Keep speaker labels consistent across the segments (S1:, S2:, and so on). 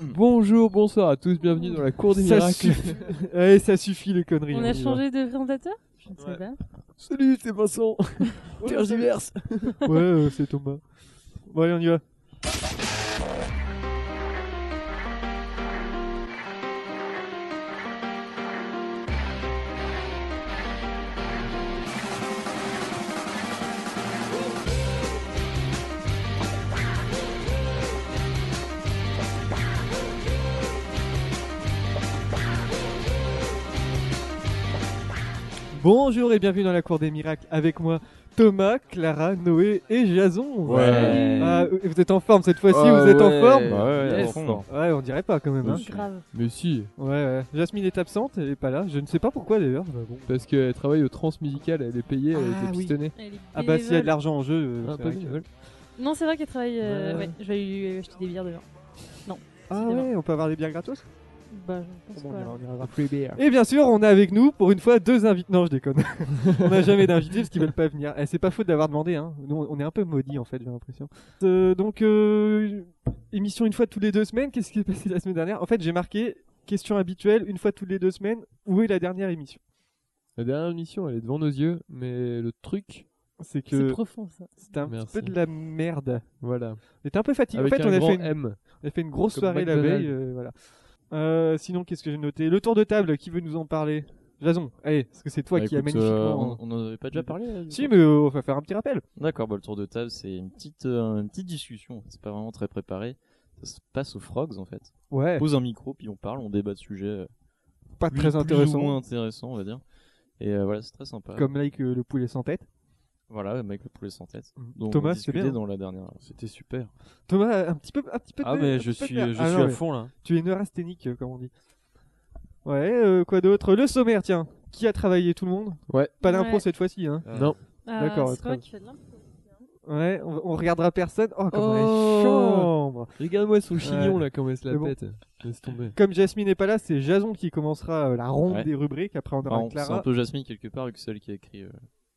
S1: Bonjour, bonsoir à tous, bienvenue dans la cour des
S2: Ça
S1: miracles. Allez, ça suffit les conneries.
S3: On
S1: y
S3: a
S1: va.
S3: changé de présentateur Je ne sais
S1: Ouais.
S3: pas.
S1: Salut, c'est Vincent.
S2: Tergiverse.
S1: ouais, euh, c'est Thomas. Bon, allez, on y va. Bonjour et bienvenue dans la cour des miracles avec moi Thomas, Clara, Noé et Jason.
S2: Ouais.
S1: Ah, et vous êtes en forme cette fois-ci,
S2: Ah
S1: vous êtes en
S2: ouais.
S1: forme
S4: Bah ouais, ouais,
S2: Yes.
S4: à fond.
S1: Ouais, on dirait pas quand même. hein.
S3: Grave.
S4: Mais si,
S1: Ouais, ouais. Jasmine est absente, elle est pas là. Je ne sais pas pourquoi d'ailleurs. bah bon.
S4: parce qu'elle travaille au transmusical, elle est payée, elle
S1: Ah
S4: était
S1: oui.
S4: pistonnée.
S3: Elle est
S1: Ah bah s'il y a de
S3: bénévole.
S1: l'argent en jeu, euh,
S4: Ah,
S1: c'est vrai que-
S3: Non, c'est vrai qu'elle travaille. euh,
S1: Ouais.
S3: ouais, je vais lui acheter des bières demain.
S1: Ah
S3: C'est
S1: ouais, on peut avoir des bières gratos
S3: Bah, je pense
S1: Bon, on
S3: pas.
S1: ira- on ira voir. Et bien sûr, on a avec nous pour une fois deux invités. Non, je déconne. on n'a jamais d'invités parce qu'ils veulent pas venir. Eh, c'est pas faute d'avoir demandé. Hein. Nous, on est un peu maudits en fait, j'ai l'impression. Euh, donc euh, émission une fois tous les deux semaines. Qu'est-ce qui s'est passé la semaine dernière En fait, j'ai marqué question habituelle une fois toutes les deux semaines. Où est la dernière émission
S4: La dernière mission, elle est devant nos yeux, mais le truc,
S1: C'est
S3: C'est
S1: que
S3: profond ça.
S1: c'était un
S4: Merci.
S1: petit peu de la merde.
S4: voilà.
S1: On était un peu fatigué.
S4: Avec
S1: en fait,
S4: un
S1: on a
S4: grand
S1: fait une
S4: M.
S1: On a fait une grosse
S4: Comme
S1: soirée la
S4: McDonald's.
S1: veille, euh, voilà. Euh, sinon, qu'est-ce que j'ai noté Le tour de table, qui veut nous en parler Jason, allez, parce que c'est toi
S5: Bah,
S1: qui
S5: écoute,
S1: as
S5: euh,
S1: magnifiquement...
S5: on on en avait pas déjà
S1: Mm.
S5: parlé euh, du
S1: Si,
S5: coup
S1: mais euh, on va faire un petit rappel.
S5: D'accord, bah, le tour de table, c'est une petite, euh, une petite discussion. C'est pas vraiment très préparé. Ça se passe aux frogs en fait.
S1: Ouais,
S5: On pose un micro, puis on parle, on débat de sujets euh,
S1: pas
S5: plus-
S1: très intéressant,
S5: Plus ou moins intéressants, on va dire. Et euh, voilà, c'est très sympa.
S1: comme like euh, le poulet sans tête.
S5: Voilà, le mec le poulet sans tête. Donc,
S1: Thomas,
S5: on
S1: c'est
S5: discutait
S1: bien. hein.
S5: dans la dernière.
S4: C'était super.
S1: Mm. Thomas, un petit peu, un petit peu. de-
S4: Ah, mais
S1: un
S4: je
S1: petit peu de
S4: suis,
S1: merde.
S4: je suis
S1: Ah non,
S4: à
S1: mais
S4: fond là.
S1: Tu es neurasthénique, euh, comme on dit. Ouais, euh, quoi d'autre Le sommaire, tiens. Qui a travaillé Tout le monde
S4: Ouais.
S1: Pas d'impro
S3: Ouais.
S1: cette fois-ci, hein.
S4: Non,
S3: Ah,
S1: D'accord,
S3: C'est
S1: très
S3: pas moi
S1: bien.
S3: qui fais de l'impro.
S1: Ouais, on, on regardera personne. Oh, comme on est
S4: Oh.
S1: chambre
S4: regarde-moi son chignon
S1: Ouais.
S4: là, comment elle se la
S1: Mais bon.
S4: pète. Laisse tomber.
S1: Comme Jasmine n'est pas là, c'est Jason qui commencera euh, la ronde
S5: Ouais.
S1: des rubriques. Après, on aura
S5: Ah, on- c'est
S1: Clara.
S5: un peu Jasmine quelque part, vu que c'est elle qui a écrit. euh,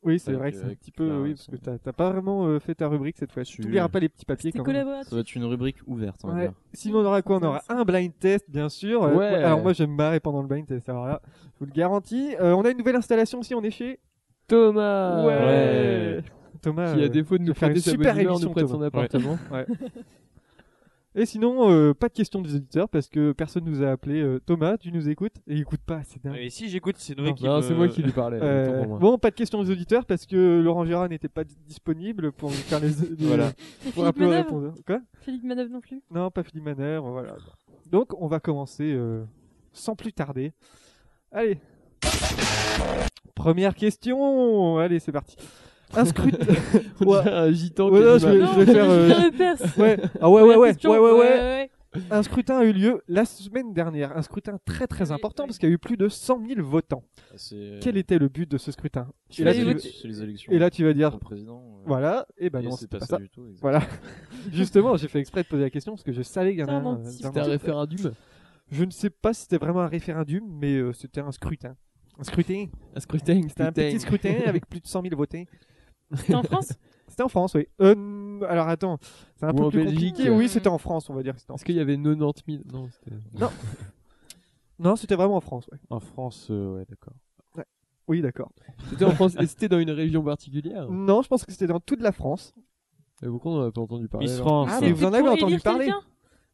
S1: Oui, c'est
S5: Avec,
S1: vrai que c'est
S5: euh,
S1: un petit peu.
S5: Clara,
S1: oui,
S5: ils
S1: parce
S5: sont-
S1: que t'as t'as pas vraiment euh, fait ta rubrique cette fois. Tu
S5: Je-
S1: n'oublieras pas les petits papiers
S3: C'était
S1: quand même.
S5: Ça
S3: collaboratif.
S5: va être une rubrique ouverte. On va
S1: Ouais.
S5: dire.
S1: Sinon, on aura quoi On aura un blind test, bien sûr. Euh,
S4: Ouais.
S1: alors, moi, je vais me marrer pendant le blind test. Alors là, je vous le garantis. Euh, on a une nouvelle installation aussi, on est chez.
S4: Thomas
S1: Ouais. Thomas.
S4: Qui,
S1: euh,
S4: à défaut de
S1: il
S4: nous
S1: va faire
S4: prêter
S1: une
S4: sa
S1: super
S4: bonne humeur,
S1: émission,
S4: nous prête
S1: Thomas.
S4: son appartement.
S1: Et sinon, euh, pas de questions des auditeurs parce que personne nous a appelé. Euh, Thomas, tu nous écoutes Et il écoute pas, c'est dingue.
S6: Et si j'écoute, c'est Noé
S1: Non,
S6: qui.
S4: Non,
S6: me-
S4: c'est moi qui lui parlais.
S1: Euh,
S4: autant pour moi.
S1: bon, pas de questions des auditeurs parce que Laurent Gérard n'était pas d- disponible pour faire les. les-
S3: Et
S5: Voilà.
S1: Pour
S3: Philippe
S1: appeler aux
S3: Manœuvre
S1: répondeurs. Quoi
S3: Philippe Manœuvre non plus
S1: Non, pas Philippe Manœuvre, voilà. Donc, on va commencer euh, sans plus tarder. Allez. Première question. Allez, c'est parti. Un scrutin.
S4: On dirait un gitan
S1: Ouais,
S4: qui
S1: non,
S4: dit,
S1: je vais-
S4: bah,
S3: Non,
S1: vais faire, euh,
S3: je le perce.
S1: ouais. Ah ouais, ouais,
S3: Première
S1: ouais,
S3: question.
S1: ouais, ouais, ouais.
S3: ouais.
S1: Un scrutin a eu lieu la semaine dernière. Un scrutin très très
S3: Oui,
S1: important
S3: oui.
S1: parce qu'il y a eu plus de 100 000 votants.
S5: C'est
S1: Quel était le but de ce scrutin
S5: c'est
S1: et là,
S5: les
S1: tu-
S5: élections- c'est les élections.
S1: Et là, tu vas
S5: au
S1: dire,
S5: président. euh,
S1: voilà. Et ben
S5: et
S1: non,
S5: c'est pas ça, du tout. exactement.
S1: Voilà. Justement, j'ai fait exprès de poser la question parce que je savais qu'il y en a
S3: T'as
S1: un.
S3: menti.
S1: euh,
S4: C'était un référendum.
S1: Je ne sais pas si c'était vraiment un référendum, mais euh, c'était un scrutin. Un scrutin.
S4: Un scrutin,
S1: C'était un petit scrutin avec plus de 100 000 votés.
S3: C'était en France
S1: C'était en France, oui. Euh, alors attends, c'est un
S4: Ou
S1: peu
S4: en
S1: plus
S4: Belgique.
S1: compliqué. Oui, c'était en France, on va dire. que c'était en-
S4: Est-ce qu'il y avait 90 000 Non, c'était.
S1: Non, c'était vraiment en France, ouais.
S4: En France, ouais, d'accord.
S1: Oui, d'accord.
S4: C'était en France, et c'était dans une région particulière.
S1: Non, je pense que c'était dans toute la France.
S4: Et pourquoi on n'en a pas entendu parler
S6: Miss
S4: alors
S6: France.
S1: Ah,
S3: C'était
S1: mais vous en avez
S3: pour
S1: entendu
S3: élire
S1: parler
S3: quelqu'un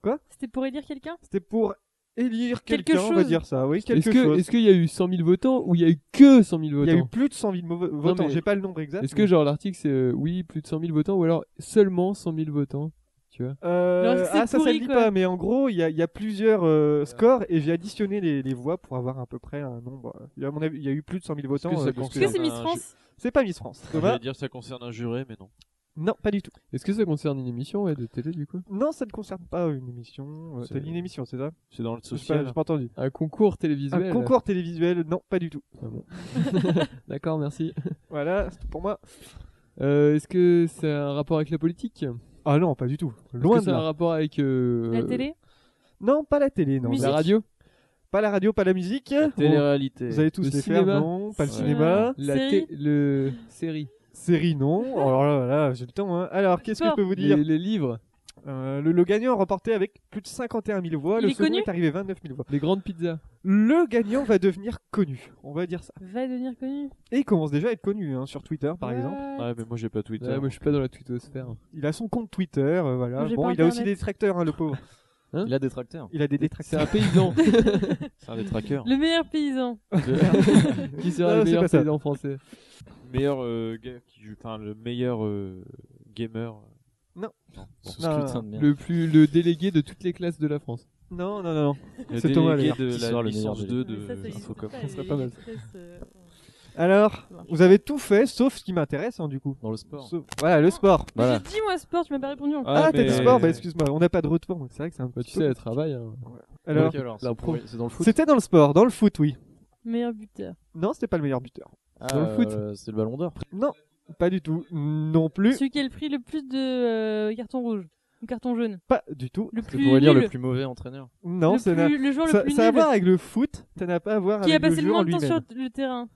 S1: Quoi
S3: C'était pour élire quelqu'un
S1: C'était pour élire
S3: Quelque
S1: quelqu'un, on va
S3: chose.
S1: dire ça. Oui, quelque
S4: Est-ce que-
S1: chose.
S4: est-ce qu'il y a eu 100 000 votants ou il y a eu que 100 000
S1: Il y a eu
S4: votants
S1: plus de 100 000 mo- votants.
S4: mais-
S1: J'ai pas le nombre exact.
S4: Est-ce que genre l'article c'est euh, oui plus de 100 000 votants ou alors seulement 100 000 votants Tu vois
S1: Euh,
S3: Genre, c'est
S1: ah, ça, ça
S3: pourri,
S1: le dit
S3: quoi.
S1: pas, mais en gros, il y a, il y a plusieurs euh, scores et j'ai additionné les, les voix pour avoir à peu près un nombre. Il y a, à mon avis, il y a eu plus de 100 000 votants.
S4: que ça Ah,
S1: euh, parce
S3: Est-ce que c'est
S6: un-
S3: Miss France
S1: c'est pas Miss France.
S6: Je
S1: Thomas
S6: voulais dire ça concerne un juré, mais non.
S1: Non, pas du tout.
S4: Est-ce que ça concerne une émission ouais, de télé du coup
S1: Non, ça ne concerne pas une émission. Euh,
S6: C'est-
S1: T'as dit une émission, c'est ça
S6: C'est dans le
S1: Je sais pas,
S6: social.
S1: J'ai pas entendu.
S4: Un concours
S1: Un
S4: télévisuel
S1: concours télévisuel Non, pas du tout.
S4: D'accord, merci.
S1: Voilà, c'est pour moi.
S4: Euh, Est-ce que c'est un rapport avec la politique
S1: Ah non, pas du tout.
S4: Est-ce
S1: Loin
S4: que
S1: de
S4: c'est un
S1: là.
S4: rapport avec euh,
S3: La télé
S1: Non, pas la télé, non.
S3: Musique
S4: la radio
S1: Pas la radio, pas la musique. Bon,
S6: Télé-réalité.
S1: vous allez tous
S4: Le
S1: les
S4: cinéma
S1: faire, non. Pas le
S5: Ouais.
S1: cinéma.
S4: La
S3: Série
S4: té- le série
S1: Série, non. Alors là, là, j'ai le temps. hein. Alors, qu'est-ce que je
S3: Sport.
S1: peux vous dire
S4: les, les livres
S1: Euh, le, le gagnant remporté avec plus de 51 000 voix.
S3: Il
S1: le
S3: est
S1: second
S3: connu
S1: est arrivé 29 000 voix.
S4: Les grandes pizzas.
S1: Le gagnant va devenir connu. On va dire ça.
S3: Va devenir connu.
S1: Et il commence déjà à être connu hein, sur Twitter, par exemple.
S3: Ouais.
S6: Ouais, mais moi j'ai pas hein. Twitter.
S4: Ouais, moi, je suis pas dans la twittosphère.
S1: Il a son compte Twitter, euh, voilà.
S3: Moi, j'ai
S1: Bon,
S3: pas
S1: il a aussi
S3: Internet.
S1: des détracteurs, hein, le pauvre.
S5: Il a des tracteurs.
S1: Il a des
S4: C'est
S1: détracteurs.
S4: un paysan
S6: C'est un des trackers.
S3: Le meilleur paysan.
S4: qui sera
S1: Non,
S4: le
S1: c'est
S4: meilleur
S1: pas ça.
S4: paysan français.
S6: meilleur euh, gars qui joue- enfin le meilleur euh, gamer.
S5: Ce
S1: Non,
S5: scrutin de merde.
S4: Le plus, le délégué de toutes les classes de la France.
S1: Non, non, non, non.
S6: Le
S1: C'est Thomas,
S6: délégué
S1: les
S6: de
S5: artistes
S6: la
S5: soir, le meilleur
S6: licence
S5: des
S6: 2
S3: Mais ça, ça
S6: de
S3: existe
S6: Infocom.
S3: pas,
S4: Ça serait pas
S3: les
S4: mal.
S3: express, euh,
S1: Alors,
S3: ça marche.
S1: vous avez tout fait sauf ce qui m'intéresse, hein, du coup.
S5: Dans le sport.
S1: Sauf- Voilà, le sport.
S5: Voilà.
S3: J'ai dit moi sport, tu m'as pas répondu encore.
S1: Ah,
S6: Ah,
S1: t'as
S6: mais-
S1: dit sport Bah, excuse-moi, on n'a pas de retour, donc c'est vrai que c'est un peu.
S4: Bah, tu sais, elle travaille. hein.
S1: Alors,
S5: Ok, alors, c'est
S4: l'impro.
S5: oui, c'est dans le foot.
S1: c'était dans le sport, dans le foot, oui.
S3: Meilleur buteur.
S1: Non, c'était pas le meilleur buteur.
S5: Ah,
S1: dans le foot.
S5: euh, C'est le ballon d'or.
S1: Non, pas du tout. Non plus,
S3: Celui qui a le prix le plus de euh, carton rouge ou carton jaune.
S1: pas du tout.
S3: Le
S5: Je
S3: plus
S5: pourrais dire
S3: nul.
S5: le plus mauvais entraîneur.
S1: Non,
S3: le,
S1: ça n'a
S3: plus- le joueur le
S1: ça,
S3: plus
S1: ça a à
S3: nul
S1: voir avec le foot, ça n'a pas à voir
S3: qui a
S1: avec
S3: passé
S1: le
S3: le
S1: jeu
S3: moins
S1: en
S3: de temps
S1: lui-même.
S3: sur le terrain.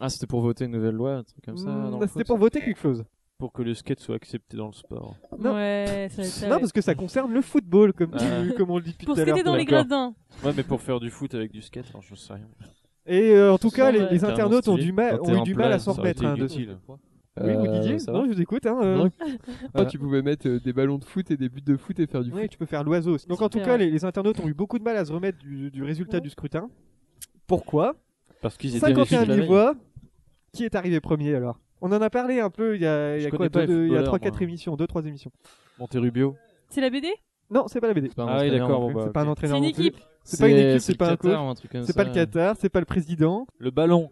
S5: Ah, c'était pour voter une nouvelle loi, un truc comme ça.
S1: Mm,
S5: dans le
S1: C'était
S5: foot.
S1: pour voter quelque chose.
S6: Pour que le skate soit accepté dans le sport.
S1: Non.
S3: Ouais, ça, ça,
S1: Non,
S3: ouais.
S1: parce que ça concerne le football, comme, tu-
S6: Ah.
S1: comme on le dit depuis
S3: Pour
S1: tout à l'heure.
S3: skater dans les
S6: d'accord.
S3: gradins.
S6: Ouais, mais pour faire du foot avec du skate, hein, je sais rien.
S1: Et euh, en tout cas,
S3: Ouais,
S1: les,
S3: ouais.
S1: les internautes ont du mal,
S5: Quand t'es
S1: ont eu
S5: en
S1: du mal à
S5: plage,
S1: s'en
S5: ça
S1: remettre.
S6: aurait
S1: hein,
S6: été
S1: de-
S6: utile.
S1: Oui,
S4: Euh,
S1: ou Didier
S4: ça va
S1: Non, je vous écoute. Hein, euh.
S4: Non. Ah,
S1: Voilà.
S4: tu pouvais mettre euh, des ballons de foot et des buts de foot et faire du foot.
S1: Oui, tu peux faire l'oiseau. aussi. Donc en tout
S3: Super.
S1: cas, les, les internautes ont eu beaucoup de mal à se remettre du, du résultat
S3: Ouais.
S1: du scrutin. Pourquoi
S6: Parce qu'ils étaient
S1: 51
S6: riches de la
S1: 000
S6: veille.
S1: voix. Qui est arrivé premier alors On en a parlé un peu il y a, il y a
S6: Je
S1: quoi
S6: connais pas les
S1: deux- Il y a 3-4
S6: footballeurs, moi.
S1: émissions, 2-3 émissions.
S6: Monterubio.
S3: C'est la BD
S1: Non, c'est pas la BD.
S5: C'est pas un
S6: Ah oui,
S5: entraîneur
S6: d'accord,
S5: non
S6: bon,
S5: plus.
S6: bah,
S1: C'est pas un
S6: ok.
S1: entraîneur
S3: C'est une
S1: non plus.
S3: équipe.
S1: C'est pas une équipe, c'est
S5: le
S1: pas un
S5: Qatar
S1: coach.
S5: ou un truc comme
S1: C'est
S5: ça.
S1: pas le Qatar, c'est pas le président.
S6: Le ballon.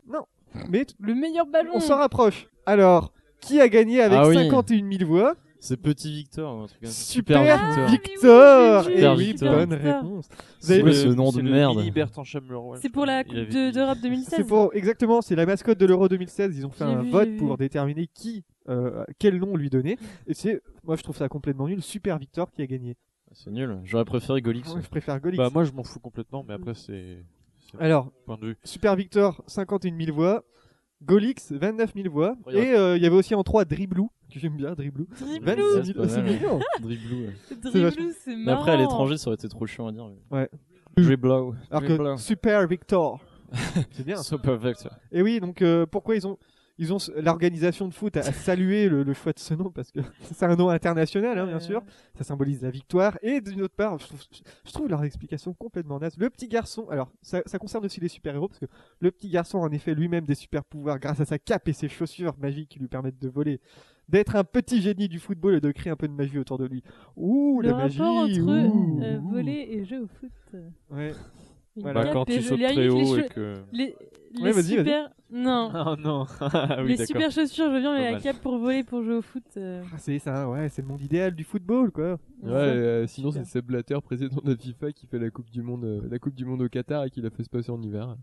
S1: Mais t-
S3: Le meilleur ballon.
S1: on s'en rapproche. Alors, qui a gagné avec
S5: Ah oui.
S1: 51 000 voix
S5: C'est Petit Victor ou un truc comme ça.
S1: Super
S5: Victor.
S3: Ah, mais oui,
S1: Victor
S3: j'ai vu,
S1: Et
S5: Super
S1: oui,
S5: Victor.
S1: bonne réponse. Vous
S5: C'est
S1: avez-
S5: quoi
S6: le-
S5: ce nom
S6: c'est
S5: de
S6: le
S5: merde
S6: Mini Bertrand Chamleroi.
S3: C'est pour la Coupe
S6: Il avait
S3: de-
S6: dit-
S3: d'Europe 2016.
S1: C'est pour exactement, c'est la mascotte de l'Euro 2016. Ils ont fait
S3: J'ai
S1: un
S3: vu, j'ai
S1: vote
S3: vu.
S1: pour déterminer qui, euh, quel nom lui donner. Et c'est, moi je trouve ça complètement nul. Super Victor qui a gagné.
S5: C'est nul. J'aurais préféré Golix.
S1: Moi, je préfère Golix.
S6: Bah moi je m'en fous complètement, mais après c'est. c'est mon
S1: Alors,
S6: Point de vue.
S1: Super Victor 51 000 voix, Golix 29 000 voix,
S5: Regarde.
S1: et euh, il y avait aussi en 3 Driblou que j'aime bien Driblou.
S3: Dribblou.
S1: 26 000,
S5: Ouais, c'est
S1: c'est
S5: pas mal.
S1: mignon.
S5: Dribblou. ouais.
S3: Dribblou, c'est
S5: Mais
S3: marrant.
S5: après, à l'étranger, ça aurait été trop chiant à dire.
S1: Ouais.
S5: Dribblow.
S1: Alors que Super Victor, c'est bien.
S5: So perfect.
S1: Et oui, donc euh, pourquoi ils ont ils ont l'organisation de foot a, a salué le, le choix de ce nom parce que c'est un nom international, hein, bien
S3: Ouais.
S1: sûr. Ça symbolise la victoire. Et d'une autre part, je trouve, je trouve leur explication complètement naze. Le petit garçon, alors ça, ça concerne aussi les super héros parce que le petit garçon a en effet lui-même des super pouvoirs grâce à sa cape et ses chaussures magiques qui lui permettent de voler, d'être un petit génie du football et de créer un peu de magie autour de lui. Ouh,
S3: Le
S1: la magie.
S3: rapport entre
S1: ouh,
S3: euh,
S1: ouh.
S3: voler et jeu au foot. euh,
S1: Ouais.
S3: Une
S1: Voilà.
S6: Bah,
S3: cape
S6: quand
S3: et
S6: tu
S3: je-
S6: sautes
S3: les-
S6: très
S3: les
S6: haut et
S3: che-
S6: que.
S3: Les, les
S1: Ouais, vas-y, vas-y.
S3: super... Non.
S6: Ah non. Ah oui
S3: les
S6: d'accord.
S3: super chaussures, je viens, mais
S6: Pas
S3: la
S6: mal.
S3: cape pour voler, pour jouer au foot. euh,
S1: Ah, c'est ça, ouais, c'est le monde idéal du football, quoi.
S4: Ouais, euh, sinon
S3: Super.
S4: c'est Seb Blatter, président de la FIFA, qui fait la Coupe du Monde, euh, la Coupe du Monde au Qatar et qui la fait se passer en hiver.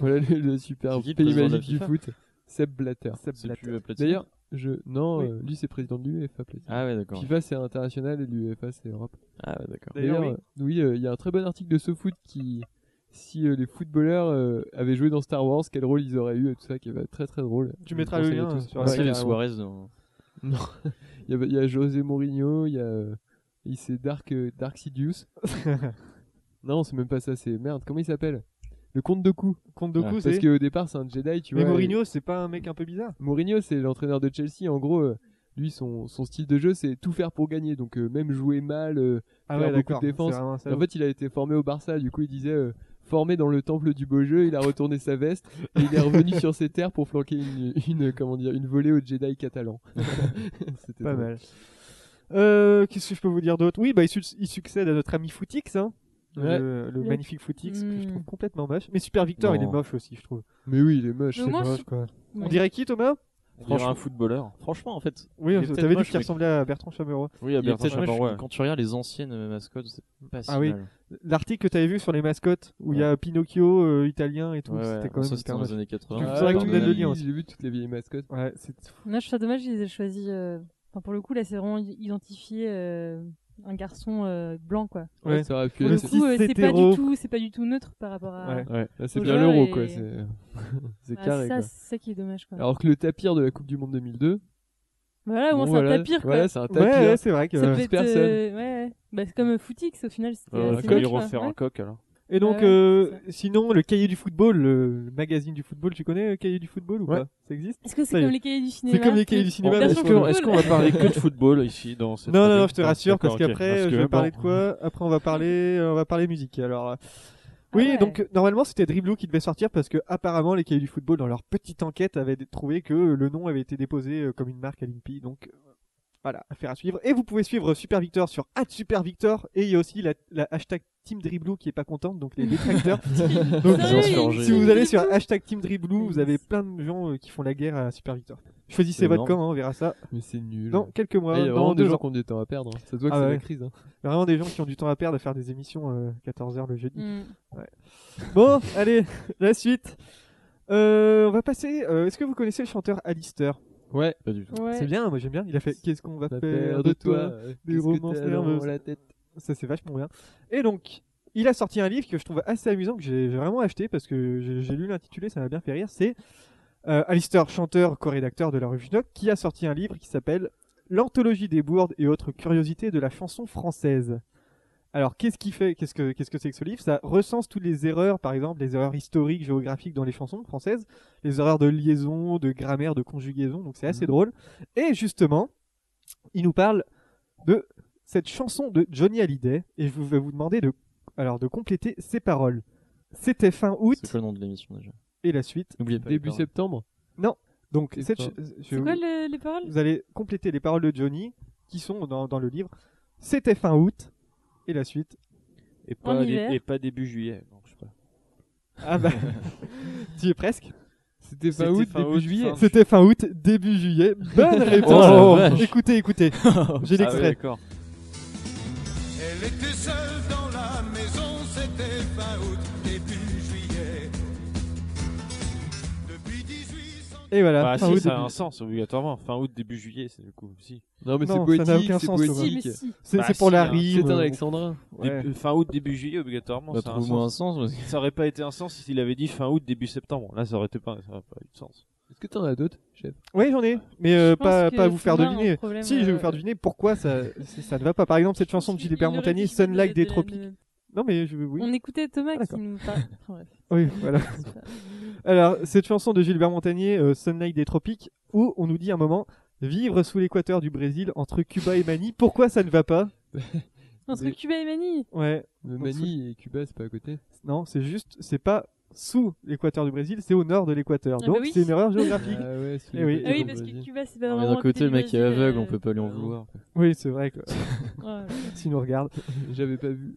S4: voilà le, le super
S5: C'est qui le
S4: pays
S5: président de la
S4: magique du
S5: FIFA
S4: foot. Seb Blatter.
S5: C'est plus euh, Platini.
S4: D'ailleurs, je non,
S1: Oui.
S4: euh, lui c'est président de l'UEFA. Platini.
S5: Ah ouais, d'accord.
S4: FIFA c'est international et l'UEFA c'est Europe.
S5: Ah ouais, d'accord.
S1: D'ailleurs,
S4: D'ailleurs, euh, oui, euh, il y a un très bon article de SoFoot qui, si euh, les footballeurs euh, avaient joué dans Star Wars, quel rôle ils auraient eu et tout ça, qui va être très très drôle.
S1: Tu
S4: Je
S1: mettras
S4: vous
S1: le
S4: conseille
S1: lien,
S4: tous.
S1: euh, sur
S5: Ah,
S1: la-
S4: Ouais,
S5: c'est les
S4: carrément.
S5: Suarez dans.
S4: Il y, avait- il y a José Mourinho, il y a. euh, Il c'est Dark, euh, Dark Sidious. non, c'est même pas ça, c'est merde, comment il s'appelle Le comte de coups.
S1: Compte de
S5: Ah,
S1: coup,
S4: euh, Parce
S1: c'est.
S4: qu'au départ, c'est un Jedi, tu
S1: Mais
S4: vois.
S1: Mourinho, c'est pas un mec un peu bizarre
S4: et- Mourinho, c'est l'entraîneur de Chelsea. En gros, euh, lui, son, son style de jeu, c'est tout faire pour gagner. Donc, euh, même jouer mal. euh,
S1: Ah
S4: Faire
S1: ouais,
S4: beaucoup de
S1: d'accord.
S4: défense.
S1: c'est vraiment un
S4: En
S1: salaud.
S4: fait, il a été formé au Barça. Du coup, il disait euh, formé dans le temple du beau jeu. Il a retourné sa veste. Et il est revenu sur ses terres pour flanquer une, une, comment dire, une volée aux Jedi catalans. C'était
S1: pas
S4: drôle.
S1: mal. Euh, Qu'est-ce que je peux vous dire d'autre Oui, bah, il, su- il succède à notre ami Footix, hein,
S4: Ouais.
S1: le, le
S3: Ouais.
S1: magnifique Footix, que je
S3: Mm.
S1: trouve complètement moche. Mais Super Victor, il est
S5: Non.
S1: moche aussi, je trouve.
S4: Mais oui, il est moche.
S3: Mais au
S4: c'est
S3: moins,
S4: moche.
S3: su-
S1: quoi. On
S3: Ouais.
S1: dirait qui, Thomas
S6: Franchement, un footballeur.
S5: Franchement, en fait.
S1: Oui,
S5: Il est
S1: on-
S5: peut-être
S1: t'avais dit
S5: moche,
S1: qu'il
S5: mais-
S1: ressemblait à Bertrand Chameroy.
S6: Oui, à
S5: il est
S6: Bertrand
S5: peut-être moche,
S6: Chamleroi.
S5: mais Quand tu regardes les anciennes euh, mascottes, c'est pas si
S1: Ah oui.
S5: mal.
S1: L'article que t'avais vu sur les mascottes, où il y a Pinocchio, euh, italien et tout,
S5: Ouais, ouais.
S1: c'était quand même
S5: ça,
S1: c'était
S5: c'était
S1: un
S5: dans
S1: moche.
S5: les années Ah 80.
S1: faudrait que tu me donnes le lien aussi.
S4: Ah, J'ai vu toutes les vieilles mascottes.
S1: Ouais, c'est-
S3: Moi, je trouve ça dommage, ils aient choisi. euh, Enfin, pour le coup, là, c'est vraiment i- identifié euh, un garçon euh, blanc, quoi.
S1: Ouais.
S4: ça aurait pu
S1: Pour
S3: Pour le
S1: Ouais,
S4: être-
S1: c'est-
S3: coup, euh, c'est pas
S1: hétéro.
S3: du tout, c'est pas du tout neutre par rapport à.
S1: Ouais.
S4: Ouais, là, c'est
S3: Au
S4: bien
S3: jeu
S4: l'euro,
S3: et-
S4: quoi. C'est c'est
S3: Bah,
S4: carré,
S3: ça,
S4: quoi.
S3: c'est ça qui est dommage, quoi.
S4: Alors que le tapir de la Coupe du Monde 2002,
S3: Voilà, au moins
S4: Bon,
S3: c'est un
S4: voilà,
S3: tapir quoi.
S4: voilà, c'est un tapir.
S1: Ouais, ouais, c'est vrai que.
S3: Ça peut
S4: Dix
S3: être,
S4: personnes.
S3: euh, ouais, ouais. Bah, c'est comme euh, Footix au final. C'était
S6: Euh,
S4: un
S6: on
S3: assez
S6: peut lui
S3: moche, quoi.
S6: refaire
S3: Ouais.
S6: un coq alors.
S1: Et donc,
S3: Ouais, ouais,
S1: euh,
S3: c'est
S1: sinon, le cahier du football, le, le magazine du football, tu connais le cahier du football ou
S6: Ouais.
S1: pas Ça existe
S3: Est-ce que
S1: Ça
S3: c'est
S1: y
S3: comme
S1: est.
S3: les cahiers du cinéma
S1: C'est comme les cahiers du cinéma. mais
S3: version
S1: sur
S6: Est-ce
S3: que-
S1: le-
S6: qu'on
S3: football.
S6: est-ce qu'on va parler que de football ici dans cette
S1: Non, non, non,
S6: rubrique
S1: je te rassure, parce
S6: D'accord, ok.
S1: qu'après,
S6: Parce
S1: je
S6: que
S1: vais
S6: bon.
S1: parler de quoi Après, on va parler, euh, on va parler musique. Alors, euh, oui,
S3: ouais.
S1: donc euh, normalement, c'était Dribblou qui devait sortir parce que apparemment, les cahiers du football, dans leur petite enquête, avaient dé- trouvé que le nom avait été déposé euh, comme une marque à l'INPI. Donc, euh, voilà, affaire à suivre. Et vous pouvez suivre Super Victor sur @supervictor et il y a aussi la, la hashtag Team Dribblou qui est pas contente, donc les détracteurs. donc,
S5: Sérieux,
S1: si-
S5: il y a une
S1: si
S5: team
S1: vous allez sur
S3: Dribblou
S1: hashtag Team Dribblou, vous avez plein de gens euh, qui font la guerre à Super Victor. Choisissez
S5: C'est
S1: votre
S5: énorme.
S1: camp, hein, on verra ça
S4: Mais c'est nul.
S1: dans quelques
S4: Ah,
S1: mois,
S4: il y a
S1: dans
S4: vraiment des
S1: deux
S4: gens
S1: ans.
S4: qui ont du temps à perdre. Ça se voit que
S1: Ah
S4: c'est
S1: ouais.
S4: la crise. hein.
S1: Vraiment des gens qui ont du temps à perdre à faire des émissions 14h le jeudi.
S3: Mm.
S1: Bon, allez, la suite. Euh, on va passer. euh, Est-ce que vous connaissez le chanteur Alistair
S4: Ouais.
S5: Pas du tout.
S3: Ouais.
S1: C'est bien, moi j'aime bien. Il a fait Qu'est-ce qu'on va
S4: La
S1: faire de toi des romances nerveuses.
S4: la tête.
S1: Ça c'est vachement bien. Et donc, il a sorti un livre que je trouve assez amusant, que j'ai j'ai vraiment acheté parce que j'ai j'ai lu l'intitulé, ça m'a bien fait rire. C'est euh, Alistair, chanteur, co-rédacteur de la revue Schnock, qui a sorti un livre qui s'appelle L'anthologie des bourdes et autres curiosités de la chanson française. Alors, qu'est-ce qu'il fait Qu'est-ce que qu'est-ce que c'est que ce livre Ça recense toutes les erreurs, par exemple, les erreurs historiques, géographiques dans les chansons françaises, les erreurs de liaison, de grammaire, de conjugaison. Donc, c'est assez
S4: Mhm.
S1: drôle. Et justement, il nous parle de cette chanson de Johnny Hallyday, et je vous- vais vous demander de alors de compléter ces paroles. C'était fin août
S5: C'est quoi le nom de l'émission déjà
S1: et la suite.
S5: N'oubliez pas. les
S4: Début
S5: paroles.
S4: septembre.
S1: Donc,
S4: C'est
S1: cette
S4: pas-
S1: ch- euh, je-
S3: C'est quoi le- les paroles
S1: vous allez compléter les paroles de Johnny qui sont dans, dans le livre. C'était fin août et la suite.
S6: Et
S3: En
S6: pas, dé-
S3: hiver.
S6: et pas début juillet. Donc, je sais pas.
S1: Ah bah, tu y es presque.
S4: C'était
S6: C'était
S4: fin août,
S6: fin
S4: début
S6: Bah, août,
S4: juillet.
S6: fin-
S1: C'était fin août, début juillet. Bonne réponse.
S5: Oh la vache.
S1: écoutez, écoutez. J'ai
S6: Ah oui,
S1: l'extrait.
S6: d'accord.
S7: Elle était seule dans la maison, c'était fin août, début juillet. Depuis 18
S1: et voilà.
S6: Bah,
S1: fin
S6: si,
S1: août,
S6: ça a
S1: début-
S6: un sens obligatoirement. Fin août, début juillet, c'est du coup si.
S4: Non, mais c'est
S1: Non, ça n'a
S4: poétique.
S1: aucun
S4: C'est
S1: sens, Thomas.
S3: Si, mais
S4: poétique.
S3: si.
S1: C'est
S6: Bah,
S1: c'est pour
S6: si,
S1: la
S6: hein.
S1: rime.
S4: C'est un alexandrin.
S1: Ouais.
S6: Début- euh, Fin août, début juillet, obligatoirement.
S5: Bah,
S6: ça, a un
S5: Trouve-moi un
S6: sens.
S5: sens. parce que-
S6: ça aurait pas été un sens s'il avait dit fin août, début septembre. Là, ça aurait été pas, ça aurait pas eu de sens.
S4: Est-ce que t'en as d'autres, chef
S1: Ouais, j'en ai. Mais euh,
S3: Je pense
S1: pas,
S3: que
S1: pas à vous faire
S3: Thomas a un
S1: deviner.
S3: problème,
S1: Si, je vais
S3: euh,
S1: vous faire deviner pourquoi ça, ça ne va pas. Par exemple, cette chanson de
S3: Il-
S1: Gilbert
S3: il
S1: Montagnier,
S3: réfléchit
S1: Sun
S3: de-
S1: Like des
S3: de-
S1: Tropiques.
S3: de-
S1: Non, mais je, oui.
S3: On écoutait Thomas qui
S1: D'accord.
S3: nous parle. Enfin, bref.
S1: Oui, voilà. Alors, cette chanson de Gilbert Montagnier, euh, Sunlight des Tropiques, où on nous dit un moment, vivre sous l'équateur du Brésil entre Cuba et Mani, pourquoi ça ne va pas
S3: Entre
S4: Des-
S3: Cuba et Mani.
S1: Ouais,
S4: Le
S1: Donc,
S4: Mani et Cuba, c'est pas à côté.
S1: non, c'est juste, c'est pas sous l'équateur du Brésil, c'est au nord de l'équateur.
S3: Ah
S1: Donc,
S3: bah oui.
S1: c'est une erreur géographique.
S4: Ah ouais, sous
S1: Eh
S4: les
S1: oui.
S4: côtés,
S3: Ah oui,
S4: on
S3: parce
S4: va dire.
S3: que Cuba, c'est pas
S5: Non,
S3: vraiment.
S5: mais d'un côté, le mec est
S3: du Brésil,
S5: aveugle,
S3: euh,
S5: on peut pas lui en vouloir.
S1: oui, c'est vrai, quoi,
S3: ouais.
S1: si nous regarde.
S4: J'avais pas vu.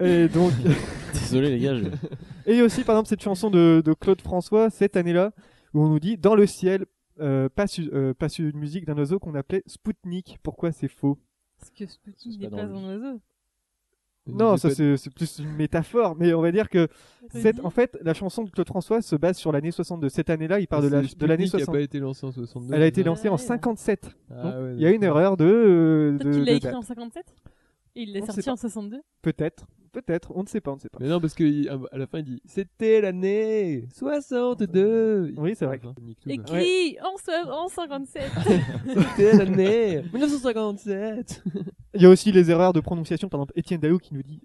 S1: Et donc,
S5: Désolé les gars, je-
S1: et il y a aussi, par exemple, cette chanson de, de Claude François, cette année-là, où on nous dit, dans le ciel, euh, passe, une- euh, passe une musique d'un oiseau qu'on appelait Spoutnik. Pourquoi c'est faux
S3: Parce que Spoutnik
S5: C'est
S3: n'est
S5: pas
S3: pas
S5: dans
S3: un oiseau.
S1: Non,
S4: J'ai
S1: ça
S4: pas-
S1: c'est c'est plus une métaphore, mais on va dire que Cette-
S3: Redis.
S1: en fait, la chanson de Claude François se base sur l'année 62. Cette année-là, il parle de
S4: C'est
S1: la-
S4: le
S1: de l'année
S4: Sputnik qui a
S1: 60.
S4: pas été lancé en 62.
S1: Elle a été
S3: Ouais,
S1: lancée en
S3: ouais.
S1: 57.
S4: Ah
S1: Donc,
S4: ouais,
S1: il y a une
S4: d'accord.
S1: erreur de. euh,
S3: Peut-être
S1: de-
S3: qu'il l'a
S1: de
S3: écrit
S1: date.
S3: en 57 et il
S1: On
S3: l'a
S1: sait
S3: sorti
S1: pas.
S3: en 62.
S1: Peut-être, peut-être, on ne sait pas, on ne sait pas.
S4: Mais non, parce qu'à la fin, il dit C'était l'année 62
S1: Oui, c'est vrai.
S4: Enfin, nique tout, quoi.
S3: Écrit en, so- en 57.
S4: C'était l'année 1957
S1: Il y a aussi les erreurs de prononciation, par exemple, Étienne Daou qui nous dit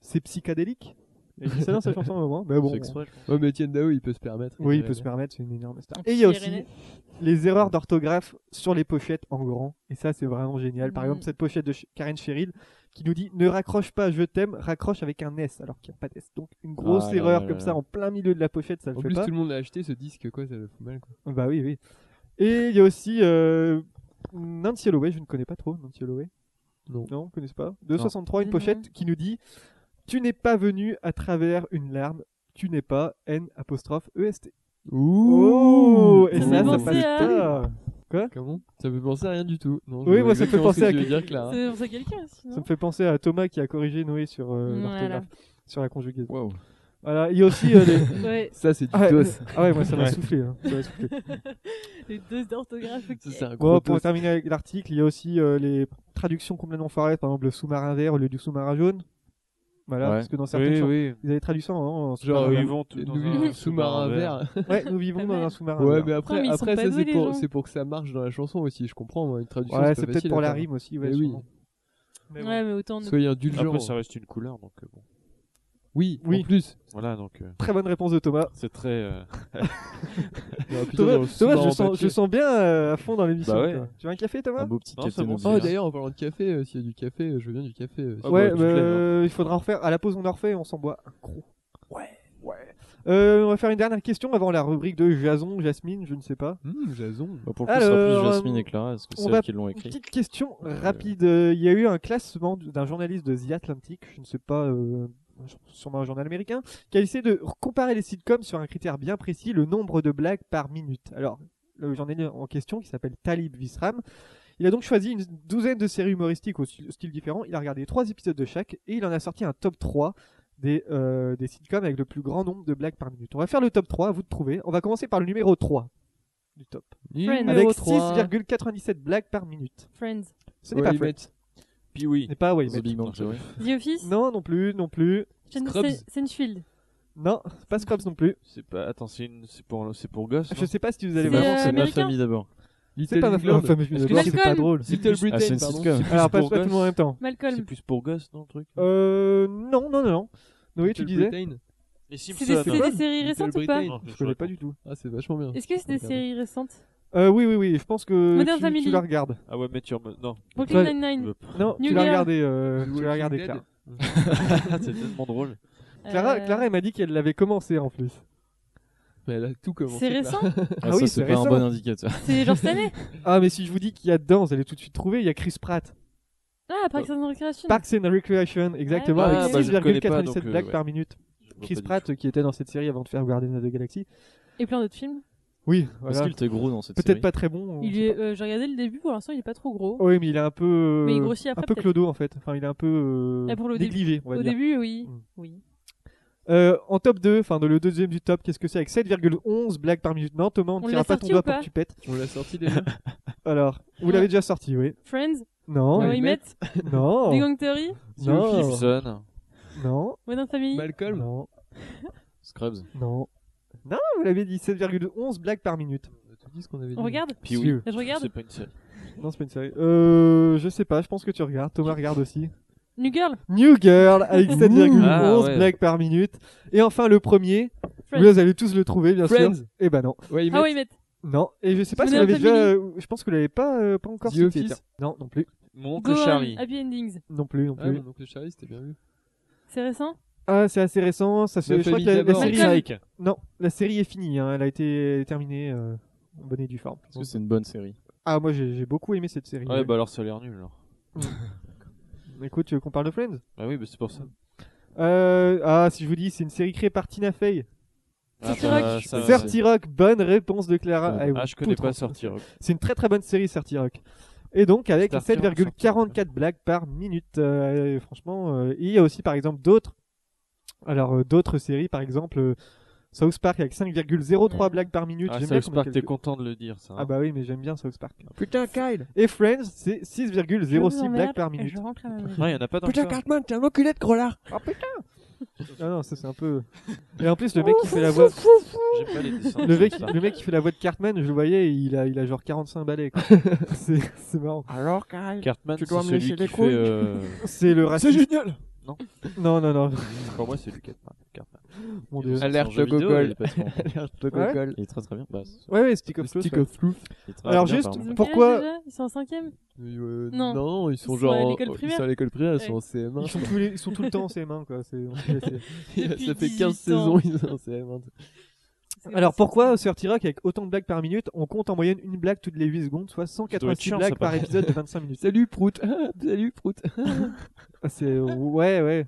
S1: c'est psychédélique. Et il dit ça dans sa chanson à un moment, mais bon.
S5: c'est exprès. je pense.
S4: Ouais, mais Etienne Dao, il peut se permettre.
S1: Oui, il peut se permettre, c'est une énorme star.
S3: Un
S1: Et il y a
S3: petit
S1: aussi
S3: Rennais.
S1: les erreurs d'orthographe sur les pochettes en grand. Et ça, c'est vraiment génial. Par
S3: Mm.
S1: exemple, cette pochette de Ch- Karen Cheryl qui nous dit Ne raccroche pas, je t'aime, raccroche avec un S, alors qu'il n'y a pas d'S. Donc, une grosse
S5: Ah là
S1: erreur
S5: là
S1: comme
S5: là
S1: ça
S5: là.
S1: en plein milieu de la pochette, ça le
S4: En
S1: fait
S4: plus,
S1: pas.
S4: tout le monde l'a acheté ce disque, quoi, ça le fout mal. Quoi.
S1: Bah oui, oui. Et il y a aussi euh, Nancy Holloway, je ne connais pas trop Nancy Holloway.
S4: Non.
S1: Non, vous ne connaissez pas. De 63, une
S3: Non.
S1: pochette qui nous dit Tu n'es pas venu à travers une larme, tu n'es pas N apostrophe EST. Oh Et ça,
S3: Ça fait
S1: ça
S3: penser
S1: passe
S3: à-
S1: pas.
S4: Comment Ça me fait penser à rien du tout. Non, je
S1: Oui,
S4: vois
S1: moi, ça me fait
S4: exactement ce
S1: penser à
S4: que tu veux
S1: quelque-
S4: dire, Clara.
S3: C'est c'est quelqu'un aussi,
S1: Ça
S3: non Mmh,
S1: me fait penser à Thomas qui a corrigé Noé sur euh,
S3: Voilà.
S1: l'orthographe, sur la conjugaison.
S5: Waouh.
S1: Voilà, il y a aussi euh, les...
S3: Ouais,
S4: Ça, c'est du
S1: ah, ouais,
S4: dos.
S1: ah ouais, moi ça m'a
S6: Ouais.
S1: soufflé. hein, ça m'a soufflé.
S3: les deux d'orthographe.
S4: Ça, c'est
S3: ok.
S4: un
S1: Bon,
S4: gros
S1: pour
S4: dos.
S1: terminer avec l'article, il y a aussi euh, les traductions complètement foireuses, par exemple le sous-marin vert au lieu du sous-marin jaune. Voilà,
S5: Ouais.
S1: parce que dans certains
S6: Oui,
S1: films,
S6: oui.
S1: ils avaient traduit ça en. en
S4: Genre,
S1: sous-marin
S6: ils
S1: vert.
S6: vont tout
S4: Nous
S6: dans
S4: vivons
S6: un
S4: sous marin vert.
S1: Ouais, nous vivons
S3: Pas
S1: dans
S3: mal.
S1: un sous-marin.
S4: Ouais,
S1: vert.
S4: mais après,
S3: Putain, mais ils
S4: après ça
S3: sont pas
S4: c'est
S3: doués, les
S4: pour,
S3: gens.
S4: c'est pour que ça marche dans la chanson aussi, je comprends. hein, Une traduction,
S1: Ouais, c'est
S4: c'est pas
S1: peut-être
S4: facile à
S1: pour la
S4: faire.
S1: rime aussi. Ouais,
S4: Mais oui.
S1: sûrement. Mais bon.
S3: Ouais, mais autant ne
S4: Soyez indulgents.
S6: Après, ça reste une couleur, donc euh, bon.
S4: Oui,
S1: Oui.
S4: en plus.
S6: Voilà, donc euh,
S1: Très bonne réponse de Thomas.
S6: c'est très. euh,
S4: il y aura plutôt dans le
S1: Thomas, Thomas,
S4: sous-marin
S1: je, sens,
S4: papier.
S1: je sens bien euh, à fond dans l'émission.
S5: Bah ouais.
S1: quoi. Tu veux un café, Thomas
S5: Un beau petit
S6: Non,
S5: Captain
S6: c'est bon,
S5: Obvious.
S4: Oh d'ailleurs, en parlant de café, euh, s'il y a du café, euh, je veux bien du café. euh,
S6: Ah
S4: si-
S6: bah,
S1: ouais,
S6: je te
S1: bah,
S6: lève, hein.
S1: euh, il faudra en refaire. À la pause, on en refait, on s'en boit un gros. Ouais, ouais. Euh, on va faire une dernière question avant la rubrique de Jason, Jasmine, je ne sais pas.
S4: Hum, Jason.
S5: Bah, pour le coup, ce sera
S1: Alors,
S5: plus Jasmine
S1: euh,
S5: et Clara, parce que
S1: on
S5: c'est
S1: va-
S5: elles qui l'ont
S1: Une
S5: écrit.
S1: petite question
S5: Euh,
S1: rapide. Euh, Il y a eu un classement d'un journaliste de The Atlantic, je ne sais pas, euh, sûrement un journal américain, qui a essayé de comparer les sitcoms sur un critère bien précis, le nombre de blagues par minute. Alors, le journaliste en question, qui s'appelle Talib Visram, il a donc choisi une douzaine de séries humoristiques au sti- style différent. Il a regardé trois épisodes de chaque et il en a sorti un top 3 des, euh, des sitcoms avec le plus grand nombre de blagues par minute. On va faire le top 3, à vous de trouver. On va commencer par le numéro 3 du top.
S3: Friends.
S1: Avec
S3: Numéro
S4: 3.
S1: 6,97 blagues par minute.
S3: Friends.
S1: Ce n'est pas Friends.
S6: Puis oui.
S1: Ce n'est pas Way
S5: The Big Bang Theory.
S3: The Office.
S1: Non, non plus, non plus.
S3: Chandler-
S4: Scrubs.
S3: Sen- Seinfeld.
S1: Non, c'est pas Scrubs non plus.
S6: C'est pas. Attends, c'est une... c'est pour... c'est pour gosses.
S1: Je
S6: non
S1: sais pas si vous allez
S3: C'est,
S1: voir.
S3: euh,
S5: C'est ma
S3: américain.
S5: famille d'abord.
S1: C'est pas ma
S4: Little England.
S1: femme, je
S6: Est-ce
S1: d'abord,
S3: que
S1: c'est pas
S3: Malcolm
S1: drôle.
S4: Little
S6: plus-
S5: Ah, c'est
S4: Britain,
S5: une
S4: pardon.
S5: sitcom.
S1: Alors, passe
S6: pour
S1: pas tout le monde en
S6: gosses.
S1: même temps.
S6: C'est
S3: Malcolm.
S6: plus pour gosses, non, le truc
S1: Euh, non, non, non, non. Noé, tu
S4: Little
S1: disais
S4: Britain.
S6: Les Simpsons.
S3: C'est des, c'est des
S1: hein.
S4: Malcolm.
S3: séries
S4: Little
S3: récentes ou pas
S4: Britain.
S1: Je connais pas du tout.
S4: Ah, c'est vachement bien.
S3: Est-ce que c'est des
S4: Regarde.
S3: séries récentes
S1: Euh, oui, oui, oui, je pense que
S3: Modern
S1: tu,
S3: Family.
S1: tu la regardes.
S6: Ah ouais, mais tu rem- Non.
S3: Brooklyn
S1: Toi-
S3: Nine-Nine.
S1: Non,
S3: New
S1: tu l'as
S3: Girl.
S1: regardé, euh, tu l'as regardé,
S4: Dead.
S1: Clara.
S6: c'est tellement drôle.
S1: Clara,
S3: Euh,
S1: Clara, elle m'a dit qu'elle l'avait commencé en plus.
S4: Mais elle a tout commencé.
S3: C'est
S4: par-
S3: récent
S1: Ah
S5: Ah,
S1: oui, c'est
S5: ça, c'est pas un
S1: récent.
S5: bon indicateur.
S3: C'est genre cette année
S1: Ah, mais si je vous dis qu'il y a dedans, vous allez tout de suite trouver, il y a Chris Pratt.
S3: Ah, Parks and Recreation.
S1: Parks and Recreation, exactement,
S3: Ah,
S1: avec
S3: bah,
S5: je connais pas, donc,
S1: 6,97
S5: euh,
S1: blagues
S5: ouais.
S1: par minute.
S5: Je vois
S1: Chris
S5: pas du tout.
S1: Pratt, euh, qui était dans cette série avant de faire Guardians of the Galaxy.
S3: Et plein d'autres films.
S1: Oui,
S5: Est-ce
S1: voilà.
S5: qu'il était gros dans cette série
S1: Peut-être pas très bon. on
S3: Il
S1: sait
S3: est, euh, j'ai regardé le début, pour l'instant, il est pas trop gros.
S1: Oui, mais il est un peu. euh,
S3: Mais il grossit après,
S1: Un peu
S3: peut-être.
S1: clodo en fait. Enfin, il est un peu. euh,
S3: Ah, pour le début.
S1: négligé, on va
S3: Au
S1: dire.
S3: début, oui.
S1: Mm.
S3: Oui.
S1: Euh, en top 2, enfin, dans le deuxième du top, qu'est-ce que c'est avec 7,11 blagues par minute Non, Thomas, on
S3: On
S1: ne tirera
S3: l'a
S1: pas ton
S3: sorti
S1: doigt
S3: ou
S1: pour
S3: pas
S1: que tu pètes.
S4: On l'a sorti déjà.
S1: Alors, vous
S3: Ouais.
S1: l'avez déjà sorti, oui.
S3: Friends,
S1: Non,
S4: Ouais.
S3: How I Met,
S1: non,
S3: Big
S1: non,
S3: Bang Theory,
S1: non,
S6: Simpson.
S1: non,
S3: Modern Family.
S4: Malcolm.
S1: non,
S5: Scrubs.
S1: non. vous l'avez dit, 7,11 blagues par minute.
S4: On a tout dit ce qu'on avait dit.
S3: On regarde
S5: Puis oui.
S3: Je regarde.
S6: C'est pas une série.
S1: Non, c'est pas une série. Euh, je sais pas, je pense que tu regardes. Thomas regarde aussi.
S3: New Girl,
S1: New Girl avec 7,11
S6: Ah, ouais.
S1: blagues par minute. Et enfin, le premier,
S3: Friends.
S1: vous allez tous le trouver, bien sûr.
S4: Friends.
S1: Eh ben non.
S4: Ouais, il
S3: How
S4: met
S3: I Met,
S1: Non, et je sais pas si vous l'avez
S3: Modern
S1: déjà.
S3: Family.
S1: euh, je pense que vous l'avez pas, euh, pas encore
S4: The
S1: cité,
S4: Office.
S1: tiens. Non, non plus.
S6: Mon
S3: Go
S6: oncle Charlie.
S3: On, Happy Endings.
S1: Non plus, non
S4: Ah,
S1: plus.
S4: mon oncle Charlie, c'était bien vu.
S3: C'est récent
S1: Ah, c'est assez récent. Ça se...
S4: La
S1: Je crois que
S4: famille
S1: la, la
S4: d'abord.
S1: série.
S3: Malcolm.
S6: Psych.
S1: Non, la série est finie. hein, Elle a été terminée euh, en bonne et due forme.
S5: Est-ce que c'est une bonne série
S1: Ah, moi j'ai j'ai beaucoup aimé cette série.
S6: Ouais, bah alors ça a l'air nul alors.
S1: Écoute, tu veux qu'on parle de Friends
S6: Bah oui, bah c'est pour ça.
S1: euh, Ah, si je vous dis, c'est une série créée par Tina Fey.
S6: Ah,
S3: Sorti
S6: bah,
S3: Rock.
S6: ça, c'est-
S1: Certi Rock, bonne réponse de Clara.
S5: Ah,
S1: Elle vous
S6: Ah, je connais
S1: poutre.
S6: pas sortir.
S1: C'est une très très bonne série, Certi Rock. Et donc avec
S6: Sorti Rock, Sorti Rock.
S1: 7,44 blagues par minute. Euh, et franchement, euh, il y a aussi par exemple d'autres. Alors euh, d'autres séries, par exemple euh, South Park avec 5,03
S3: Ouais.
S1: blagues par minute.
S6: Ah,
S1: J'aime bien
S6: South
S1: comment
S6: Park,
S1: ils
S6: t'es
S1: calculent.
S6: content de le dire ça. hein.
S1: Ah bah oui, mais j'aime bien South Park.
S2: Putain, Kyle.
S1: Et Friends, c'est 6,06
S3: Je vous
S1: blagues par
S3: emmerde,
S1: minute.
S3: Je rentre à ma maison.
S6: Non, il y en a pas dans
S2: Putain,
S6: le corps.
S2: Cartman, t'es un enculé de gros lard.
S1: Ah putain Ah Non non, ça c'est un peu. Et en plus le mec qui fait la voix,
S6: J'aime pas les dessins.
S1: le mec,
S6: South Park.
S1: le mec qui fait la voix de Cartman, je le voyais, il a, il a genre 45 balais. quoi. c'est c'est marrant.
S6: Ah.
S2: Alors, Kyle.
S6: Cartman,
S2: Tu
S6: c'est
S2: dois me
S6: celui
S2: lécher les
S6: qui fait.
S2: couilles.
S6: euh,
S1: C'est le
S2: C'est
S1: raciste.
S2: génial.
S1: Non non non,
S6: Pour moi, c'est lui Cartman. Cartman.
S1: mon dieu.
S4: Alerte
S5: C'est un jeu vidéo,
S4: Gogol.
S5: il est pas trop-
S4: Alerte de
S1: Ouais.
S4: Gogol.
S5: Il est très très bien. Bah, c'est-
S1: Ouais ouais, Stick
S4: Le
S1: of Ah, Truth,
S4: Stick
S1: ouais.
S4: of Truth.
S5: il est très
S1: Alors
S5: bien,
S1: juste,
S5: apparemment.
S3: Ils ont
S1: pour-
S3: quel
S1: pourquoi-
S3: âge déjà Ils sont en cinquième
S4: Euh,
S3: Non.
S4: non, ils sont
S3: Ils sont
S4: genre
S3: à
S4: en-
S3: l'école
S4: Ils
S3: primaire.
S4: sont à l'école primaire, ils
S3: Ouais.
S4: sont en CM1.
S1: Ils sont, tous les- ils sont tout le temps en CM1, quoi. C'est, on sait jamais.
S4: Ça fait
S3: 18
S4: 15 saisons,
S3: ans.
S4: ils sont en CM1.
S1: Alors pourquoi sur T-Rock, avec autant de blagues par minute, on compte en moyenne une blague toutes les 8 secondes, soit
S6: doit être
S1: 186
S6: chiant,
S1: blagues
S6: ça,
S1: par
S6: par
S1: épisode de 25 minutes
S4: Salut Prout, Ah, salut Prout.
S1: Ah, C'est. Ouais, ouais.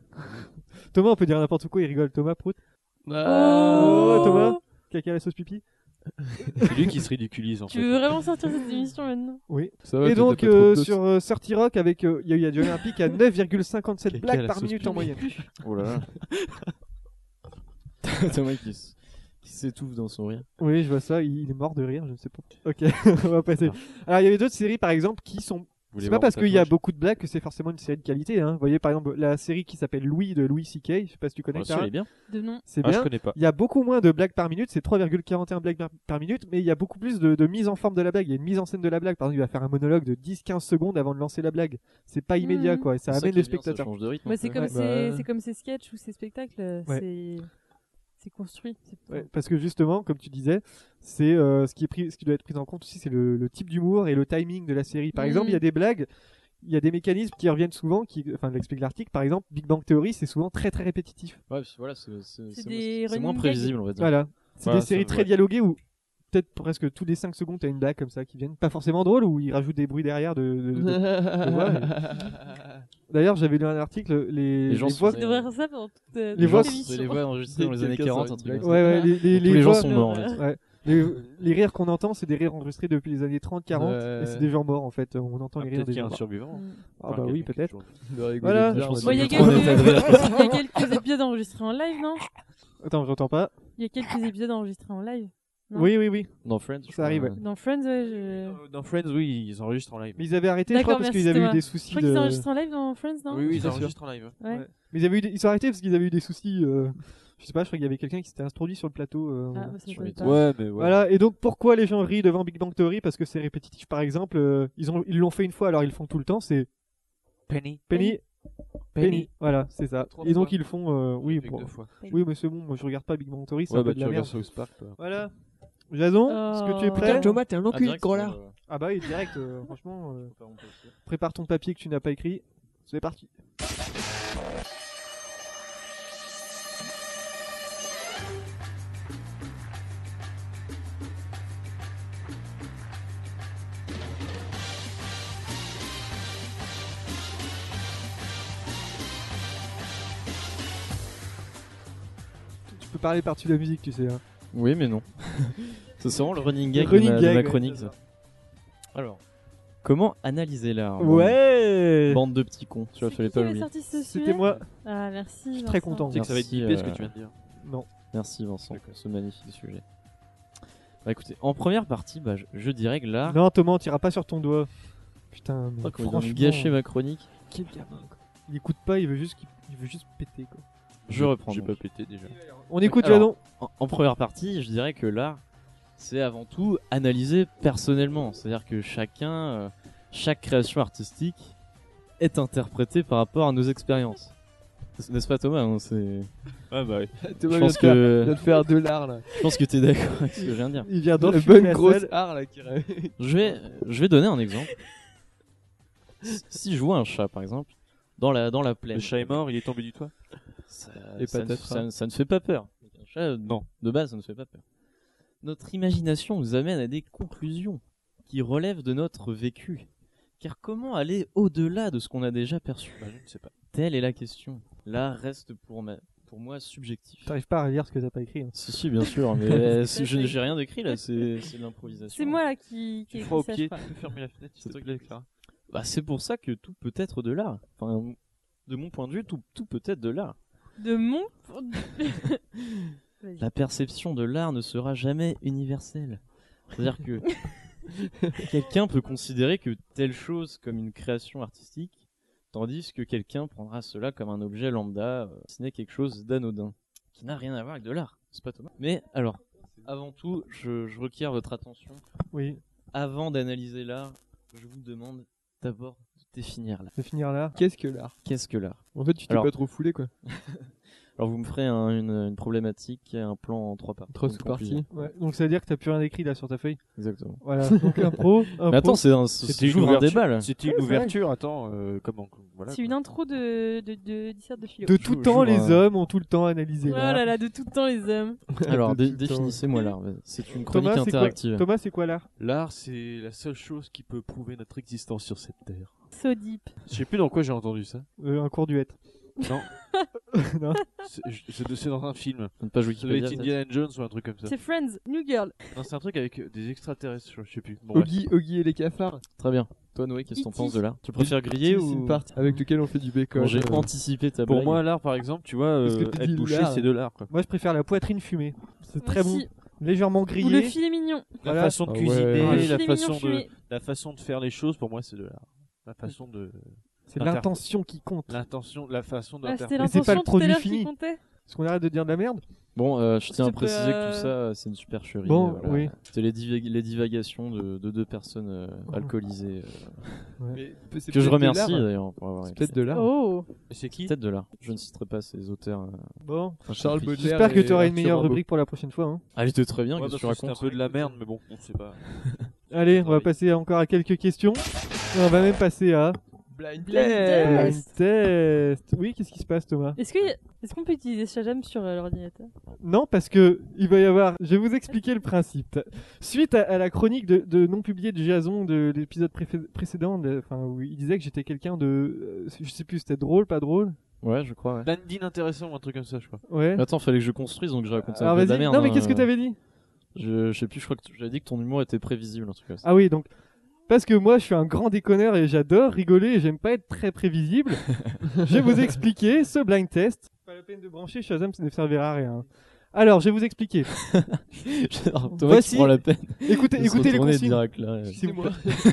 S1: Thomas, on peut dire n'importe quoi, il rigole. Thomas, prout.
S4: Ah.
S1: Oh, Thomas Caca à la sauce pipi
S6: C'est lui qui se ridiculise en
S3: Tu
S6: fait.
S3: veux vraiment sortir cette émission maintenant
S1: Oui.
S4: Ça va,
S1: Et
S4: t'as
S1: donc,
S4: pas trop de
S1: euh,
S4: notes.
S1: sur euh, sur T-Rock, avec. euh, Il y a eu à Jeux Olympiques à 9,57
S6: Caca à
S1: blagues
S6: la
S1: par
S6: sauce
S1: minute en
S6: pipi.
S1: moyenne.
S5: Oh là là. Thomas qui, s- qui s'étouffe dans son rire.
S1: Ah. Oui, je vois ça, il il est mort de rire, je ne sais pas. Ok, on va passer. Alors, il y avait d'autres séries, par exemple, qui sont
S6: voulez
S1: C'est
S6: voir
S1: pas
S6: mon
S1: parce qu'il y a
S6: tatouage
S1: beaucoup de blagues que c'est forcément une série de qualité. Hein. Vous voyez, par exemple, la série qui s'appelle Louis de Louis C.K., je sais pas si tu connais
S5: Bien sûr,
S1: Tara.
S5: il est bien.
S3: De nom.
S1: C'est
S6: Ah, je
S1: bien.
S6: connais pas.
S1: Il y a beaucoup moins de blagues par minute, c'est 3,41 blagues par- par minute, mais il y a beaucoup plus de, de mise en forme de la blague. Il y a une mise en scène de la blague. Par exemple, il va faire un monologue de 10-15 secondes avant de lancer la blague. C'est pas immédiat,
S3: Mhm.
S1: quoi, et ça
S5: C'est
S1: amène
S5: qui
S1: le
S5: est bien, Ça
S1: spectateur.
S5: change de rythme.
S3: Bah, c'est
S1: Ouais.
S3: comme,
S1: Ouais.
S3: ces-
S4: Bah.
S3: c'est comme ces sketchs ou ces spectacles, euh,
S1: Ouais.
S3: c'est c'est construit. c'est-
S1: Ouais, parce que justement, comme tu disais, c'est euh, ce qui est pris, ce qui doit être pris en compte aussi, c'est le, le type d'humour et le timing de la série. Par
S3: Mhm.
S1: exemple, il y a des blagues, il y a des mécanismes qui reviennent souvent, qui, enfin, l'explique l'article. Par exemple, Big Bang Theory, c'est souvent très très répétitif.
S5: Ouais, puis voilà, c'est- c'est
S3: C'est
S5: c'est-
S3: des
S5: c'est moins
S3: running gags.
S5: prévisible, on va dire.
S1: Voilà. C'est
S6: Voilà,
S1: des
S6: ça,
S1: séries très
S6: ouais.
S1: dialoguées où peut-être presque tous les 5 secondes, t'as une blague comme ça qui viennent. Pas forcément drôle, où ils rajoutent des bruits derrière. De, de- de- D'ailleurs, j'avais lu un article, les,
S5: Les gens
S1: les
S5: se
S1: voix.
S5: faisaient-
S3: On devrait faire ça pendant toute
S1: Les
S3: euh,
S5: Les
S3: toute
S1: voix-
S5: voix,
S3: l'émission.
S5: c'est les voix enregistrées dans les
S4: Quelqu'un
S5: années
S4: sort
S5: 40,
S4: une
S5: un truc comme
S4: blague.
S5: ça.
S1: Ouais, ouais, les, les-
S5: Tous
S1: les
S5: les gens
S1: voix-
S5: sont morts. en
S3: Ouais.
S5: fait.
S1: Ouais. Les, les rires qu'on entend, c'est des rires enregistrés depuis les années 30, 40,
S4: Ouais.
S1: et c'est des gens morts en fait. On entend
S6: Ah,
S1: les rires
S6: Peut-être
S1: des
S6: qu'il y a
S1: gens
S6: un
S1: morts.
S6: survivant.
S3: Mm.
S1: Ah bah oui, peut-être. Voilà.
S4: Voilà.
S3: Bon, il y a
S5: Je trouve qu'on est
S3: quelques-
S5: adré-
S3: il y a quelques épisodes enregistrés en live, non
S1: Attends, j'entends pas.
S3: Il y a quelques épisodes enregistrés en live. Non.
S1: Oui, oui, oui.
S5: Dans Friends, je
S1: Ça arrive,
S5: crois. euh,
S1: ouais.
S3: Dans Friends, ouais, je...
S6: Euh, Dans Friends, oui, ils enregistrent en live.
S1: Mais ils avaient arrêté, je crois,
S3: D'accord,
S1: parce
S3: merci,
S1: qu'ils avaient eu
S3: Thomas.
S1: des
S3: Je
S1: soucis.
S3: crois
S1: de-
S3: qu'ils enregistrent en live dans Friends, non
S6: Oui, oui, ils
S1: Bien sûr.
S6: enregistrent en live. hein,
S3: Ouais.
S1: Ouais. Mais ils avaient, eu des- ils sont arrêtés parce qu'ils avaient eu des soucis. euh, Je sais pas, je crois qu'il y avait quelqu'un qui s'était introduit sur le plateau. euh,
S3: Ah, bah, ça
S5: Sur
S3: m'étonne
S5: les
S3: pas.
S6: mais ouais.
S1: Voilà, et donc pourquoi les gens rient devant Big Bang Theory Parce que c'est répétitif. Par exemple, euh, ils ont ils l'ont fait une fois, alors ils le font tout le temps. C'est
S6: Penny.
S1: Penny, Penny, voilà, c'est ça.
S6: Trois
S1: Et donc
S6: fois.
S1: ils le font, euh, oui, pour-
S6: deux fois.
S1: oui, mais c'est bon, moi je regarde pas Big Bang Theory, c'est un
S6: Ouais,
S1: peu
S6: bah
S1: de
S6: tu
S1: la
S6: regardes
S1: merde.
S6: South Park. toi.
S1: Voilà, Jason,
S3: Oh.
S1: est-ce que tu es
S3: Putain,
S1: prêt
S3: Joe-
S2: Joma, t'es un enculé de
S5: direct,
S2: grolard.
S5: euh,
S1: Ah bah oui, direct, euh, franchement, euh,
S5: on peut aussi.
S1: prépare ton papier que tu n'as pas écrit. C'est parti. Tu peux parler par-dessus la musique, tu sais. hein.
S5: Oui, mais non. C'est vraiment le running
S1: Le
S5: gag de ma- de ma
S1: ouais,
S5: chronique.
S1: c'est
S5: ça.
S1: ça.
S5: Alors, comment analyser l'art
S1: Ouais.
S5: Bande de petits cons,
S3: C'est
S5: tu vois, fallait
S3: qui
S5: pas
S3: qui avait
S5: l'oublier.
S3: sorti ce
S1: C'était
S3: sujet
S1: moi.
S3: Ah, merci.
S1: suis très
S3: Vincent.
S1: content.
S6: Tu sais que ça va être
S5: Merci,
S6: bipé ce
S5: euh,
S6: que tu viens de dire.
S1: Non.
S5: Merci Vincent pour ce magnifique sujet. Bah écoutez, en première partie, bah, je, je dirais que l'art.
S1: Non, Thomas, on tira pas sur ton doigt. Putain, mais
S5: Oh, comment ils ont
S1: franchement,
S5: gâché ma chronique.
S2: Quel gamin. quoi.
S1: il écoute pas, il veut juste, qu'il- il veut juste péter. Quoi.
S5: Je reprends.
S6: J'ai
S5: donc.
S6: pas pété déjà.
S1: On écoute
S5: alors-
S1: Jadon.
S5: En, en première partie, je dirais que l'art, c'est avant tout analyser personnellement. C'est-à-dire que chacun, euh, chaque création artistique est interprétée par rapport à nos expériences. N'est-ce pas Thomas hein, c'est-
S6: Ah bah oui.
S5: Je
S4: Thomas vient de
S5: pense
S4: faire-
S5: que
S4: vient de faire de l'art là.
S5: je pense que t'es d'accord avec ce que je viens de dire.
S1: Il vient
S4: La
S1: d'enfumer
S4: bonne
S1: la
S4: grosse
S1: salle.
S4: art là qui rêve.
S5: Je vais, je vais donner un exemple. Si- Si je vois un chat, par exemple, dans la, dans la plaine.
S6: Le chat est mort, il est tombé du toit.
S5: Ça,
S4: Et
S5: ça, ne,
S4: patatras.
S6: hein.
S5: ça ne- ça ne fait pas peur. Un chat, non. De base, ça ne fait pas peur. Notre imagination nous amène à des conclusions qui relèvent de notre vécu. Car comment aller au-delà de ce qu'on a déjà perçu
S6: Bah, je ne sais pas.
S5: Telle est la question. L'art reste pour, ma- pour moi subjectif.
S1: T'arrives pas à lire ce que t'as pas écrit. hein.
S5: Si, si, bien sûr, mais euh, c'est- je n'ai rien décrit là, c'est c'est de l'improvisation.
S3: C'est moi là qui. qui
S6: Tu
S3: ai
S6: crois au
S3: écrit ça, je crois.
S6: pied, tu peux fermer la fenêtre, s'il te plaît, Clara.
S5: Bah, c'est pour ça que tout peut être de l'art. Enfin, de mon point de vue, tout, tout peut être de l'art.
S3: De mon. Vas-y.
S5: La perception de l'art ne sera jamais universelle. C'est-à-dire que quelqu'un peut considérer que telle chose comme une création artistique, tandis que quelqu'un prendra cela comme un objet lambda, euh, si ce n'est quelque chose d'anodin, qui n'a rien à voir avec de l'art. C'est pas Thomas. Mais alors, avant tout, je, je requiers votre attention.
S1: Oui,
S5: Avant d'analyser l'art, je vous demande d'abord de définir l'art.
S1: je vais finir là.
S4: Qu'est-ce que l'art
S5: Qu'est-ce que l'art
S4: En fait, tu t'es
S5: Alors-
S4: pas trop foulé quoi.
S5: Alors vous me ferez un- une, une problématique et un plan en trois parties.
S4: Trois
S5: Une conclusion.
S4: sous-parties.
S1: Ouais, donc ça veut dire que t'as plus rien écrit là sur ta feuille.
S5: Exactement.
S1: Voilà, donc impro, impro.
S5: Mais attends, c'est un, c'est toujours un débat là.
S6: C'était une ouverture, attends, euh, comment voilà.
S3: C'est une intro de, de, de, dissert de philo.
S1: de tout
S5: je-
S1: temps,
S5: je-
S1: les
S5: euh,
S1: hommes ont tout le temps analysé.
S3: Oh
S1: l'art.
S3: là là, de tout temps, les hommes.
S5: Alors
S4: De
S5: dé-
S4: tout temps.
S5: définissez-moi l'art. vas-y. C'est une chronique
S1: Thomas, c'est quoi-
S5: interactive.
S1: Thomas, c'est quoi l'art
S6: L'art, c'est la seule chose qui peut prouver notre existence sur cette terre.
S3: So deep.
S6: Je sais plus dans quoi j'ai entendu ça.
S1: Euh, Un cours du être.
S6: Non.
S1: Non.
S6: C'est- je- C'est c'est dans un film.
S5: Une page
S6: Ça doit
S5: Wikipédia.
S6: être Indiana Jones ou un truc comme ça.
S3: C'est Friends, New Girl.
S6: Non, c'est un truc avec euh, des extraterrestres, je- je sais plus. Bon, bref.
S4: Oggy, Oggy et les cafards.
S5: Très bien. Toi Noé, qu'est-ce que t'en
S3: E.T.
S5: penses de l'art Tu préfères griller
S4: C'est
S5: ou
S4: une partie avec lequel on fait du bacon.
S5: Bon, J'ai
S4: Euh,
S5: anticipé ta
S6: Pour
S5: blague.
S6: moi, l'art, par exemple, tu vois,
S4: Parce que
S6: euh,
S4: tu dis
S6: être bouché,
S4: l'art.
S6: c'est de l'art. quoi.
S1: Moi, je préfère la poitrine fumée. C'est très
S3: Aussi.
S1: bon, légèrement
S3: Ou le
S1: grillé.
S3: fil est mignon.
S6: La
S1: Voilà.
S6: façon de
S4: Ah ouais.
S6: cuisiner,
S3: Le
S6: la
S3: filet mignon
S6: façon de
S3: fumé.
S6: la façon de faire les choses, pour moi, c'est de l'art. la façon de
S1: C'est
S6: L'inter-
S1: l'intention qui compte.
S6: l'intention, la façon
S3: Ah,
S6: d'interpréter.
S3: c'était
S1: Mais c'est pas le
S3: l'intention tout à
S1: produit
S3: l'heure
S1: fini.
S3: qui comptait.
S1: Est-ce qu'on arrête de dire de la merde
S5: Bon, euh, je tiens à
S3: C'est pas-
S5: préciser que tout ça, euh, c'est une supercherie.
S1: Bon,
S5: euh,
S1: oui.
S5: C'était les, diva- les divagations de, de deux personnes euh, alcoolisées. euh,
S4: Mais c'est peut-être
S5: que je
S4: de l'art,
S5: remercie
S4: hein.
S5: d'ailleurs pour avoir
S4: C'est
S5: été.
S4: peut-être de l'art.
S3: Oh
S6: C'est qui
S5: Peut-être de l'art. Je ne citerai pas ces auteurs. euh,
S1: Bon.
S5: enfin, je
S4: Charles
S5: sais plus.
S4: Baudelaire.
S1: J'espère que
S4: et
S1: tu auras une
S4: Arthur
S1: meilleure
S4: Rimbaud.
S1: rubrique pour la prochaine fois. hein.
S5: Ah, j'étais très bien,
S6: Ouais,
S5: qu'est-ce que
S6: parce
S5: tu
S6: que C'était un
S5: racontes
S6: peu de la merde, mais bon, on sait pas.
S1: Allez, on va passer encore à quelques questions. Et on va même passer à
S4: Blind
S3: Blind
S1: Blind Test. Oui, qu'est-ce qui se passe, Thomas
S3: Est-ce que- est-ce qu'on peut utiliser Shazam sur euh, l'ordinateur
S1: Non, parce que il va y avoir. Je vais vous expliquer le principe. Suite à, à la chronique de, de non publiée de Jason de l'épisode préfé- précédent, de- enfin où il disait que j'étais quelqu'un de, euh, je sais plus, c'était drôle, pas drôle.
S5: Ouais, je crois. ouais.
S6: Dandy intéressant ou un truc comme ça, je crois.
S1: Ouais.
S5: Mais attends, fallait que je construise, donc je raconte ça.
S1: Alors
S5: un peu de la
S1: vas-y.
S5: merde,
S1: non mais
S5: hein,
S1: qu'est-ce que
S5: euh,
S1: t'avais dit
S5: Je, je sais plus, je crois que tu- j'avais dit que ton humour était prévisible en tout cas.
S1: Ah oui, donc parce que moi je suis un grand déconneur et j'adore rigoler et j'aime pas être très prévisible. je vais vous expliquer ce blind test. Pas la peine de brancher Shazam, ça ne servira à rien. Alors, je vais vous expliquer.
S5: J'adore, Thomas
S1: Voici-
S5: qui prend la peine.
S1: Écoutez,
S5: de se
S1: Bah écoutez les
S5: retourner et
S1: consignes.
S5: de dire à Clara, euh,
S1: S'il vous, plaît.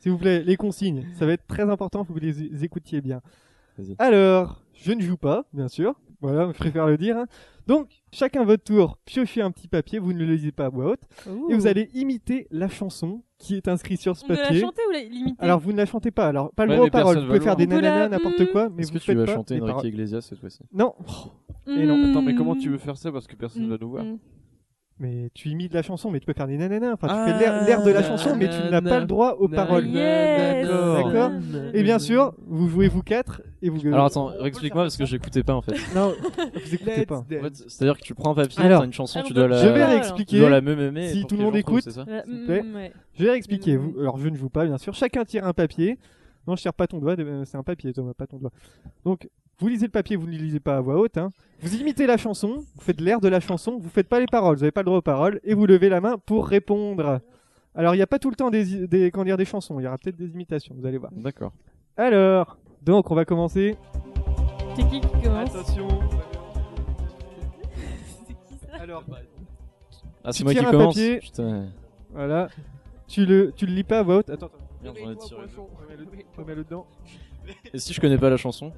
S1: S'il vous plaît, les consignes, ça va être très important, faut que vous les les écoutiez bien.
S5: Vas-y.
S1: Alors, je ne joue pas, bien sûr. Voilà, je préfère le dire. hein. Donc, chacun votre tour, piochez un petit papier, vous ne le lisez pas à voix haute, et vous allez imiter la chanson qui est inscrite sur ce
S3: On doit la
S1: papier.
S3: chanter ou la l'imiter
S1: Alors, vous ne la chantez pas, alors pas le
S6: Ouais,
S1: droit aux
S6: mais
S1: paroles,
S6: personne
S1: vous pouvez
S6: va le
S1: faire des
S3: voir.
S1: nanana,
S3: On peut la-
S1: n'importe quoi, mais vous
S5: Est-ce que
S1: ne
S5: tu
S1: faites
S5: vas
S1: pas
S5: chanter
S1: les
S5: Enrique
S1: paroles.
S5: Iglesias cette fois-ci
S1: Non, et non.
S6: Attends, mais
S3: Hmm.
S6: comment tu
S4: Mm.
S6: veux faire ça parce que personne va nous voir
S1: mais tu imites la chanson, mais tu peux faire des nanana, enfin, tu fais l'air- l'air de la
S4: Ah,
S1: chanson, mais tu n'as
S4: nanana.
S1: pas le droit aux paroles.
S3: Ah, Yes Euh,
S1: D'accord. D'accord. Et bien sûr, vous jouez vous quatre, et vous gueulez.
S5: Alors attends, explique-moi parce que j'écoutais pas en fait.
S1: non, vous écoutez pas.
S5: En fait, C'est-à-dire que tu prends un papier,
S1: Alors,
S5: t'as une chanson,
S3: alors,
S5: tu dois la,
S1: Je vais
S3: Euh,
S5: tu dois
S1: réexpliquer.
S5: la meumer
S1: si
S5: pour
S1: tout
S5: que
S1: le monde
S5: les gens trouvent,
S1: écoute.
S5: c'est ça
S3: Voilà,
S1: S'il vous
S3: mm,
S1: plaît.
S3: ouais.
S1: Je vais expliquer.
S3: Mm.
S1: Vous... Alors, je ne joue pas, bien sûr. Chacun tire un papier. Non, je tire pas ton doigt. euh, C'est un papier, Thomas, pas ton doigt. Donc, vous lisez le papier, vous ne le lisez pas à voix haute. hein. Vous imitez la chanson, vous faites l'air de la chanson, vous faites pas les paroles, vous n'avez pas le droit aux paroles, et vous levez la main pour répondre. Alors, il n'y a pas tout le temps des, des, comment dire, des chansons, il y aura peut-être des imitations, vous allez voir.
S5: D'accord.
S1: Alors, donc, on va commencer.
S3: C'est qui qui commence
S1: Attention.
S3: C'est qui ça
S1: Alors,
S5: Ah,
S1: Tu
S5: c'est moi qui
S1: tires un
S5: commence
S1: papier.
S5: Putain.
S1: voilà. Tu le, tu le lis pas à voix haute. Attends, attends.
S5: Merde, j'en ai tiré.
S1: remets-le dedans.
S5: Et si je connais pas la chanson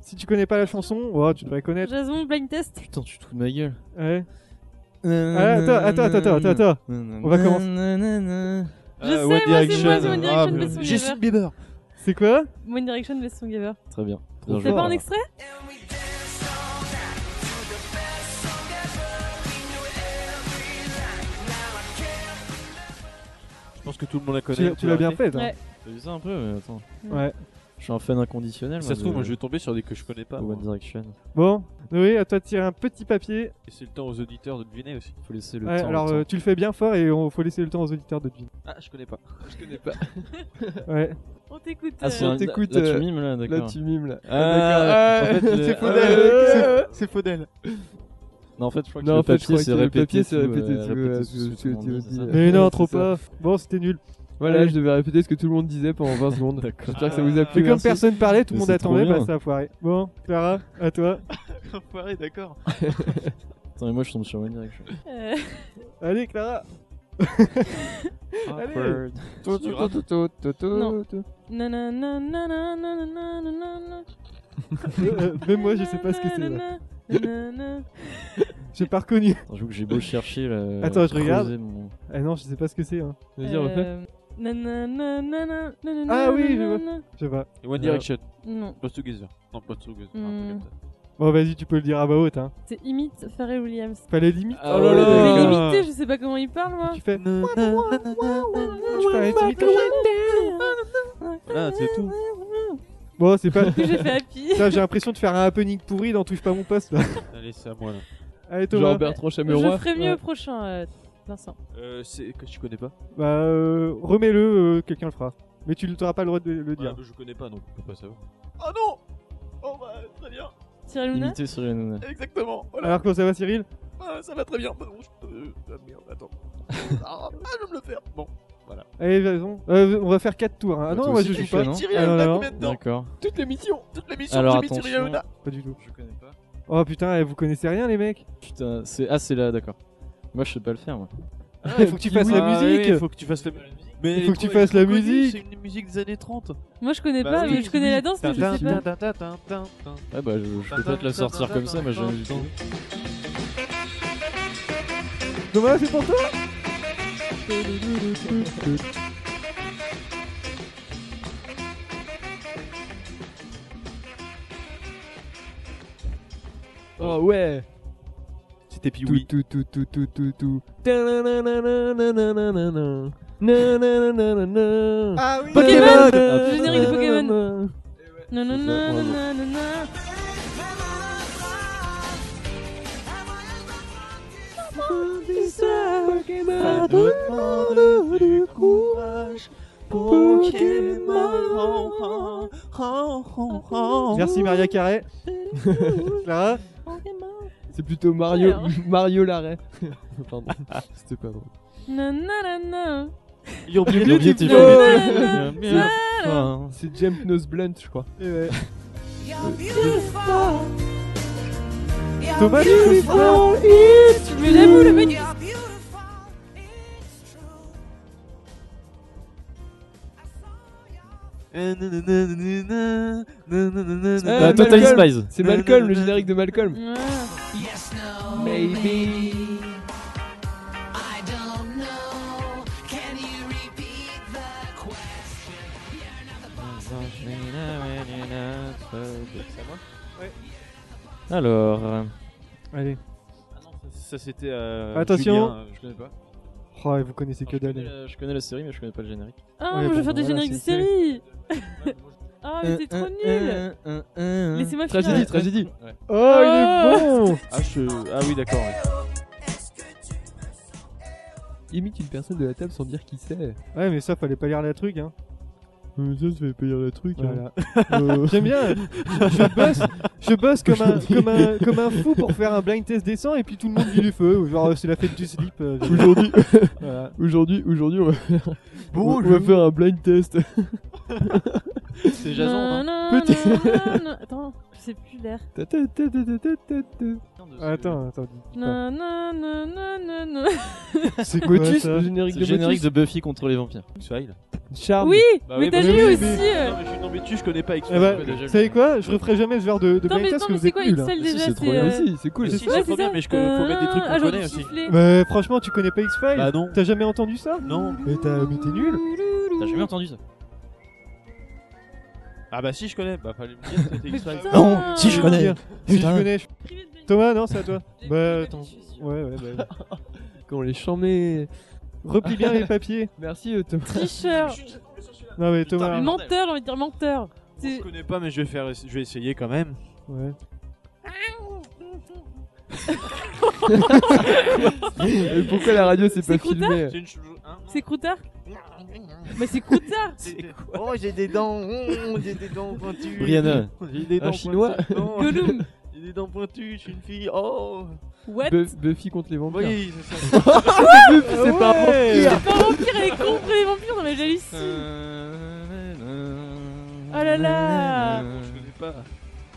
S1: Si tu connais pas la chanson, oh, tu devrais connaître.
S3: Jason, blind test
S5: Putain, tu te fous de ma gueule.
S1: Ouais. Ah, attends, attends, attends, attends, attends.
S5: On
S1: va commencer.
S5: commencer.
S3: Je sais, moi, c'est moi, c'est One
S6: Ah,
S3: Direction,
S6: mais-
S3: Best Song Ever.
S6: Bieber.
S1: C'est quoi
S3: One Direction, Best Song Ever.
S5: Très bien.
S1: Trop
S5: Bien
S3: C'est
S5: joué.
S3: pas un extrait
S6: Je pense que tout le monde la connaît.
S1: Tu,
S6: on
S1: tu
S6: peut
S1: l'as bien
S6: arrêter.
S1: fait. hein.
S3: Ouais.
S5: T'as vu ça un peu mais Attends.
S1: Ouais.
S5: Je suis un fan inconditionnel.
S6: Ça se trouve,
S5: de-
S6: moi, je vais tomber sur des que je connais pas.
S5: de
S6: moi.
S5: One Direction.
S1: Bon, Noé, à toi de tirer un petit papier.
S6: Et c'est le temps aux auditeurs de deviner aussi.
S5: Faut laisser le
S1: Ouais,
S5: temps.
S1: alors
S5: le
S1: euh, tu le fais bien fort et on faut laisser le temps aux auditeurs de deviner.
S6: Ah, je connais pas.
S4: Je connais pas.
S1: Ouais.
S3: On t'écoute.
S5: Ah, c'est
S3: euh,
S5: un...
S4: t'écoutes,
S5: là,
S4: euh,
S5: tu mimes là,
S4: Là,
S5: d'accord.
S4: tu mimes là.
S5: Ah, en fait, le-
S1: c'est
S5: ah,
S1: Faudel.
S5: ouais.
S1: C'est- c'est Faudel.
S5: Non, en fait, je crois que
S4: Non, en
S5: le
S4: fait, je
S5: papier
S4: crois que
S5: c'est
S4: le
S5: répété.
S4: papier, c'est
S5: tout, euh,
S4: répété, tu veux,
S5: répété tout
S4: ce que
S5: tout
S4: tu
S5: le monde
S4: veux
S5: dit,
S4: dire.
S5: c'est ça.
S1: Mais non,
S4: Ouais,
S1: trop
S4: c'est ça.
S1: pas. Bon, c'était nul.
S4: Voilà,
S1: Allez.
S4: je devais répéter ce que tout le monde disait pendant 20 secondes. J'espère que ça vous a
S1: Mais
S4: plu.
S1: comme
S4: merci.
S1: personne parlait, tout le
S5: Ah, Mais
S1: monde
S5: c'est trop
S1: attendait,
S5: bien.
S1: bah ça a foiré. Bon, Clara, à toi.
S6: Enfoiré, d'accord.
S5: Attends, mais moi je tombe sur One Direction.
S3: euh,
S1: Allez, Clara. Allez.
S4: Tout, tout, tout, tout, tout, tout,
S3: Non.
S4: tout.
S3: nanana, nanana, nanana, nanana,
S1: Euh, Même moi, je sais pas ce que c'est. là.
S3: nanana, nanana.
S1: J'ai pas reconnu.
S5: Attends, j'avoue que j'ai beau chercher là. euh,
S1: Attends, je
S5: creuser
S1: regarde.
S5: mon-
S1: Ah non, je sais pas ce que c'est. Hein.
S4: Vas-y, refais.
S3: Euh, nanana, nanana, nanana,
S1: Ah oui, je vois.
S3: nanana.
S1: Je sais pas.
S6: One Direction.
S3: Non,
S6: Pas Together. Non, pas Together.
S4: Mm.
S6: Un
S3: Hmm.
S6: truc comme ça.
S1: Bon, vas-y, tu peux le dire à voix haute. Hein.
S3: c'est imite Pharrell Williams.
S1: Fallait limite.
S6: Ah
S1: Oh là là.
S6: ouais,
S3: Mais
S6: d'accord.
S3: l'imiter, Euh, je sais pas comment il parle, moi.
S1: Tu fais.
S3: Je
S1: Je parlais timide comme ça.
S6: Voilà, c'est tout.
S1: Bon, c'est pas.
S3: J'ai fait happy.
S1: Putain, J'ai l'impression de faire un happening pourri dans Touche pas mon poste. Là.
S6: Allez, c'est à moi là.
S1: Allez Thomas.
S4: Genre
S5: ben-
S4: Bertrand
S3: Je
S4: Chameroy.
S3: ferai mieux
S1: Ouais.
S3: au prochain, euh, Vincent.
S6: Euh, c'est que tu connais pas
S1: Bah euh, remets-le, euh, quelqu'un le fera. Mais tu n'auras pas le droit de le
S6: Ouais,
S1: dire.
S6: mais Je connais pas, donc je peux pas savoir. Oh non Oh bah, très bien,
S3: Cyril Hanouna
S5: Imiter Cyril Hanouna.
S6: exactement.
S1: Alors comment ça va Cyril
S6: Ah, ça va très bien. Bah non, je peux. Ah, merde, attends. ah, je vais me le faire. Bon.
S1: Allez raison. Euh, on va faire 4 tours. hein. Ah
S5: Bah,
S1: non,
S5: toi
S1: moi
S5: aussi,
S1: je
S5: tu
S1: joue
S5: fais,
S1: pas.
S5: non
S6: Thierry
S1: Ah, non,
S6: Hanouna,
S1: non.
S6: combien de temps
S5: D'accord.
S6: Toute l'émission Toute l'émission
S5: Alors,
S6: j'ai mis Thierry
S5: attention.
S6: Hanouna.
S1: Pas du tout.
S6: Je connais pas.
S1: Oh putain, eh, vous connaissez rien les mecs.
S5: Putain, c'est ah c'est là, d'accord. Moi je sais pas le faire. Moi.
S1: ah Il faut que tu fasses la musique.
S6: faut que tu fasses la musique.
S5: Mais
S1: Il faut que tu
S5: électro-
S1: fasses la
S5: électroconnu,
S1: musique.
S5: C'est une musique des années 30.
S3: Moi, je connais
S6: Bah
S3: pas,
S6: oui,
S3: mais je connais
S6: oui.
S3: la danse, mais je sais pas.
S5: Ah bah, je, je peux peut-être la sortir comme ça, mais j'ai jamais vu ça.
S1: Thomas, c'est pour toi
S4: Oh ouais
S5: C'était puis
S4: Tout, tout, tout, tout, tout, tout, tout. Ta-na-na-na-na-na-na-na-na. Na-na-na-na-na-na.
S1: Ah oui
S3: Pokémon
S4: Ta-na-na-na-na-na.
S3: Générique de Pokémon. Non, non, non, non, non, non, non.
S4: Pokémon.
S1: Merci Maria Carré. Clara
S4: C'est plutôt Mario,
S3: Alors.
S4: Mario Larret. Pardon, c'était pas drôle.
S3: Non, non, non, non.
S4: C'est James Nose Blunt, je crois.
S1: Eh ouais. Thomas, tu fais ça
S3: Mais j'avoue, le mec,
S6: Ah,
S5: Eh,
S4: Euh,
S5: Bah, Total
S4: Malcolm.
S5: Spies.
S4: C'est Malcolm, le générique de Malcolm.
S3: Ouais.
S5: Alors, euh,
S1: Allez.
S6: Ah Ça c'était. euh,
S1: Attention.
S6: Julien, euh, Je connais pas.
S1: Oh, vous connaissez que
S5: Ah, je connais,
S1: dalle.
S5: la, je connais la série, mais je connais pas le générique.
S3: Ah,
S1: Ouais,
S3: moi, je
S1: bon,
S3: vais faire des
S1: voilà,
S3: génériques de
S1: c'est une
S3: série. Ah, mais c'est
S1: Euh,
S3: trop
S4: euh,
S3: nul. Laissez-moi
S4: Tragédie,
S3: finir.
S4: tragédie.
S1: Oh, il est bon
S6: Ah, je- ah oui, d'accord. ouais.
S4: Imite une personne de la table sans dire qui c'est. Euh,
S1: Ouais, mais ça, fallait pas lire la truc, hein.
S4: Ça, ça fait payer le truc. hein. Euh,
S1: Voilà. J'aime bien. Je, je bosse, je bosse comme, un, comme, un, comme un fou pour faire un blind test décent et puis tout le monde vit du feu. Genre, c'est la fête du slip. euh,
S4: Aujourd'hui,
S1: voilà.
S4: aujourd'hui, aujourd'hui, on va faire, on va faire un blind test.
S6: C'est Jason. hein.
S3: Attends, je sais plus l'air.
S4: Ta, ta, ta, ta, ta, ta, ta, ta.
S1: Ah, Attends, attends. Putain.
S3: Non, non, non, non, non, non.
S1: C'est quoi
S4: Motus,
S1: ça
S4: le générique
S5: C'est
S4: de
S5: le générique
S4: Motus.
S5: de Buffy contre les vampires.
S6: Smile.
S1: Ah,
S4: Charme.
S3: Oui,
S6: Bah
S3: mais
S6: oui,
S3: t'as
S6: bah
S3: vu
S6: oui,
S3: aussi. euh,
S6: Non, mais je suis- non, mais tu, je connais pas X.
S1: Eh bah, vous savez quoi Je referai jamais ce genre de, de
S3: Attends,
S1: blind
S3: mais
S1: test
S3: attends,
S1: que
S3: mais
S1: vous
S3: c'est
S1: êtes
S3: quoi
S1: nuls, hein.
S3: Excel
S5: Mais si,
S3: déjà
S5: c'est trop bien
S4: Ah
S3: euh,
S4: si, c'est cool.
S6: Mais si,
S3: ouais,
S6: c'est
S3: c'est
S6: trop bien,
S3: ça.
S6: mais je connais- faut mettre des trucs qu'on
S3: Ah, j'en ai
S6: connaît aussi.
S3: sifflé.
S1: Bah, franchement, tu connais pas X-Files
S6: Bah non.
S1: T'as jamais entendu ça
S6: Non.
S1: Mais t'as- euh, mais t'es nul
S5: T'as jamais entendu ça
S6: Ah bah si, je connais. Bah fallait me dire que c'était X-Files.
S3: putain. Non, si, je
S1: Dire, Si je connais. je- Thomas, non, c'est à toi.
S3: J'ai
S1: Bah,
S3: vu,
S1: attends.
S3: je suis sûre.
S1: Ouais, ouais, bah.
S4: Quand les chambés.
S1: Replie bien les papiers.
S4: Merci euh, Thomas.
S3: Tricheur,
S1: Non, mais
S6: Ah,
S1: Thomas.
S5: mais-
S3: menteur, j'ai envie de dire menteur.
S6: Je
S3: C'est-
S6: connais pas, mais je vais, faire, je vais essayer quand même.
S1: Ouais.
S4: Et Euh, pourquoi la radio c'est
S3: C'est
S4: pas
S3: Croutard
S4: filmé
S6: C'est une chose. hein, non,
S3: C'est Croutard Mais c'est Croutard
S6: c'est-
S2: Oh, j'ai des dents.
S6: oh,
S2: mm, J'ai des dents pointues.
S5: Brianna,
S2: J'ai des
S4: Un
S2: dents
S4: chinois
S2: pointues. Non,
S3: Gollum
S2: J'ai des dents pointues. Je suis une fille. Oh.
S3: What
S4: Buff- Buffy contre les vampires.
S6: Oui, c'est ça.
S4: Buffy, c'est pas un vampire.
S3: Pas vampire, elle est con pour les vampires, non mais j'hallucine
S6: Euh,
S1: Euh,
S3: Oh là là
S6: Je connais pas.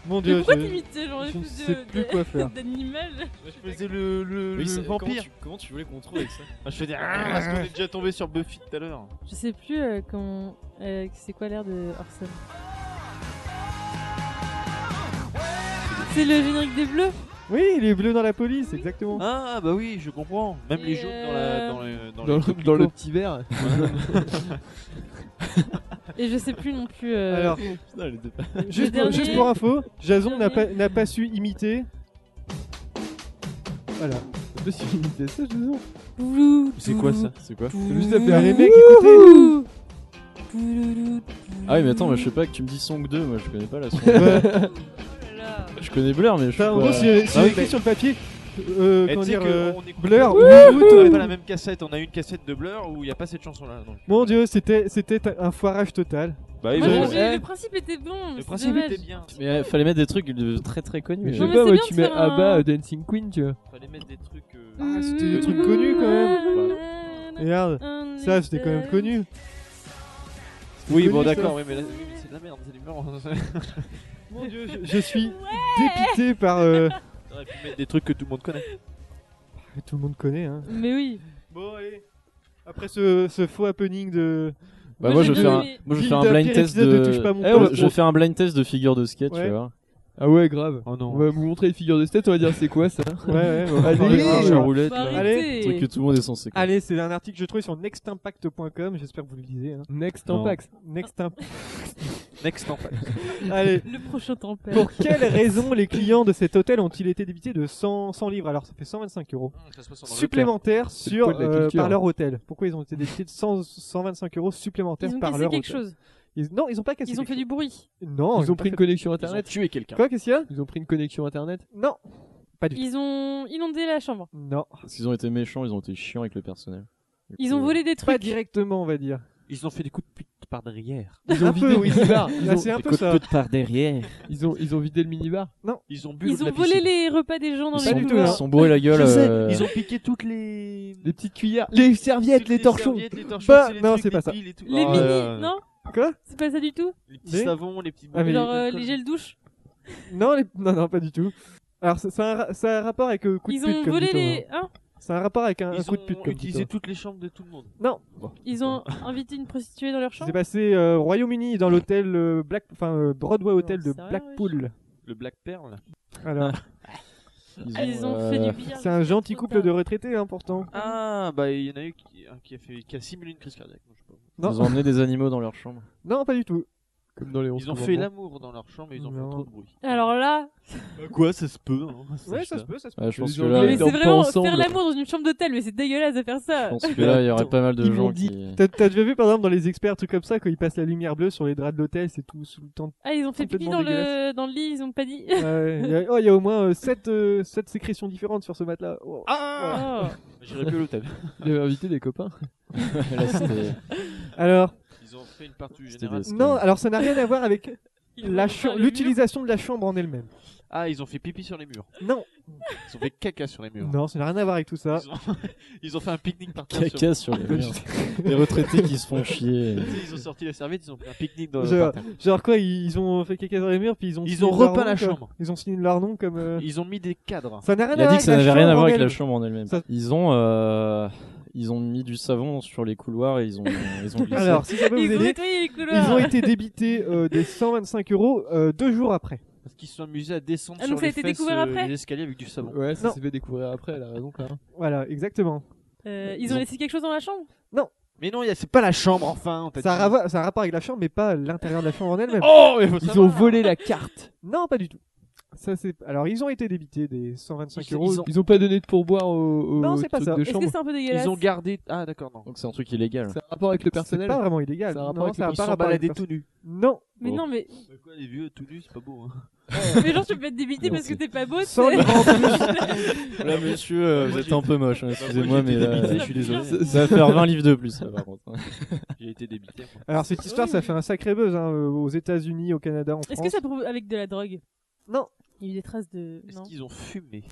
S1: Mon
S3: Mais
S1: dieu,
S3: pourquoi
S1: Euh, je-
S3: t'imitais genre
S1: je ne
S3: espèce
S1: sais
S3: de-
S1: plus
S3: de-
S1: quoi faire.
S3: d'animal
S6: Je faisais le, le,
S5: Oui,
S6: le
S5: c'est- Comment
S6: vampire.
S5: tu, comment tu voulais qu'on trouve avec ça
S6: Ah, je faisais. Ah, parce qu'on est déjà tombé sur Buffy tout à l'heure.
S3: Je sais plus euh, comment... euh, c'est quoi l'air de Orson C'est le générique des bleus
S1: Oui, il est bleu dans la police, exactement.
S6: Ah bah oui, je comprends. Même
S3: Et
S6: les jaunes dans la. Dans les, dans
S4: Dans
S6: les
S4: le, dans le petit verre.
S3: Et je sais plus non plus... euh,
S1: Alors,
S5: Putain, elle était pas.
S1: juste,
S3: le
S1: pour,
S3: dernier-
S1: juste pour info, Jason
S3: le
S1: n'a pas,
S3: dernier.
S1: n'a pas su imiter. Voilà.
S4: Je suis imité ça, je vous
S3: Blou,
S5: C'est quoi ça C'est quoi
S4: C'est juste à faire
S1: les
S4: les
S1: mecs, écoutez.
S3: blou.
S5: Ah oui, mais attends, moi, je sais pas que tu me dis Song 2, moi je connais pas la Song 2.
S1: Bah,
S3: Voilà.
S5: je connais Blur, mais je sais
S1: Enfin, en
S5: pas.
S1: gros, si, si
S5: Ah oui,
S1: écrit sur le papier, euh,
S6: Eh,
S1: comment
S6: tu sais
S1: dire,
S6: que
S1: euh,
S6: on écoute-
S1: Blur,
S6: On
S1: Woot,
S6: n'a pas la même cassette. On a une cassette de Blur où il n'y a pas cette chanson là. Donc...
S1: Mon dieu, c'était c'était un foirage total.
S6: Bah oui,
S3: Moi,
S1: bon,
S3: j'ai-
S6: bah,
S1: je-
S6: oui.
S3: j'ai- le principe était bon, mais
S6: le
S3: c'est
S6: principe
S3: dommage.
S6: était bien.
S5: Mais euh, fallait mettre des trucs de très très connus.
S4: Je sais
S3: Non, mais
S4: pas,
S3: c'est
S4: moi
S3: bien
S4: tu
S3: de
S4: mets
S3: faire
S4: Abba
S3: un-
S4: euh, Dancing Queen, tu vois.
S6: Fallait mettre des trucs. euh,
S3: Mm.
S1: Ah, c'était des trucs connus, quand Regarde,
S3: même.
S1: ça c'était quand même connu. C'était
S6: Oui,
S1: connu,
S6: bon
S1: ça.
S6: d'accord, oui, mais là, oui, mais c'est de la merde, c'est du Blur.
S1: Mon dieu, je, je suis dépité par. euh,
S6: T'aurais pu mettre des trucs que tout le monde connaît.
S1: tout le monde connaît, hein.
S3: Mais oui.
S6: Bon, allez.
S1: Après ce, ce faux happening de.
S5: Bah, moi, je
S1: de-
S5: fais un,
S3: de-
S5: moi, je
S1: Ville
S5: fais un
S1: d'un
S5: blind
S1: pire
S5: test
S1: épisode
S5: de.
S1: Touche pas mon
S4: Eh,
S1: pote.
S4: ouais,
S5: Je fais un blind test de figure de skate,
S1: Ouais.
S5: tu vois.
S4: Ah ouais, grave.
S6: Oh
S4: On
S6: non.
S4: va vous montrer les figures de skate, on va dire c'est quoi ça
S1: Ouais, ouais, ouais.
S4: Allez,
S1: Allez,
S4: oui.
S1: euh,
S5: roulette,
S3: Faut
S5: là.
S1: Allez,
S3: arrêter.
S5: truc que tout le monde est censé. connaître.
S1: Allez, c'est un article que je trouvais sur nextimpact.com. J'espère que vous le lisez. Hein.
S4: Next
S6: Non.
S4: Impact.
S1: Next Impact. Allez.
S3: Le prochain tempête.
S1: Pour quelles raisons les clients de cet hôtel ont-ils été débités de 100, 100 livres Alors ça fait 125 euros supplémentaires
S4: C'est
S1: sur
S4: le poids de la
S1: euh,
S4: culture.
S1: par leur hôtel. Pourquoi ils ont été débités de 100 125 euros supplémentaires
S3: Ils ont
S1: par
S3: cassé
S1: leur
S3: quelque
S1: hôtel
S3: chose.
S1: Ils- Non, ils ont pas cassé.
S3: Ils ont fait
S1: quelque
S3: du bruit.
S1: chose. Non,
S4: Ils
S1: pas
S4: ont pris une
S1: fait-
S4: connexion
S5: Ils ont
S4: internet
S5: tué quelqu'un.
S1: Quoi, qu'est-ce qu'il y a
S4: Ils ont pris une connexion internet
S1: Non, pas du tout.
S3: Ils ont inondé la chambre.
S1: Non,
S5: Parce qu'ils ont été méchants, ils ont été chiants avec le personnel. Du
S3: Ils
S5: coup, euh,
S3: ont volé des
S1: Euh, pas
S3: trucs.
S1: directement, on va dire.
S6: Ils ont fait des coups de pute par derrière.
S4: Ils ont
S1: un
S4: vidé
S1: Ah, peu,
S4: le
S1: oui.
S4: minibar. Ils
S1: Là,
S4: ont-
S1: c'est un peu
S5: écoute,
S1: ça.
S5: toute par derrière.
S4: Ils ont, ils ont vidé le minibar.
S6: Ils ont bu l'eau
S3: Ils
S6: de
S3: ont
S6: la
S3: volé
S6: piscine.
S3: les repas des gens dans
S1: Pas
S3: les
S1: du tout,
S5: Ils
S1: hein.
S3: couloirs.
S5: se sont bourrés la gueule.
S6: Je sais,
S5: euh,
S6: ils ont piqué toutes les.
S4: Les petites cuillères. Les serviettes,
S2: Toutes
S4: les torchons.
S2: serviettes, les torchons,
S1: Bah,
S2: les
S1: non,
S2: trucs,
S1: c'est pas
S2: les
S1: ça.
S2: piles et tout.
S3: Les
S2: Ah,
S3: mini,
S6: euh,
S3: non
S1: Quoi
S3: C'est pas ça du tout
S2: Les petits
S1: Les-
S2: savons, les petits
S1: Ah, mais-
S3: Genre euh, les gels douche.
S1: Non, les- non, non, pas du tout. Alors, ça- ça a un, ra- ça a un rapport avec euh, coup de
S3: Ils
S1: pute,
S3: ont
S1: comme
S3: volé
S1: dit Thomas.
S3: les. Hein
S1: Ça a un rapport avec un, un
S6: Ils
S1: Ah, coup de pute,
S6: ont
S1: comme dit
S6: utilisé toutes les chambres de tout le monde.
S1: Thomas. Non,
S3: Ils ont invité une prostituée dans leur
S1: c'est
S3: chambre
S1: passé euh, au Royaume-Uni dans l'hôtel euh, Black, enfin euh, Broadway Hotel
S3: Non,
S1: de
S3: c'est rien,
S1: Blackpool.
S6: Le Black Pearl.
S1: Alors,
S3: Ah, Ils ont
S5: euh,
S3: fait du billard.
S1: c'est un gentil couple de retraités, hein, pourtant.
S6: Ah, bah il y en a eu qui, un qui a, fait, qui a simulé une crise cardiaque. moi, je sais pas.
S1: Non,
S5: Ils ont emmené des animaux dans leur chambre.
S1: non, pas du tout.
S4: Comme dans les 11
S6: Ils ont fait
S4: commandements.
S6: l'amour dans leur chambre et ils ont
S1: Non.
S6: fait trop de bruit. Bah,
S3: Alors là,
S6: Quoi, ça se peut. Hein,
S1: Ouais, ça se peut, ça se peut.
S5: Ouais, je pense
S4: Ils
S5: que
S4: ont
S5: là,
S4: volé
S3: mais
S4: ils
S5: je
S3: c'est
S4: dorment pas
S3: vraiment
S4: ensemble.
S3: faire l'amour dans une chambre d'hôtel, mais c'est dégueulasse de faire ça.
S5: pense que là, il y aurait pas mal de
S4: Ils
S5: gens
S4: m'ont dit-
S5: qui.
S1: T'as t'as déjà vu par exemple dans les experts, trucs comme ça, quand ils passent la lumière bleue sur les draps de l'hôtel, c'est tout sous le temps.
S3: Ah, ils ont fait pipi
S1: Complètement
S3: dans le,
S1: dégueulasse.
S3: dans le lit, ils ont pas dit.
S1: Ouais, il y a- oh, il y a au moins 7, sécrétions différentes sur ce matelas. Oh.
S3: Oh.
S6: J'irai plus à l'hôtel.
S4: Il avait invité des copains.
S5: Là, c'était-
S1: Alors,
S6: Ils ont fait une partie
S5: C'était
S6: générale.
S5: des- C'est
S1: non,
S5: pas-
S1: alors ça n'a rien à voir avec
S3: Ils
S1: la
S3: ont
S1: cha-
S3: peint les murs.
S1: l'utilisation de la chambre en elle-même.
S6: Ah, ils ont fait pipi sur les murs.
S1: Non,
S6: Ils ont fait caca sur les murs.
S1: non, ça n'a rien à voir avec tout ça.
S6: Ils ont, ils ont fait un pique-nique par terre. Sur...
S5: Caca sur les murs. Les retraités qui se font chier.
S6: Tu sais, Ils ont sorti la serviette, ils ont fait un pique-nique dans
S1: Je-
S6: par terre.
S1: Genre quoi, ils ont fait caca dans les murs, puis ils ont.
S6: Ils
S1: signé
S6: ont
S1: leur
S6: repeint
S1: nom
S6: la
S1: comme-
S6: chambre.
S1: Ils ont signé leur nom comme. euh,
S6: Ils ont mis des cadres.
S1: Ça
S3: Ah
S1: n'a rien
S5: Il
S1: à
S5: a
S1: voir
S5: dit que ça n'avait rien à voir avec la
S1: chambre.
S5: chambre en elle-même.
S1: Ça-
S5: Ils ont, euh, ils ont mis du savon sur les couloirs et ils ont, ils ont
S1: en elle-même.
S5: glissé.
S1: Alors, si ça peut vous
S3: Ils ont
S1: aider,
S3: nettoyé les couloirs.
S1: ils ont été débités euh, des 125 euros euh, deux jours après.
S6: Parce qu'ils se sont amusés à descendre
S3: Ah, donc
S6: sur
S3: ça a
S6: les,
S3: été
S6: fesses,
S3: découvert
S6: euh,
S3: après
S6: les escaliers avec du savon.
S4: Ouais, ça
S1: Non.
S4: s'est fait découvrir après, elle a raison quand même.
S1: Voilà, exactement.
S3: Euh, ils ont laissé quelque chose dans la chambre
S6: Mais non, il y a- c'est pas la chambre, enfin. on t'a
S1: Ça a,
S6: dit.
S1: rava- ça a un rapport avec la chambre, mais pas l'intérieur de la chambre en elle-même.
S6: Oh, mais faut
S4: Ils ont
S6: savoir.
S4: volé la carte.
S1: Non, pas du tout. Ça, c'est... Alors, ils ont été débités des 125
S6: Ils-
S1: euros.
S6: ils ont-
S4: Ils ont pas donné de pourboire au, au
S1: Non, c'est pas
S4: truc
S1: ça.
S4: de
S3: Est-ce que
S4: chambre.
S3: c'est un peu dégueulasse
S6: Ils ont gardé. Ah, d'accord, non.
S5: Donc c'est un truc illégal.
S4: C'est un rapport avec le
S1: C'est
S4: personnel.
S1: pas vraiment illégal.
S4: Ça a un
S1: Non,
S4: rapport avec
S1: ça
S4: le-
S1: a
S6: Ils
S1: pas
S6: sont
S1: rapport avec
S6: baladés
S1: le
S6: tout nus.
S1: perso- Non,
S3: Mais
S5: Bon.
S3: non, mais,
S6: quoi, les vieux tout nus, c'est pas beau. Hein.
S3: mais genre tu peux être débité parce que t'es pas beau,
S1: sans
S3: c'est-
S1: livre en plus.
S5: Là, monsieur, euh, vous
S6: Moi,
S5: êtes
S6: j'ai-
S5: un peu moche, hein, excusez-moi, mais là,
S6: Bah, débité,
S5: je suis désolé.
S3: Ça-
S5: Ça va faire 20 livres de plus, là, par contre. hein.
S6: J'ai été débité. moi.
S1: Alors, cette histoire, ça fait un sacré buzz hein, euh, aux États-Unis, au Canada, en France.
S3: Est-ce que ça prouve avec de la drogue
S1: Non.
S3: Il y a eu des traces de.
S6: Est-ce
S3: Non.
S6: qu'ils ont fumé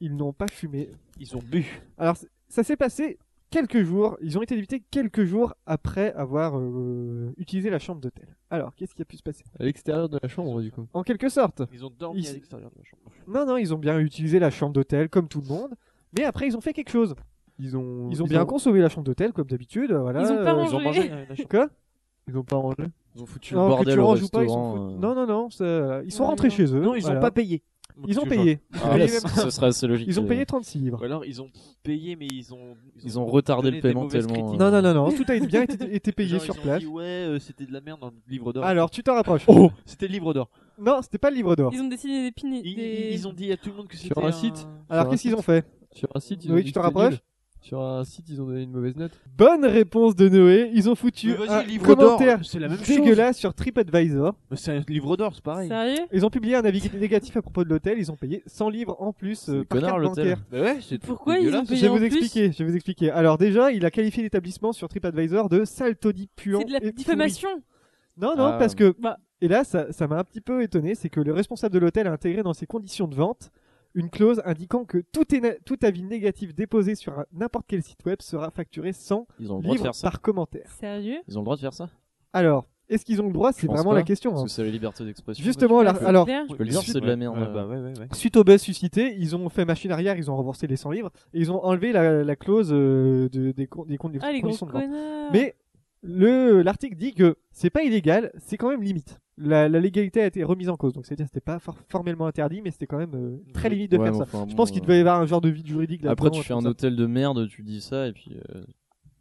S1: Ils n'ont pas fumé.
S6: Ils ont bu.
S1: Alors, c- ça s'est passé quelques jours. Ils ont été débités quelques jours après avoir euh, utilisé la chambre d'hôtel. Alors, qu'est-ce qui a pu se passer
S4: À l'extérieur de la chambre, du coup.
S1: En quelque sorte.
S6: Ils ont dormi
S1: Ils-
S6: à l'extérieur de la chambre.
S1: Non, non, ils ont bien utilisé la chambre d'hôtel, comme tout le monde. Mais après, ils ont fait quelque chose.
S4: Ils ont,
S1: Ils ont bien consommé la chambre d'hôtel, comme d'habitude. Voilà.
S3: Ils ont pas
S1: euh,
S3: rangé.
S6: Ah,
S1: Quoi
S4: Ils ont pas rangé.
S5: Ils ont foutu
S1: Non,
S5: le
S1: que
S5: bordel
S1: tu
S5: au
S1: ranges ou pas, ils
S5: restaurant.
S1: s'en foutent.
S5: euh.
S1: Non, non, non, ça- ils sont
S3: Ouais,
S1: rentrés
S3: non.
S1: chez eux.
S6: Non, ils
S1: voilà.
S6: ont pas payé.
S1: Ils ont payé.
S5: Ah, là, ce ce serait assez logique.
S1: Ils ont
S5: euh.
S1: payé 36
S6: Ou
S1: livres.
S6: alors ils ont payé, mais ils ont.
S5: Ils ont retardé
S6: donné
S5: le
S6: des
S5: paiement
S6: mauvaises
S5: tellement,
S6: critiques.
S5: euh,
S1: Non, non, non, non, tout a bien été, été payé
S6: Genre,
S1: sur
S6: ils ont
S1: place.
S6: dit, ouais, euh, c'était de la merde dans le livre d'or.
S1: Alors, tu t'en rapproches.
S6: Oh C'était le livre d'or.
S1: Non, c'était pas le livre d'or.
S3: Ils ont dessiné des pines.
S6: Ils,
S3: des-
S6: ils ont dit à tout le monde que c'était
S4: Sur un site
S1: Alors,
S4: sur
S1: qu'est-ce
S4: un
S1: qu'ils ont fait
S4: Sur un site, ils
S1: Oui,
S4: ont
S1: tu
S4: dit
S1: te
S4: que c'était
S1: rapproches
S4: nul. Sur un site, ils ont donné une mauvaise note.
S1: Bonne réponse de Noé. Ils ont foutu
S6: Mais vas-y,
S1: un
S6: livre d'or,
S1: commentaire
S6: c'est la même chose.
S1: dégueulasse sur TripAdvisor.
S6: Mais C'est un livre d'or, c'est pareil.
S3: Sérieux
S1: Ils ont publié un avis négatif à propos de l'hôtel. Ils ont payé 100 livres en plus euh,
S5: des
S1: par
S5: connards,
S1: carte
S5: l'hôtel.
S1: bancaire.
S6: Bah ouais, c'est
S3: Pourquoi ils ont
S6: dégueulasse.
S1: Je
S3: payé
S1: vais
S3: en
S1: vous
S3: plus
S1: expliquer, je vais vous expliquer. Alors déjà, il a qualifié l'établissement sur TripAdvisor de sale taudis puant.
S3: C'est de la
S1: et pourri.
S3: diffamation.
S1: Non, non,
S6: Ah.
S1: parce que...
S3: Bah.
S1: Et là, ça ça m'a un petit peu étonné, c'est que le responsable de l'hôtel a intégré dans ses conditions de vente une clause indiquant que tout, est na- tout avis négatif déposé sur un- n'importe quel site web sera facturé 100
S5: Ils ont le droit de
S1: livres
S5: faire ça.
S1: par commentaire.
S3: Sérieux
S5: Ils ont le droit de faire ça.
S1: Alors, Est-ce qu'ils ont le droit C'est
S5: pense
S1: vraiment
S5: pas,
S1: la question.
S5: Parce
S1: hein.
S5: que c'est la liberté d'expression.
S1: Justement,
S5: tu
S3: Ah,
S1: la-
S5: peux-
S1: Oh alors,
S3: Claire
S5: tu peux le dire, c'est de la merde.
S6: Ouais, bah ouais, ouais, ouais.
S1: suite aux buzz suscités, ils ont fait machine arrière, ils ont remboursé les 100 livres et ils ont enlevé la, la clause euh, de- des, con- des, con- des
S3: Ah, les gros
S1: conditions de vente.
S3: connards
S1: Mais le l'article dit que c'est pas illégal, c'est quand même limite. La, la légalité a été remise en cause, donc c'est-à-dire que c'était pas for- formellement interdit, mais c'était quand même euh, très limite de
S5: Ouais,
S1: faire
S5: mais
S1: ça.
S5: enfin,
S1: Je
S5: bon,
S1: pense qu'il
S5: euh,
S1: devait y avoir un genre de vide juridique là.
S5: Après,
S1: dedans,
S5: tu fais un
S1: comme ça.
S5: hôtel de merde, tu dis ça, et puis euh,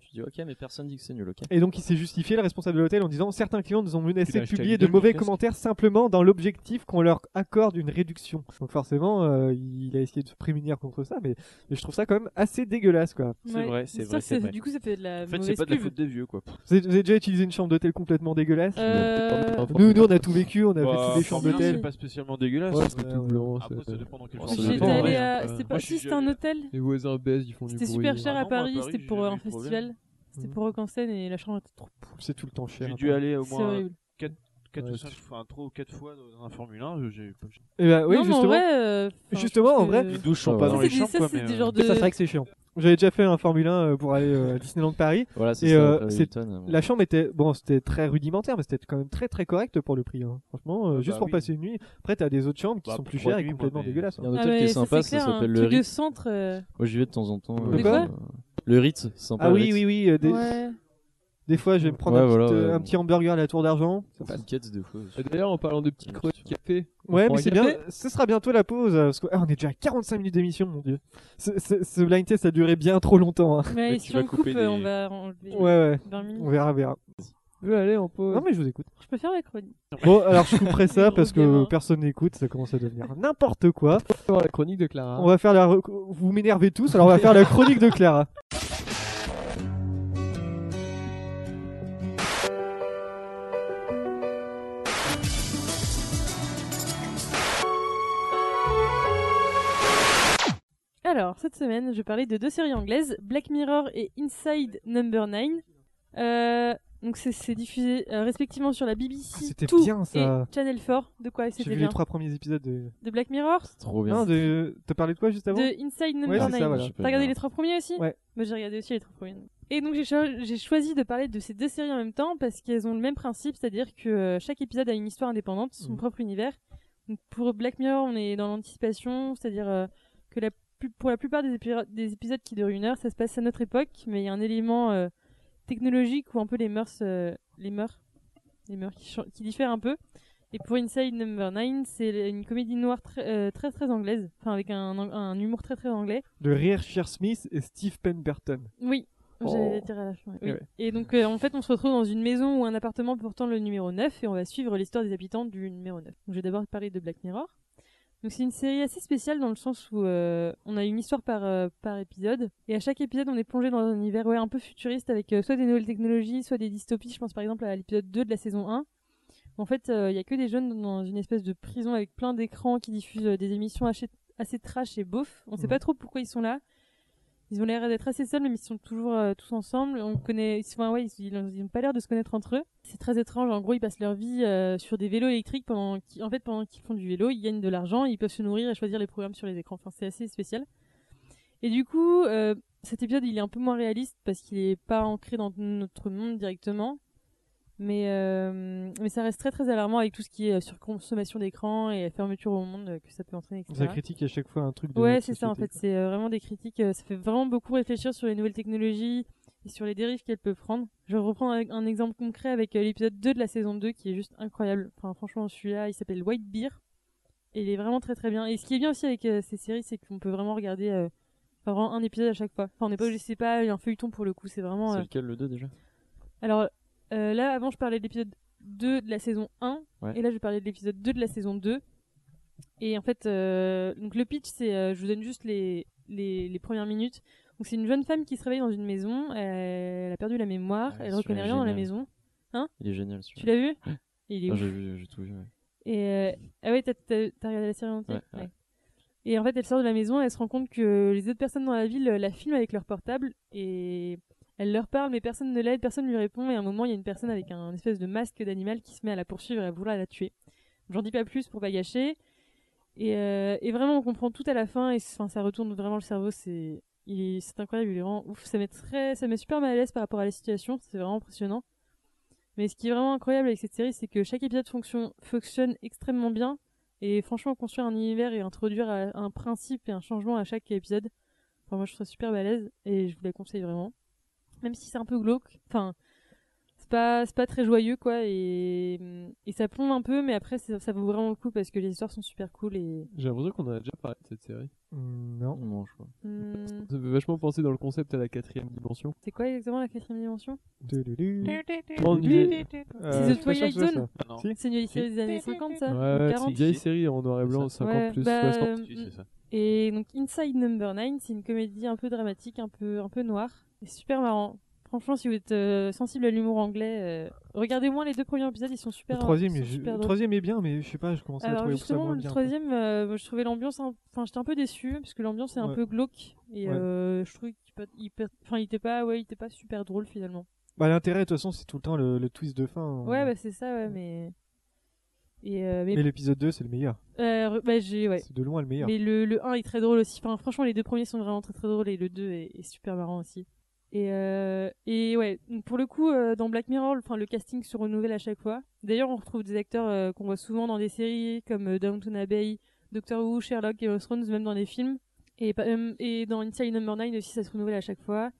S5: tu dis ok, mais personne dit que c'est nul, ok.
S1: Et donc il s'est justifié, le responsable de l'hôtel, en disant certains clients nous ont menacé
S6: l'as
S1: de
S6: acheté à
S1: publier de
S6: Lidl,
S1: mauvais
S6: mon casque
S1: commentaires simplement dans l'objectif qu'on leur accorde une réduction. Donc forcément, euh, il a essayé de se prémunir contre ça, mais, mais je trouve ça quand même assez dégueulasse quoi.
S6: C'est
S3: Ouais.
S6: vrai, c'est
S3: sûr
S6: vrai,
S3: que
S6: c'est vrai.
S3: Du coup, ça fait de la
S6: En fait, c'est
S3: mauvaise
S6: pas de la
S3: pub.
S6: faute des vieux, quoi.
S1: Vous avez, vous avez déjà utilisé une chambre d'hôtel complètement dégueulasse
S3: Euh,
S4: Pas
S1: Nous, nous, on a tout vécu, on a
S6: Bah,
S1: fait toutes les chambres
S6: formulaire,
S1: d'hôtel.
S6: C'est pas spécialement dégueulasse.
S4: Ouais, c'est
S1: ouais,
S4: tout
S1: ouais.
S4: blanc. ça
S6: Après, ça
S4: fait-
S6: dépend dans quelle
S5: Ouais,
S6: chambre
S5: ça
S3: J'étais
S5: dépend,
S3: allée
S5: ouais.
S3: à.
S6: Euh,
S3: C'était
S6: moi,
S3: pas.
S6: je suis
S3: Si, c'était un
S6: déjà-
S3: hôtel.
S4: Les voisins baissent, ils font du
S3: C'était
S4: bruit.
S3: super cher
S6: Ah
S3: à
S6: non, moi, à
S3: Paris,
S6: Paris,
S3: c'était
S6: j'ai
S3: pour
S6: jamais
S3: euh,
S6: eu
S3: un
S6: de problème.
S3: festival. C'était
S1: Mhm.
S3: pour rock en scène et la chambre était trop.
S1: C'est tout le temps cher.
S6: J'ai dû aller au
S3: C'est
S6: moins
S3: horrible.
S6: 4
S4: Ouais,
S6: ou 5
S4: tu-
S6: fois, 3 ou 4 fois dans un Formule 1. J'ai eu pas le choix.
S1: Eh ben, oui,
S3: Non, mais en
S1: justement.
S3: vrai, euh, enfin,
S1: Justement,
S3: je pense
S1: en vrai,
S3: que-
S6: Les douches
S5: sont pas
S6: sont pas
S5: ouais.
S3: Ça,
S6: dans
S3: c'est
S6: les
S3: des-
S6: chambres,
S3: ça,
S6: quoi.
S3: c'est des genres de.
S1: Ça, c'est vrai que c'est chiant. J'avais déjà fait un Formule 1 euh, pour aller euh, à Disneyland Paris.
S5: Voilà, c'est
S1: Et,
S5: ça.
S1: euh,
S5: après,
S1: c'est-
S5: Hilton, euh, bon.
S1: La chambre était bon, c'était très rudimentaire, mais c'était quand même très très correct pour le prix. hein. Franchement, euh,
S6: Ah
S1: juste
S6: bah
S1: pour
S6: oui.
S1: passer une nuit. Après, t'as des autres chambres qui
S6: Bah,
S1: sont
S6: pour
S1: plus
S6: trois
S1: chères et
S6: nuits, moi,
S1: complètement
S6: mais-
S1: dégueulasses.
S5: Il y a
S1: hein.
S5: un
S3: Ah
S5: hôtel qui
S3: mais
S5: est
S3: ça,
S5: sympa,
S3: c'est
S5: ça
S3: clair, un
S5: s'appelle le
S3: truc de
S5: Ritz.
S3: centre. euh,
S5: Moi, j'y vais de temps en temps.
S4: Mais
S5: euh,
S3: quoi
S5: euh, Le Ritz, c'est sympa.
S1: Ah
S5: le
S1: oui,
S5: Ritz.
S1: oui, oui. euh, Des,
S3: Ouais.
S1: des fois, je vais me prendre
S5: Ouais,
S1: un, petit,
S5: voilà,
S1: euh,
S5: ouais.
S1: un petit hamburger à la Tour d'Argent. Ça passe.
S5: Une quête de fois.
S4: Et D'ailleurs, en parlant de petits creux de café. on
S1: Ouais,
S4: prend
S1: mais
S4: un
S1: c'est
S4: café
S1: bien. Ce sera bientôt la pause. euh, Parce que, ah, on est déjà à 45 minutes d'émission, mon dieu. Ce, ce- ce blind test a duré bien trop longtemps. hein.
S3: Mais
S6: Mais
S3: si
S6: tu vas
S3: on coupe,
S6: couper
S3: euh,
S6: des-
S3: on va enlever
S1: Ouais, ouais.
S3: 20 minutes.
S1: On verra, on verra.
S4: Ouais, allez, on pause.
S1: Non, mais je vous écoute.
S3: Je peux faire ma chronique.
S1: Bon, alors je couperai ça
S3: Gros
S1: parce que
S3: gamin.
S1: personne n'écoute. Ça commence à devenir n'importe quoi.
S4: On va voir la chronique de Clara.
S1: On va faire la. rec- Vous m'énervez tous, alors on va faire la chronique de Clara.
S3: Alors, cette semaine, je parlais de deux séries anglaises, Black Mirror et Inside Number 9. Euh, donc, c'est- c'est diffusé euh, respectivement sur la BBC.
S1: Ah, c'était
S3: Two
S1: bien, ça.
S3: Et Channel 4. De quoi
S1: J'ai
S3: C'était
S1: vu
S3: bien.
S1: les trois premiers épisodes de.
S3: De Black Mirror
S5: Trop bien.
S1: Non, de. T'as parlé de quoi juste avant
S3: De Inside
S1: Ah Ouais,
S3: Number
S1: c'est
S3: 9.
S1: ça, voilà.
S5: Je sais pas
S3: T'as regardé
S5: bien.
S3: les trois premiers aussi
S1: Ouais.
S3: Moi j'ai regardé aussi les trois premiers. Et donc j'ai cho- j'ai choisi de parler de ces deux séries en même temps parce qu'elles ont le même principe, c'est-à-dire que euh, chaque épisode a une histoire indépendante, son
S1: Mhm.
S3: propre univers. Donc, pour Black Mirror, on est dans l'anticipation, c'est-à-dire euh, que la plus- pour la plupart des, épi- des épisodes qui durent une heure, ça se passe à notre époque, mais il y a un élément euh, technologique ou un peu les mœurs, euh, les mœurs, les mœurs qui, chan- qui diffèrent un peu. Et pour Inside Number 9, c'est une comédie noire tr- euh, très très anglaise, enfin avec un, ang- un humour très très anglais.
S1: De Rire Shear Smith et Steve Pemberton.
S3: Oui,
S1: Oh.
S3: j'allais dire à la fin. oui.
S1: Ouais.
S3: Et donc, euh, en fait, on se retrouve dans une maison ou un appartement portant le numéro 9 et on va suivre l'histoire des habitants du numéro 9. Donc, je vais d'abord parler de Black Mirror. Donc, c'est une série assez spéciale dans le sens où euh, on a une histoire par, euh, par épisode et à chaque épisode, on est plongé dans un univers ouais, un peu futuriste avec euh, soit des nouvelles technologies, soit des dystopies. Je pense par exemple à l'épisode 2 de la saison 1. En fait, euh, il y a que des jeunes dans une espèce de prison avec plein d'écrans qui diffusent euh, des émissions assez, assez trash et beauf. On sait
S1: Mhm.
S3: pas trop pourquoi ils sont là. Ils ont l'air d'être assez seuls, mais ils sont toujours euh, tous ensemble. On connaît, ils, sont- enfin, ouais, ils, ils ont- ils ont pas l'air de se connaître entre eux. C'est très étrange. En gros, ils passent leur vie euh, sur des vélos électriques pendant, qu'ils- en fait, pendant qu'ils font du vélo, ils gagnent de l'argent, ils peuvent se nourrir et choisir les programmes sur les écrans. Enfin, c'est assez spécial. Et du coup, euh, cet épisode, il est un peu moins réaliste parce qu'il est pas ancré dans notre monde directement. Mais, euh, mais ça reste très très alarmant avec tout ce qui est euh, surconsommation d'écran et fermeture au monde euh, que ça peut entraîner, etc.
S1: Ça critique à chaque fois un truc de.
S3: Ouais,
S1: notre
S3: c'est ça en fait.
S1: société.
S3: C'est euh, vraiment des critiques. euh, ça fait vraiment beaucoup réfléchir sur les nouvelles technologies et sur les dérives qu'elles peuvent prendre. Je reprends un, un exemple concret avec euh, l'épisode 2 de la saison 2 qui est juste incroyable. Enfin, franchement, celui-là, il s'appelle White Beer. Et il est vraiment très très bien. Et ce qui est bien aussi avec euh, ces séries, c'est qu'on peut vraiment regarder euh, enfin, vraiment un épisode à chaque fois. Enfin, on n'est pas obligé, c'est pas un feuilleton pour le coup. C'est vraiment.
S5: C'est
S3: euh,
S5: lequel le 2 déjà
S3: Alors euh, là, avant, je parlais de l'épisode 2 de la saison 1.
S5: Ouais.
S3: Et là, je parlais de l'épisode 2 de la saison 2. Et en fait, euh, donc le pitch, c'est. euh, je vous donne juste les, les, les premières minutes. Donc, c'est une jeune femme qui se réveille dans une maison. Elle, a perdu la mémoire.
S5: Ah,
S3: elle
S5: celui-là
S3: reconnaît
S5: est
S3: rien dans la
S5: génial.
S3: maison.
S5: Il est génial
S3: Tu
S5: celui-là.
S3: l'as vu Il est
S5: Ah,
S3: ouf.
S5: J'ai vu- j'ai tout vu. ouais.
S3: Et euh, ah ouais, t'as, t'as- t'as regardé la série entière.
S5: Ouais, ouais.
S3: Ouais. Et en fait, elle sort de la maison, elle se rend compte que les autres personnes dans la ville euh, la filment avec leur portable et elle leur parle, mais personne ne l'aide, personne ne lui répond. Et à un moment, il y a une personne avec un espèce de masque d'animal qui se met à la poursuivre et à vouloir la tuer. J'en dis pas plus pour pas gâcher. Et, euh, et vraiment, on comprend tout à la fin et enfin, ça retourne vraiment le cerveau. C'est, il est- c'est incroyable, il est vraiment ouf. Ça met très, ça met super mal à l'aise par rapport à la situation. C'est vraiment impressionnant. Mais ce qui est vraiment incroyable avec cette série, c'est que chaque épisode fonction- fonctionne extrêmement bien. Et franchement, construire un univers et introduire euh, un principe et un changement à chaque épisode, enfin, moi je trouve ça super balèze et je vous la conseille vraiment. Même si c'est un peu glauque, enfin, c'est pas, c'est pas très joyeux quoi. Et, et ça plombe un peu, mais après ça, ça vaut vraiment le coup parce que les histoires sont super cool et.
S4: J'ai l'impression qu'on en a déjà parlé de cette série.
S1: Mm, Non.
S5: Non, je crois.
S3: Hmm,
S4: Ça fait vachement penser dans le concept à la quatrième dimension.
S3: c'est quoi exactement la quatrième dimension
S4: Bon, vieille-
S1: Euh,
S3: C'est The Twilight Zone C'est une vieille
S4: Si.
S3: série des années 50 ça
S4: Ouais,
S3: Ou
S4: ouais, c'est
S3: 40.
S4: une vieille série en noir et blanc, 50
S3: Ouais,
S4: plus
S3: bah,
S4: 60.
S3: euh, Et donc Inside Number 9, c'est une comédie un peu dramatique, un peu, un peu noire. Et super marrant. Franchement, si vous êtes euh, sensible à l'humour anglais, euh, regardez moins les deux premiers épisodes, ils sont super.
S1: Le troisième,
S3: ils sont
S1: je-
S3: super
S1: le
S3: drôles.
S1: troisième est bien, mais je sais pas, je commence à
S3: Alors
S1: trouver ça
S3: justement,
S1: moins
S3: le
S1: bien.
S3: troisième, euh, moi, je trouvais l'ambiance, un- enfin j'étais un peu déçu parce que l'ambiance est un
S1: Ouais.
S3: peu glauque et
S1: Ouais.
S3: euh, je trouvais qu'il pa- il pa- enfin, il était pas, ouais, il était pas super drôle finalement.
S1: Bah, l'intérêt, de toute façon, c'est tout le temps le, le twist de fin.
S3: Ouais, bah c'est ça, ouais, mais et euh, mais,
S1: Mais l'épisode 2, c'est le meilleur.
S3: euh, bah, j'ai ouais.
S1: C'est de loin le meilleur.
S3: Mais le, le 1 est très drôle aussi. Enfin, franchement, les deux premiers sont vraiment très très drôles et le 2 est, est super marrant aussi. Et, euh, et ouais, donc pour le coup, euh, dans Black Mirror, enfin, le casting se renouvelle à chaque fois. D'ailleurs, on retrouve des acteurs euh, qu'on voit souvent dans des séries comme euh, Downton Abbey, Doctor Who, Sherlock, Game of Thrones, même dans des films. Et, pa- euh, et dans Inside Number 9 aussi, ça se renouvelle à chaque fois.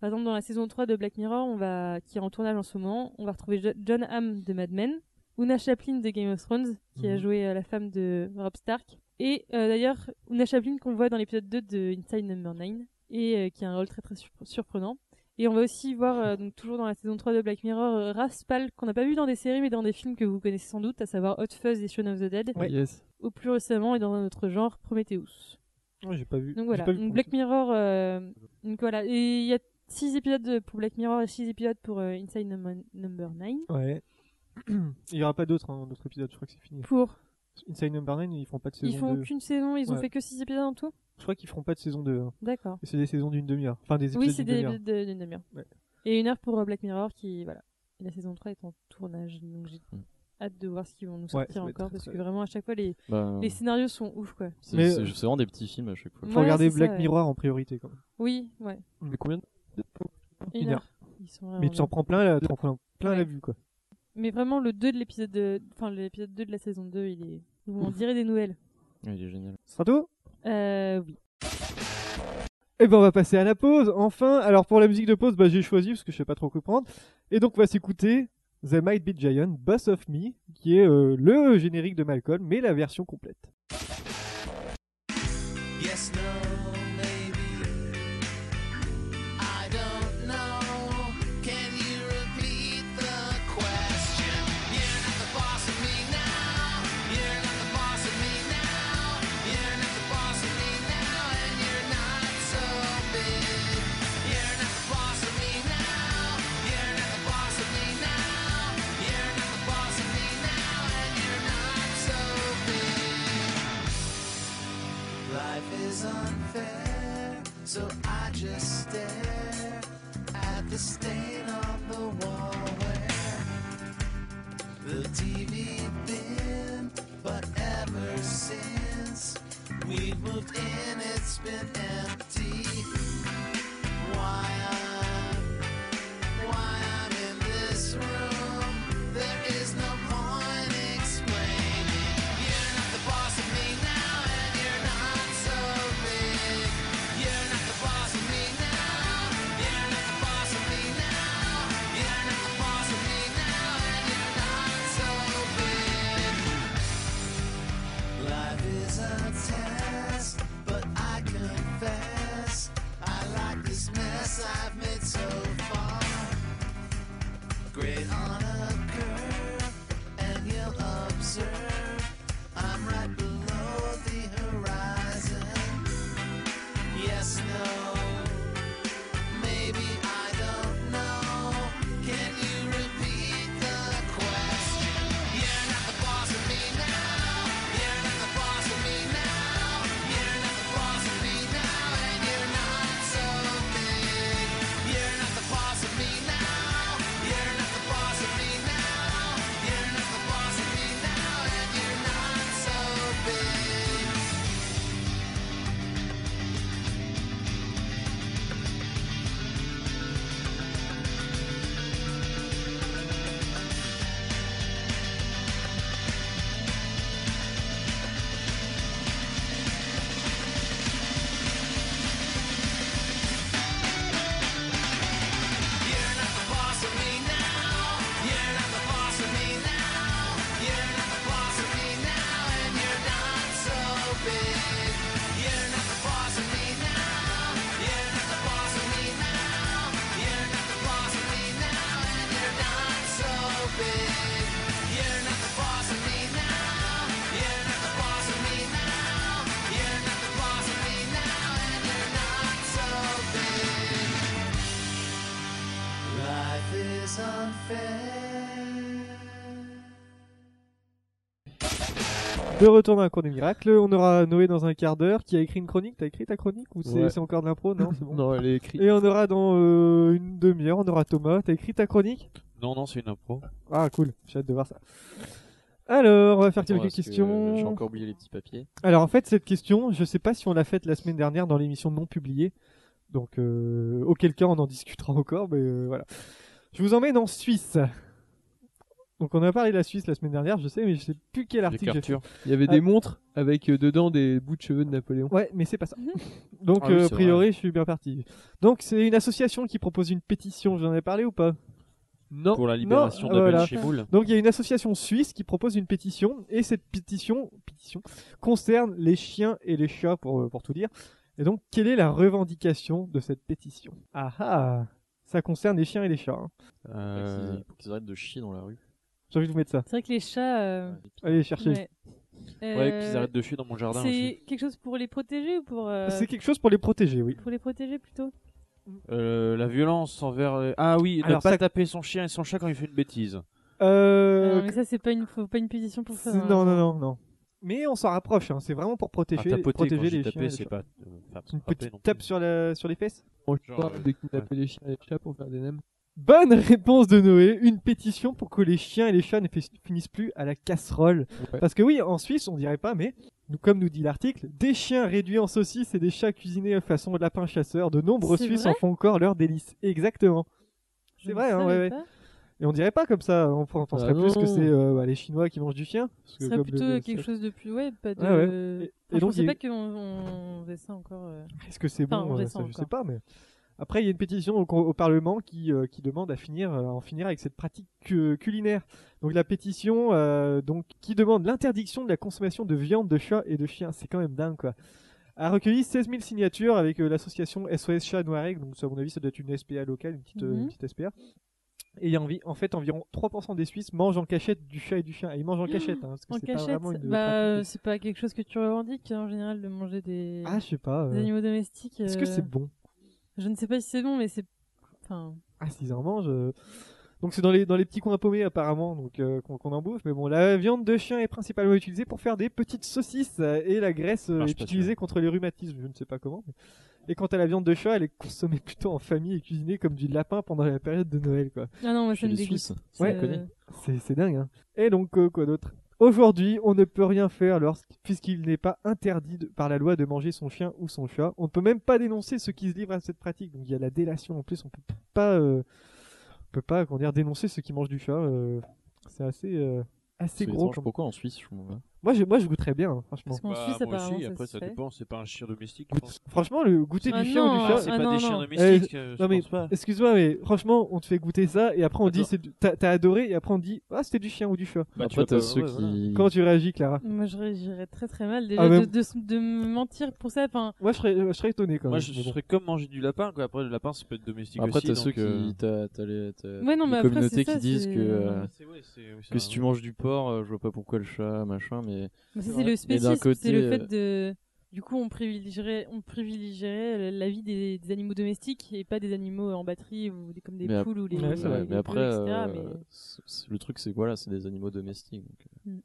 S3: Par exemple, dans la saison 3 de Black Mirror, on va, qui est en tournage en ce moment, on va retrouver Jo- John Hamm de Mad Men, Una Chaplin de Game of Thrones, qui a
S1: Mhm.
S3: joué euh, la femme de Rob Stark, et euh, d'ailleurs Una Chaplin qu'on voit dans l'épisode 2 de Inside Number 9, et euh, qui a un rôle très très surp- surprenant. Et on va aussi voir, euh, donc toujours dans la saison 3 de Black Mirror, euh, Ra's Pal, qu'on n'a pas vu dans des séries, mais dans des films que vous connaissez sans doute, à savoir Hot Fuzz et Shaun of the Dead,
S4: Yes.
S3: ou plus récemment, et dans un autre genre, Prometheus.
S1: Ouais, j'ai pas vu.
S3: Donc
S1: j'ai
S3: voilà,
S1: pas vu
S3: donc
S1: pour
S3: Black Mirror. euh, donc voilà, et il y a 6 épisodes pour Black Mirror et 6 épisodes pour euh, Inside Num- Number 9.
S1: le coup. Ouais. Il y aura pas d'autres, hein, d'autres épisodes, je crois que c'est fini.
S3: Pour.
S1: Inside Number 9, ils feront pas de
S3: Ils
S1: saison
S3: font
S1: 2.
S3: qu'une saison, ils ont
S1: Ouais.
S3: fait que 6 épisodes en tout
S1: Je crois qu'ils feront pas de saison 2. hein.
S3: D'accord.
S1: C'est des saisons d'une demi-heure. Enfin, des épisodes
S3: Oui, c'est
S1: d'une
S3: des
S1: demi-heure.
S3: épisodes de- d'une demi-heure.
S1: Ouais.
S3: Et une heure pour euh, Black Mirror qui, voilà. Et la saison 3 est en tournage, donc j'ai
S5: Mm.
S3: hâte de voir ce qu'ils vont nous
S1: Ouais, ça
S3: sortir
S1: va être
S3: encore,
S1: très,
S3: parce
S1: très
S3: que vraiment à chaque fois les,
S5: Bah,
S3: les scénarios sont ouf quoi.
S5: c'est
S1: Mais-
S5: c'est- c'est vraiment des petits films à chaque fois.
S1: Faut
S3: Ouais,
S1: regarder
S3: c'est
S1: Black
S3: ça, ouais.
S1: Mirror en priorité quand même.
S3: Oui, ouais.
S4: Mais combien de-
S3: Une,
S1: Une
S3: heure. Ils sont vraiment
S1: Mais tu t'en
S3: bien.
S1: prends plein, la- t'en prends plein
S3: Ah Ouais.
S1: la vue quoi.
S3: Mais vraiment le 2 de l'épisode de... Enfin, l'épisode 2 de la saison 2, il est... On dirait des nouvelles.
S5: Ouais, il est génial.
S1: sera tout
S3: Euh, oui.
S1: Et ben on va passer à la pause, enfin. Alors pour la musique de pause, bah, j'ai choisi parce que je sais pas trop quoi prendre. Et donc on va s'écouter The Might Be Giant, Boss of Me, qui est euh, le générique de Malcolm, mais la version complète.
S7: Yes, no, maybe. I don't know. Can you repeat the question? You're not the boss of me now. You're not the boss of me now. You're not the boss of me now. And you're not so big. You're not the boss of me now. You're not the boss of me now. You're not the boss of me now. And you're not so big. Life is unfair, so I just stare at the stain on the wall where the TV been. But ever since we moved in, it's been empty. Why I'm, why I'm in this room? There is no point explaining. You're not the boss of me now, and you're not so big. You're not the boss of me now. You're not the boss of me now. You're not the boss of me now, and you're not so big. Life is a test, but I confess
S1: De retour dans la cour des miracles, on aura Noé dans un quart d'heure qui a écrit une chronique. T'as écrit ta chronique ou c'est
S4: Ouais.
S1: c'est encore de l'impro Non, c'est bon.
S4: Non, elle est écrite.
S1: Et on aura dans euh, une demi-heure, on aura Thomas. T'as écrit ta chronique
S6: Non, non, c'est une impro.
S1: Ah, cool, j'ai hâte de voir ça. Alors, on va faire
S8: Attends,
S1: quelques
S8: parce que euh,
S1: questions.
S8: J'ai encore oublié les petits papiers.
S1: Alors en fait cette question, je sais pas si on l'a faite la semaine dernière dans l'émission non publiée, donc euh, auquel cas on en discutera encore, mais euh, voilà. Je vous emmène en Suisse. Donc on a parlé de la Suisse la semaine dernière, je sais, mais je sais plus quel
S6: Avec
S1: article. j'ai fait.
S6: Arthur.
S4: Il y avait
S1: Ah.
S4: des montres avec euh, dedans des bouts de cheveux de Napoléon.
S1: Ouais, mais c'est pas ça. Donc
S8: Ah oui,
S1: euh, a
S8: c'est
S1: priori je suis bien parti. Donc c'est une association qui propose une pétition, j'en ai parlé ou pas Non.
S6: Pour la
S1: Non,
S6: libération de
S1: voilà.
S6: Ben Chiboul.
S1: Donc il y a une association suisse qui propose une pétition et cette pétition, pétition concerne les chiens et les chats pour, euh, pour tout dire. Et donc quelle est la revendication de cette pétition Ah ah Ça concerne les chiens et les chats. hein.
S6: Euh,
S8: Faut qu'ils arrêtent de chier dans la rue.
S1: J'ai envie de vous mettre ça.
S3: C'est vrai que les chats. euh,
S1: Allez chercher.
S3: ouais.
S6: Ouais,
S3: Euh,
S6: qu'ils arrêtent de chier dans mon jardin aussi.
S3: C'est quelque chose pour les protéger ou pour. euh,
S1: C'est quelque chose pour les protéger, oui.
S3: Pour les protéger plutôt.
S6: Euh, la violence envers. les- Ah oui, ne
S1: Alors,
S6: pas
S1: ça-
S6: taper son chien et son chat quand il fait une bêtise.
S1: Euh,
S3: Ah non, mais ça, c'est pas une, faut pas une pétition pour ça.
S1: c'est-
S3: hein.
S1: non, non, non, non. Mais on s'en rapproche, hein. c'est vraiment pour
S6: Ah,
S1: protéger,
S6: tapoter,
S1: protéger
S6: quand je
S1: les
S6: dis
S1: chiens. et
S6: taper,
S1: les
S6: c'est
S1: chats.
S6: pas. euh, enfin,
S1: Une
S6: frapper non
S1: petite
S6: plus.
S1: tape sur, la, sur les fesses
S4: On
S6: Genre,
S4: parle
S6: euh,
S4: de kidnapper les chiens et les chats pour faire des nems.
S1: Bonne réponse de Noé, une pétition pour que les chiens et les chats ne fi- finissent plus à la casserole.
S4: Ouais.
S1: Parce que oui, en Suisse, on dirait pas, mais nous- comme nous dit l'article, des chiens réduits en saucisses et des chats cuisinés façon lapin chasseur, de nombreux
S3: C'est
S1: Suisses
S3: vrai
S1: en font encore leur délice. Exactement.
S3: Je
S1: C'est
S3: ne
S1: vrai, hein,
S3: savais
S1: ouais,
S3: pas.
S1: Et on dirait pas comme ça, on on penserait
S4: Ah
S1: plus que
S4: non.
S1: c'est euh, bah, les Chinois qui mangent du chien. Parce que
S3: Ce serait
S1: comme
S3: plutôt
S1: le-
S3: quelque chose de plus. Ouais, pas de.
S1: Ah ouais. Et-
S3: Enfin,
S1: et
S3: je
S1: donc,
S3: pensais
S1: il y a
S3: pas qu'on on faisait ça encore. euh.
S1: Est-ce que c'est
S3: Enfin, on
S1: bon euh,
S3: verra
S1: ça,
S3: ça
S1: Je sais
S3: encore.
S1: pas, mais après il y a une pétition au, au Parlement qui, euh, qui demande à finir, euh, à en finir avec cette pratique cu- culinaire. Donc la pétition, euh, donc qui demande l'interdiction de la consommation de viande de chat et de chien. C'est quand même dingue, quoi. A recueilli 16 000 signatures avec euh, l'association SOS Chat Noireg. Donc ça, à mon avis, ça doit être une SPA locale, une petite, euh, une
S3: Mhm.
S1: petite SPA. Et il y a envi- en fait environ 3% des Suisses mangent en cachette du chat et du chien. Et ils mangent en cachette, hein, parce que
S3: En
S1: c'est pas
S3: cachette,
S1: vraiment une
S3: bah,
S1: pratique.
S3: euh, c'est pas quelque chose que tu revendiques hein, en général de manger des,
S1: Ah, je sais pas.
S3: des
S1: euh,
S3: animaux domestiques.
S1: Est-ce
S3: euh,
S1: que c'est bon
S3: Je ne sais pas si c'est bon, mais c'est. Enfin,
S1: Ah, s'ils en mangent. euh. Donc c'est dans les, dans les petits coins paumés apparemment donc euh, qu'on qu'on en bouffe. Mais bon, la viande de chien est principalement utilisée pour faire des petites saucisses euh, et la graisse euh,
S6: Marche
S1: est
S6: pas,
S1: utilisée contre les rhumatismes, je ne sais pas comment. mais- Et quant à la viande de chat, elle est consommée plutôt en famille et cuisinée comme du lapin pendant la période de Noël quoi.
S3: ah non, moi ça
S8: Chez
S3: me
S8: les
S3: dégoûte. euh,
S8: Suisses.
S3: Ça-
S1: Ouais, C'est c'est dingue hein. Et donc euh, quoi d'autre Aujourd'hui, on ne peut rien faire lorsqu- puisqu'il n'est pas interdit de- par la loi de manger son chien ou son chat. On ne peut même pas dénoncer ceux qui se livrent à cette pratique. Donc il y a la délation en plus. On peut pas, euh, on peut pas comment dire, dénoncer ceux qui mangent du chat. euh, c'est assez, euh, assez
S8: C'est
S1: gros.
S8: étrange.
S1: comme-
S8: Pourquoi en Suisse je hein. comprends pas.
S1: Moi, je, moi, je goûterais bien, hein, franchement.
S3: Parce qu'en
S6: Bah,
S3: Suisse,
S6: moi
S3: apparemment,
S6: aussi,
S3: ça
S6: après
S3: se
S6: ça
S3: fait.
S6: dépend, c'est pas un chien domestique. je
S1: Goûte-
S6: pense.
S1: Franchement, le goûter
S3: Ah
S1: du chien ou
S3: non,
S1: du
S6: Ah,
S1: chat.
S6: c'est
S3: ah
S6: pas
S3: non,
S6: des chiens
S3: non.
S6: domestiques, euh, je
S1: non, mais-
S6: pense pas.
S1: Excuse-moi, mais franchement, on te fait goûter ça et après on dit
S6: Attends.
S1: c'est du- t'as t'as adoré et après on dit ah c'était du chien ou du chat.
S8: Bah,
S6: tu vois,
S8: Après, t'as
S6: t'as-
S8: ceux
S6: ouais,
S8: qui.
S1: Comment tu réagis, Clara
S3: Moi, je réagirais très très mal déjà
S1: Ah,
S3: de,
S1: même-
S3: de, se- de me mentir pour ça. Enfin,
S1: Moi, je serais, je serais étonné quand même.
S6: Moi, je,
S1: mais bon.
S6: serais comme manger du lapin. Quoi. Après, le lapin, ça peut être domestique
S8: Après,
S6: aussi.
S8: t'as ceux
S6: donc, euh,
S8: qui. T'as t'as les t'as
S3: Ouais, non,
S8: les
S3: mais après, c'est
S8: communautés
S3: ça,
S8: qui disent
S3: c'est-
S8: que. euh,
S6: C'est ouais, c'est- oui, c'est
S8: Que
S6: un-
S8: si tu manges du porc, euh, je vois pas pourquoi le chat, machin, mais.
S3: ça,
S1: C'est
S3: c'est
S1: vrai.
S8: Mais
S3: le
S8: d'un
S3: spécisme, c'est le
S8: côté, euh,
S3: fait de. Du coup, on privilégierait, on privilégierait la vie des, des animaux domestiques et pas des animaux en batterie ou des, comme des
S8: Mais ap-
S3: poules ou les.
S1: Ouais, c'est
S3: les
S1: vrai.
S3: bœufs,
S8: mais après,
S3: etc.,
S8: euh,
S3: mais-
S8: c'est- c'est- le truc, c'est que voilà, c'est des animaux domestiques. donc, euh,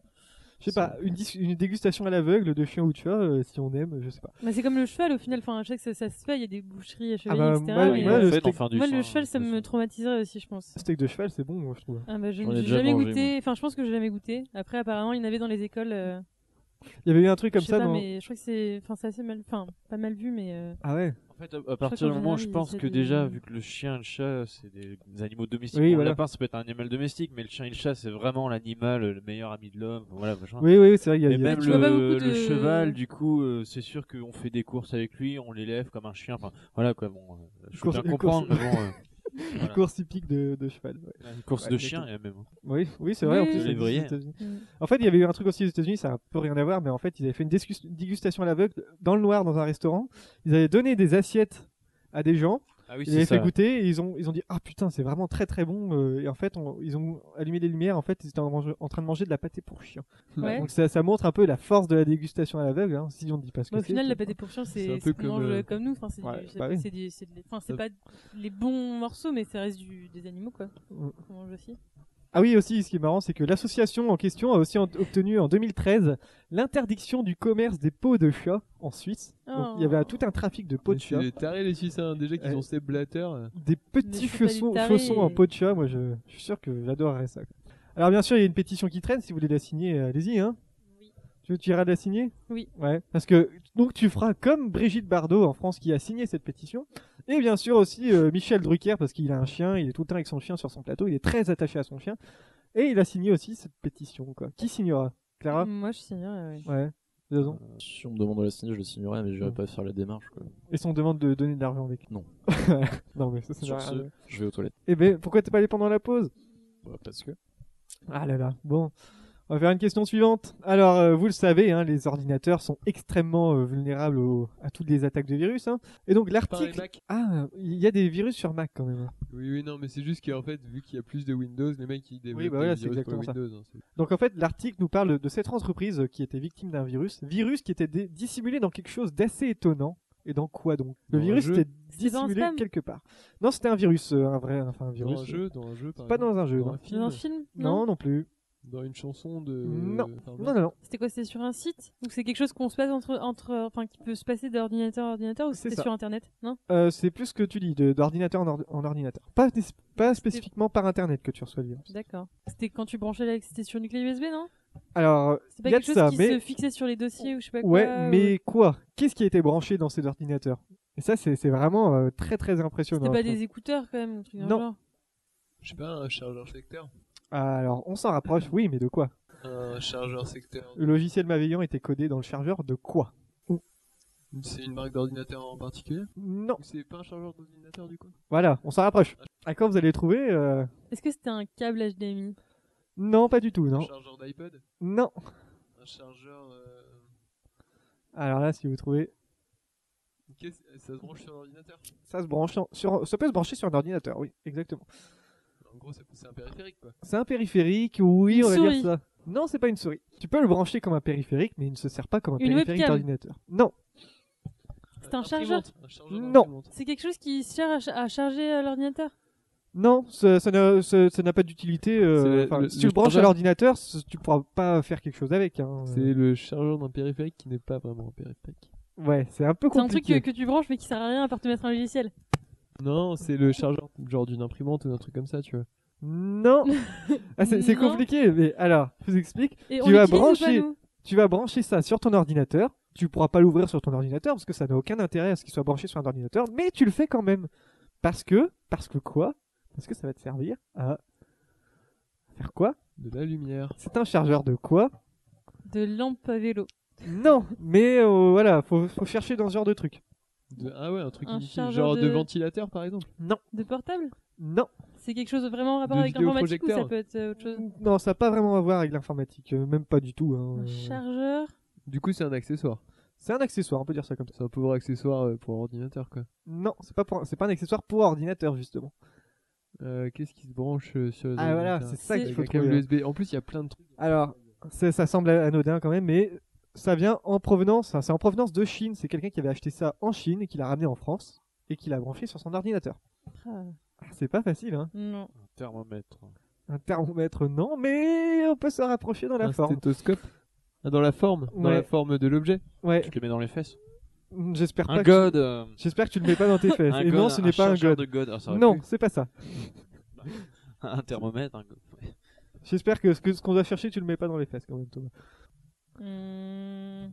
S1: Je sais pas, une, dis- une dégustation à l'aveugle de chien ou de chat, euh, si on aime, je sais pas.
S3: Mais bah, c'est comme le cheval au final. Enfin, je sais que ça, ça se fait. Il y a des boucheries à chevalier,
S1: bah,
S3: etc.
S1: moi,
S3: mais-
S1: moi,
S6: en
S1: le
S6: fait,
S1: steak-
S6: enfin, du
S3: Moi,
S6: sang,
S3: le cheval, ça
S6: de
S3: me
S6: toute
S3: traumatiserait aussi, je pense.
S1: Steak de cheval, c'est bon, moi, je trouve.
S3: Ah bah, je
S8: J'en ai
S3: n'ai
S8: déjà
S3: jamais
S8: mangé,
S3: goûté. Enfin, je pense que j'ai jamais goûté. Après, apparemment, il y en avait dans les écoles. euh,
S1: Il y avait eu un truc comme
S3: je sais
S1: ça
S3: pas,
S1: dans.
S3: mais je crois que c'est. Enfin, c'est assez mal. Enfin, pas mal vu, mais. euh,
S1: Ah ouais.
S6: façon. En fait, à- à partir du
S3: qu'en
S6: moment où
S3: général,
S6: je
S3: ils
S6: pense
S3: essaient
S6: que
S3: de-
S6: déjà, vu que le chien et le chat, c'est des des animaux domestiques.
S1: Oui,
S6: bon,
S1: voilà.
S6: Le lapin, ça peut être un animal domestique, mais le chien et le chat, c'est vraiment l'animal, euh, le meilleur ami de l'homme. Voilà, machin.
S1: Oui, oui, oui, c'est vrai, il y a-
S6: Et
S1: il y a.
S6: même
S3: tu vois pas
S6: le,
S3: beaucoup
S6: le
S3: de-
S6: cheval, du coup, euh, c'est sûr qu'on fait des courses avec lui, on l'élève comme un chien. Enfin, voilà quoi. Bon, euh, je peux
S1: Course-
S6: bien
S1: une
S6: comprendre,
S1: course-
S6: mais bon, euh,
S1: Une
S6: voilà.
S1: course typique de, de cheval. ouais.
S6: Une course
S1: Ouais,
S6: de
S1: exactement.
S6: chien, il y a même. hein.
S1: Oui, oui, c'est vrai. en
S3: Oui,
S1: plus,
S3: oui.
S1: ça existe aux
S6: Lévrier.
S1: États-Unis.
S3: Mm.
S1: En fait, il y avait eu un truc aussi aux États-Unis, ça n'a un peu rien à voir, mais en fait, ils avaient fait une discus- dégustation à l'aveugle dans le noir dans un restaurant. Ils avaient donné des assiettes à des gens,
S6: Ah oui,
S1: ils avaient fait goûter, et ils ont, ils ont dit ah putain, c'est vraiment très très bon. euh, Et en fait, on- ils ont allumé les lumières, en fait, ils étaient en, mange- en train de manger de la pâté pour chien.
S4: Bah,
S3: Ouais.
S1: Donc ça, ça montre un peu la force de la dégustation à l'aveugle, hein, si on ne dit pas ce que
S3: Bah, au
S1: c'est,
S3: final,
S1: quoi.
S3: la pâté pour chien,
S4: C'est
S3: c'est
S4: un
S3: ce
S4: peu
S3: qu'on
S4: comme,
S3: mange
S4: euh,
S3: comme nous. Enfin, c'est
S1: ouais,
S3: du- c'est
S1: bah oui.
S3: c'est des- c'est des- enfin, c'est
S1: Ça-
S3: pas les bons morceaux, mais ça reste du- des animaux, quoi.
S1: Mm.
S3: Qu'on mange aussi.
S1: Ah oui, aussi, ce qui est marrant, c'est que l'association en question a aussi en- obtenu en 2013 l'interdiction du commerce des peaux de chat en Suisse. Donc, il y
S3: Oh.
S1: avait un- tout un trafic de peaux de chat.
S4: C'est taré les Suisses, hein. déjà qu'ils
S1: Ouais.
S4: ont ces blatters.
S1: Des petits
S3: Mais faut pas
S1: faussons,
S3: les tarer.
S1: faussons en peau de chat, moi je, je suis sûr que j'adorerais ça. quoi. Alors bien sûr, il y a une pétition qui traîne, si vous voulez la signer, euh, allez-y. Hein tu, tu iras la signer
S3: Oui.
S1: Ouais, parce que donc tu feras comme Brigitte Bardot en France qui a signé cette pétition, et bien sûr aussi euh, Michel Drucker, parce qu'il a un chien, il est tout le temps avec son chien sur son plateau, il est très attaché à son chien, et il a signé aussi cette pétition. quoi. Qui signera Clara
S3: Moi, je signerais, ouais.
S1: Ouais. Jason
S8: euh, Si on me demande de la signer, je la signerai, mais je vais
S1: Mm.
S8: pas faire la démarche. quoi.
S1: Et si on demande de donner de l'argent avec
S8: Non.
S1: non, mais ça, c'est
S8: Sur ce, je vais aux toilettes.
S1: Eh ben, pourquoi t'es pas allé pendant la pause
S8: Bah, parce que.
S1: Ah là là, bon. On va faire une question suivante. Alors, euh, vous le savez, hein, les ordinateurs sont extrêmement euh, vulnérables au- à toutes les attaques de virus. hein. Et donc l'article...
S4: Mac.
S1: Ah, il y a des virus sur Mac quand même.
S4: Oui, oui, non, mais c'est juste qu'en fait, vu qu'il y a plus de Windows, les mecs ils développent
S1: bah voilà,
S4: des
S1: c'est
S4: virus pour
S1: exactement ça.
S4: Windows. hein. C'est-
S1: Donc en fait, l'article nous parle de cette entreprise qui était victime d'un virus. Virus qui était dé- dissimulé dans quelque chose d'assez étonnant. Et dans quoi donc Le
S4: Dans un
S1: virus
S4: jeu
S1: était
S3: C'était dans un
S1: dissimulé
S3: spam
S1: quelque part. Non, c'était un virus, euh, un vrai, enfin un virus.
S4: Dans un jeu, dans un jeu, par
S1: Pas
S4: exemple.
S1: dans un jeu.
S4: dans
S1: non.
S4: un
S3: Dans
S4: film,
S3: un film
S1: Mmh. Non, non plus.
S4: dans une chanson de.
S1: Non.
S4: Enfin,
S1: Non, non, non.
S3: C'était quoi C'était sur un site Ou c'est quelque chose qu'on se passe entre, entre. Enfin, qui peut se passer d'ordinateur à ordinateur ou
S1: C'est
S3: c'était
S1: ça.
S3: sur internet Non
S1: Euh, c'est plus ce que tu dis, de- d'ordinateur en, ordi- en ordinateur. Pas, dé- pas spécifiquement par Internet que tu reçois le virus.
S3: D'accord. C'était quand tu branchais la. C'était sur une clé USB, non
S1: Alors,
S3: C'était
S1: il
S3: pas
S1: y a
S3: quelque
S1: de
S3: chose
S1: ça,
S3: qui
S1: mais
S3: se fixait sur les dossiers ou je sais pas quoi euh,
S1: ouais,
S3: ou-
S1: mais quoi Qu'est-ce qui a été branché dans ces ordinateurs Et ça, c'est c'est vraiment euh, très très impressionnant.
S3: C'était pas
S1: je trouve.
S3: des écouteurs quand même, un truc dans le
S1: Non.
S3: genre.
S9: Je sais pas, un chargeur secteur.
S1: Ah, Alors, on s'en rapproche, oui, mais de quoi
S9: Un Euh, chargeur secteur.
S1: Le logiciel malveillant était codé dans le chargeur de quoi
S9: C'est une marque d'ordinateur en particulier
S1: Non.
S9: Ou C'est pas un chargeur d'ordinateur du coup
S1: Voilà, on s'en rapproche. À quand vous allez le trouver euh,
S3: Est-ce que c'était un câble HDMI
S1: Non, pas du tout,
S9: Un
S1: non.
S9: chargeur d'iPod
S1: Non.
S9: Un chargeur. euh,
S1: Alors là, si vous trouvez,
S9: qu'est-ce- euh, Ça se branche sur l'ordinateur
S1: ça se branche en- sur, ça peut se brancher sur un ordinateur, oui, exactement.
S9: En gros, c'est c'est un périphérique quoi.
S1: C'est un périphérique, oui,
S3: Une
S1: on va
S3: souris.
S1: dire ça. Non, c'est pas une souris. Tu peux le brancher comme un périphérique, mais il ne se sert pas comme un
S3: Une
S1: périphérique
S3: webcam.
S1: d'ordinateur. Non,
S3: C'est un chargeur
S9: Un chargeur
S1: Non.
S9: d'imprimante.
S3: C'est quelque chose qui sert à, cha- à charger euh, l'ordinateur
S1: Non, ça ça n'a ça- ça n'a pas d'utilité. euh,
S4: C'est
S1: enfin,
S4: le-
S1: si
S4: le
S1: tu le branches à
S4: chargeur.
S1: l'ordinateur, c- tu pourras pas faire quelque chose avec. hein.
S4: C'est le chargeur d'un périphérique qui n'est pas vraiment un périphérique.
S1: Ouais, c'est un peu
S3: C'est un truc
S1: compliqué.
S3: que, que tu branches mais qui sert à rien à part te mettre un logiciel.
S4: Non, c'est le chargeur genre d'une imprimante ou d'un truc comme ça, tu vois.
S1: Non, Ah, c'est c'est
S3: Non.
S1: compliqué. Mais alors, je vous explique.
S3: Et
S1: Tu
S3: on
S1: vas
S3: l'utilise ou pas,
S1: brancher-
S3: nous
S1: Tu vas brancher ça sur ton ordinateur. Tu pourras pas l'ouvrir sur ton ordinateur parce que ça n'a aucun intérêt à ce qu'il soit branché sur un ordinateur, mais tu le fais quand même parce que parce que quoi Parce que ça va te servir à faire quoi
S4: De la lumière.
S1: C'est un chargeur de quoi
S3: De lampe à vélo.
S1: Non, mais euh, voilà, faut, faut chercher dans ce genre de truc.
S4: De- Ah ouais, un truc
S3: Un
S4: inutile.
S3: chargeur
S4: Genre de...
S3: de-
S4: ventilateur par exemple.
S3: De portable
S1: Non.
S3: C'est quelque chose vraiment en rapport
S4: De
S3: avec l'informatique ou ça
S4: vidéoprojecteur.
S3: peut être euh, autre chose
S1: Non, ça n'a pas vraiment à voir avec l'informatique, euh, même pas du tout. hein.
S3: Un chargeur
S4: Du coup, c'est un accessoire.
S1: C'est un accessoire, on peut dire ça comme ça.
S4: C'est un pauvre accessoire euh, pour ordinateur quoi.
S1: Non, c'est pas pour- c'est pas un accessoire pour ordinateur justement.
S4: Euh, Qu'est-ce qui se branche euh, sur les
S1: Ah voilà,
S4: ordinateurs
S1: c'est ça
S3: C'est-
S1: qu'il
S4: Avec
S1: faut
S4: un câble
S1: trouver. hein.
S4: USB. En plus, il y a plein de trucs.
S1: Alors, ça ça semble anodin quand même, mais ça vient en provenance, enfin, c'est en provenance de Chine. C'est quelqu'un qui avait acheté ça en Chine et qui l'a ramené en France et qui l'a branché sur son ordinateur.
S3: Ah,
S1: Ah, C'est pas facile, hein.
S3: Non.
S6: Un thermomètre.
S1: Un thermomètre, non, mais on peut se rapprocher dans la
S4: un
S1: forme.
S4: stéthoscope. Ah, dans la forme. Dans
S1: Ouais.
S4: la forme de l'objet.
S1: Ouais, mm,
S6: Tu te le mets dans les fesses
S1: j'espère pas.
S6: Un
S1: que tu-
S6: god euh,
S1: J'espère que tu le mets pas dans tes fesses.
S6: un
S1: et
S6: god,
S1: non, ce n'est pas un
S6: chargeur
S1: god.
S6: de god. Ah, ça aurait
S1: Non,
S6: pu.
S1: c'est pas ça.
S6: Un thermomètre, un god. Ouais.
S1: J'espère que ce que- ce qu'on doit chercher, tu le mets pas dans les fesses quand même, Thomas.
S3: Hum,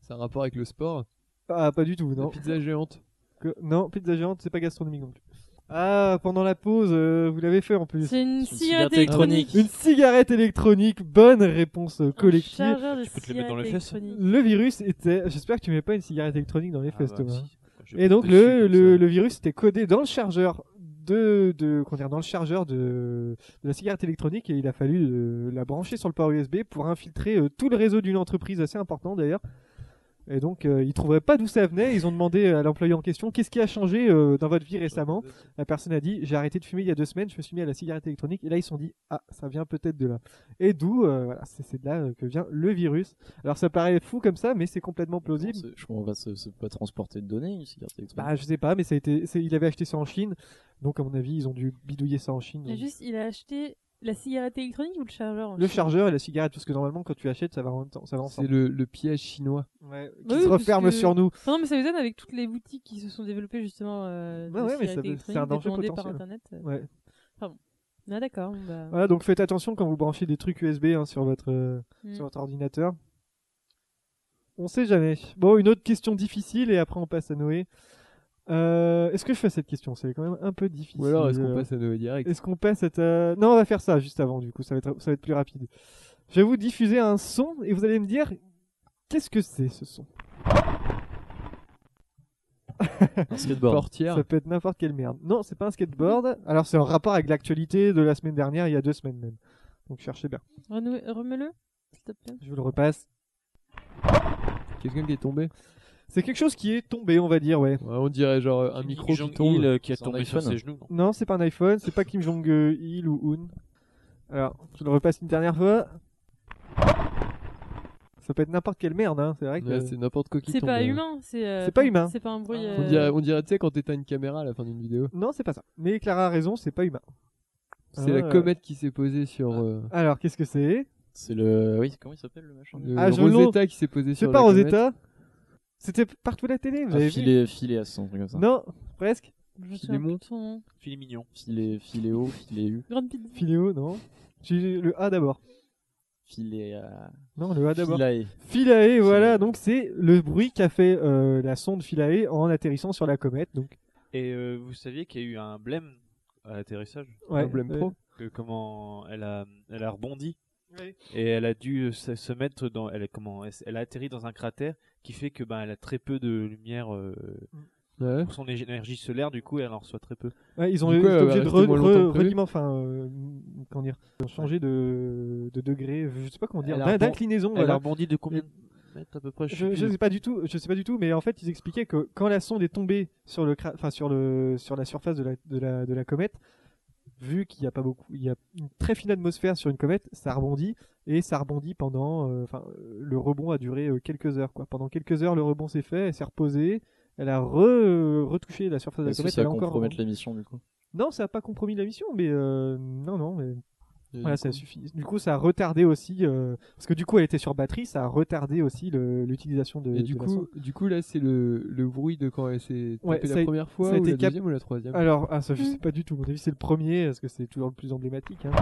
S4: C'est un rapport avec le sport.
S1: Ah, pas du tout,
S4: La
S1: non.
S4: pizza géante.
S1: Que- Non, pizza géante, c'est pas gastronomique non plus. Ah, pendant la pause, euh, vous l'avez fait en plus.
S3: C'est une
S5: C'est
S3: cigarette
S5: une cigarette
S3: électronique.
S1: Une cigarette électronique, bonne réponse
S3: Oh,
S1: euh,
S3: Un
S1: collective.
S3: chargeur de
S6: Tu peux te le mettre dans
S3: cigarette
S6: les fesses
S3: électronique.
S1: Le virus était. J'espère que tu mets pas une cigarette électronique dans les
S6: Ah
S1: fesses,
S6: bah,
S1: Thomas.
S6: si. Je vais
S1: Et donc
S6: dessus
S1: le,
S6: comme
S1: le,
S6: ça.
S1: le virus était codé dans le chargeur de, de comment dire, dans le chargeur de, de la cigarette électronique et il a fallu euh, la brancher sur le port USB pour infiltrer euh, tout le réseau d'une entreprise assez importante d'ailleurs Et donc, euh, ils trouvaient pas d'où ça venait. Ils ont demandé à l'employé en question qu'est-ce qui a changé euh, dans votre vie récemment. La personne a dit j'ai arrêté de fumer il y a deux semaines, je me suis mis à la cigarette électronique. Et là, ils se sont dit ah, ça vient peut-être de là. Et d'où, euh, voilà, c'est c'est de là euh, que vient le virus. Alors, ça paraît fou comme ça, mais c'est complètement plausible.
S8: C'est- Je comprends pas, ça ça peut pas transporter de données, une cigarette électronique.
S1: Bah, je sais pas, mais ça a été, c'est- il avait acheté ça en Chine. Donc, à mon avis, ils ont dû bidouiller ça en Chine.
S3: Mais Juste, il a acheté la cigarette électronique ou le chargeur en
S1: Le
S3: fait
S1: chargeur et la cigarette, parce que normalement, quand tu achètes, ça va en même temps. Ça va
S4: C'est
S1: ensemble.
S4: le, le piège chinois.
S1: Ouais, qui
S3: Bah oui,
S1: se
S3: parce
S1: referme
S3: que-
S1: sur nous.
S3: Enfin, non, mais ça vous aide avec toutes les boutiques qui se sont développées justement. Euh, de
S1: Ouais, ouais, mais
S3: cigarettes
S1: ça peut-
S3: électroniques
S1: c'est un danger
S3: dépendées par
S1: potentiel.
S3: internet. euh.
S1: Ouais.
S3: Ah, d'accord. bon, bah,
S1: Voilà, donc faites attention quand vous branchez des trucs USB hein, sur, votre, euh,
S3: Mm.
S1: sur votre ordinateur. On sait jamais. Bon, une autre question difficile et après on passe à Noé. Euh, est-ce que je fais cette question C'est quand même un peu difficile.
S4: Ou alors, est-ce qu'on
S1: Euh,
S4: passe à Noé direct
S1: est-ce qu'on passe à ta- Non, on va faire ça juste avant du coup, ça va être, ça va être plus rapide. Je vais vous diffuser un son et vous allez me dire qu'est-ce que c'est ce son
S8: Un skateboard.
S4: Portière.
S1: Ça peut être n'importe quelle merde. Non, c'est pas un skateboard. Alors c'est en rapport avec l'actualité de la semaine dernière, il y a deux semaines même. Donc cherchez bien.
S3: renou- Remets-le, s'il te plaît.
S1: Je vous le repasse.
S4: Quelqu'un qui est tombé
S1: C'est quelque chose qui est tombé, on va dire, ouais.
S4: Ouais, On dirait genre euh, un
S6: Kim
S4: micro qui
S6: Jong-il,
S4: tombe.
S6: euh, qui a
S8: Son
S6: tombé sur
S8: iPhone.
S6: ses genoux. non
S1: Non, c'est pas un iPhone, c'est pas Kim Jong-il ou Un. Alors, je le repasse une dernière fois. Ça peut être n'importe quelle merde, hein, c'est vrai que.
S4: Ouais, C'est n'importe quoi qui
S3: C'est
S4: tombe. hein.
S3: pas
S4: ouais.
S3: humain. C'est euh,
S1: C'est pas humain.
S3: C'est pas un bruit.
S4: On
S3: euh,
S4: dirait, on dirait, tu sais, quand t'éteins une caméra à la fin d'une vidéo.
S1: Non, c'est pas ça. Mais Clara a raison, c'est pas humain.
S4: C'est
S1: Ah,
S4: la
S1: ouais. Ah.
S4: comète qui s'est posée sur. euh,
S1: Alors, qu'est-ce que c'est
S8: C'est le. Oui, comment il s'appelle le machin
S4: le
S1: Ah, je
S4: Rosetta qui s'est posée sur.
S1: C'est pas
S4: la comète.
S1: Rosetta C'était partout la télé, Ah, vous avez
S8: Un
S1: vu
S8: filet, filet à son, un truc comme ça.
S1: Non, presque.
S3: Je me
S4: Filémon.
S3: souviens plus de son nom.
S6: Filet mignon.
S8: Filet, filet haut, filet U,
S3: Grande pizza.
S1: Filéo, non. J'ai le A d'abord.
S8: filet à.
S1: Non, le A Ah, d'abord.
S8: Filae.
S1: Philae, voilà,
S8: Philae.
S1: donc c'est le bruit qu'a fait euh, la sonde Philae en atterrissant sur la comète. Donc,
S6: Et euh, vous saviez qu'il y a eu un blême à l'atterrissage
S1: ouais,
S4: Problème
S1: euh,
S4: pro.
S6: que comment elle a elle a rebondi et elle a dû euh, se, se mettre dans elle a- comment elle, s- elle a atterri dans un cratère qui fait que ben elle a très peu de lumière euh,
S4: Ouais.
S6: pour son ég- énergie solaire du coup elle en reçoit très peu.
S1: Ouais, ils ont
S4: Du
S1: ils
S4: coup,
S1: sont
S4: elle va
S1: obligés de
S4: rester
S1: re-
S4: moins longtemps
S1: re-
S4: que prévu.
S1: redimen- enfin, euh, comment dire, ils ont changé de, de degré, je sais pas comment dire,
S6: Elle a
S1: d'in-
S6: rebond-
S1: d'inclinaison.
S6: Elle a
S1: Voilà. Euh,
S6: rebondi de combien de mètres à peu près
S1: Je,
S6: sais
S1: je
S6: plus.
S1: sais pas du tout, je sais pas du tout, mais en fait ils expliquaient que quand la sonde est tombée sur le, cra- enfin sur le, sur la surface de la, de la, de la comète, vu qu'il y a pas beaucoup, il y a une très fine atmosphère sur une comète, ça rebondit et ça rebondit pendant, euh, enfin euh, le rebond a duré euh, quelques heures quoi. Pendant quelques heures le rebond s'est fait, elle s'est reposée, elle a re- retouché la surface de la
S8: Est-ce que
S1: comète,
S8: ça
S1: elle
S8: va
S1: a encore
S8: compromettre
S1: rebondi.
S8: l'émission du coup
S1: Non, ça n'a pas compromis la mission, mais euh, non, non, mais
S4: Et
S1: voilà,
S4: du
S1: ça
S4: coup,
S1: suffit. Du coup, ça a retardé aussi, euh, parce que du coup, elle était sur batterie, ça a retardé aussi le- l'utilisation de.
S4: Et du
S1: de la
S4: coup, du coup, là, c'est le, le bruit de quand elle s'est tapée
S1: Ouais, ça a-
S4: la première fois,
S1: ça a
S4: ou
S1: été
S4: la
S1: cap-
S4: deuxième ou la troisième.
S1: Alors, ah, ça, je sais pas du tout. À mon avis, c'est le premier, parce que c'est toujours le plus emblématique. hein.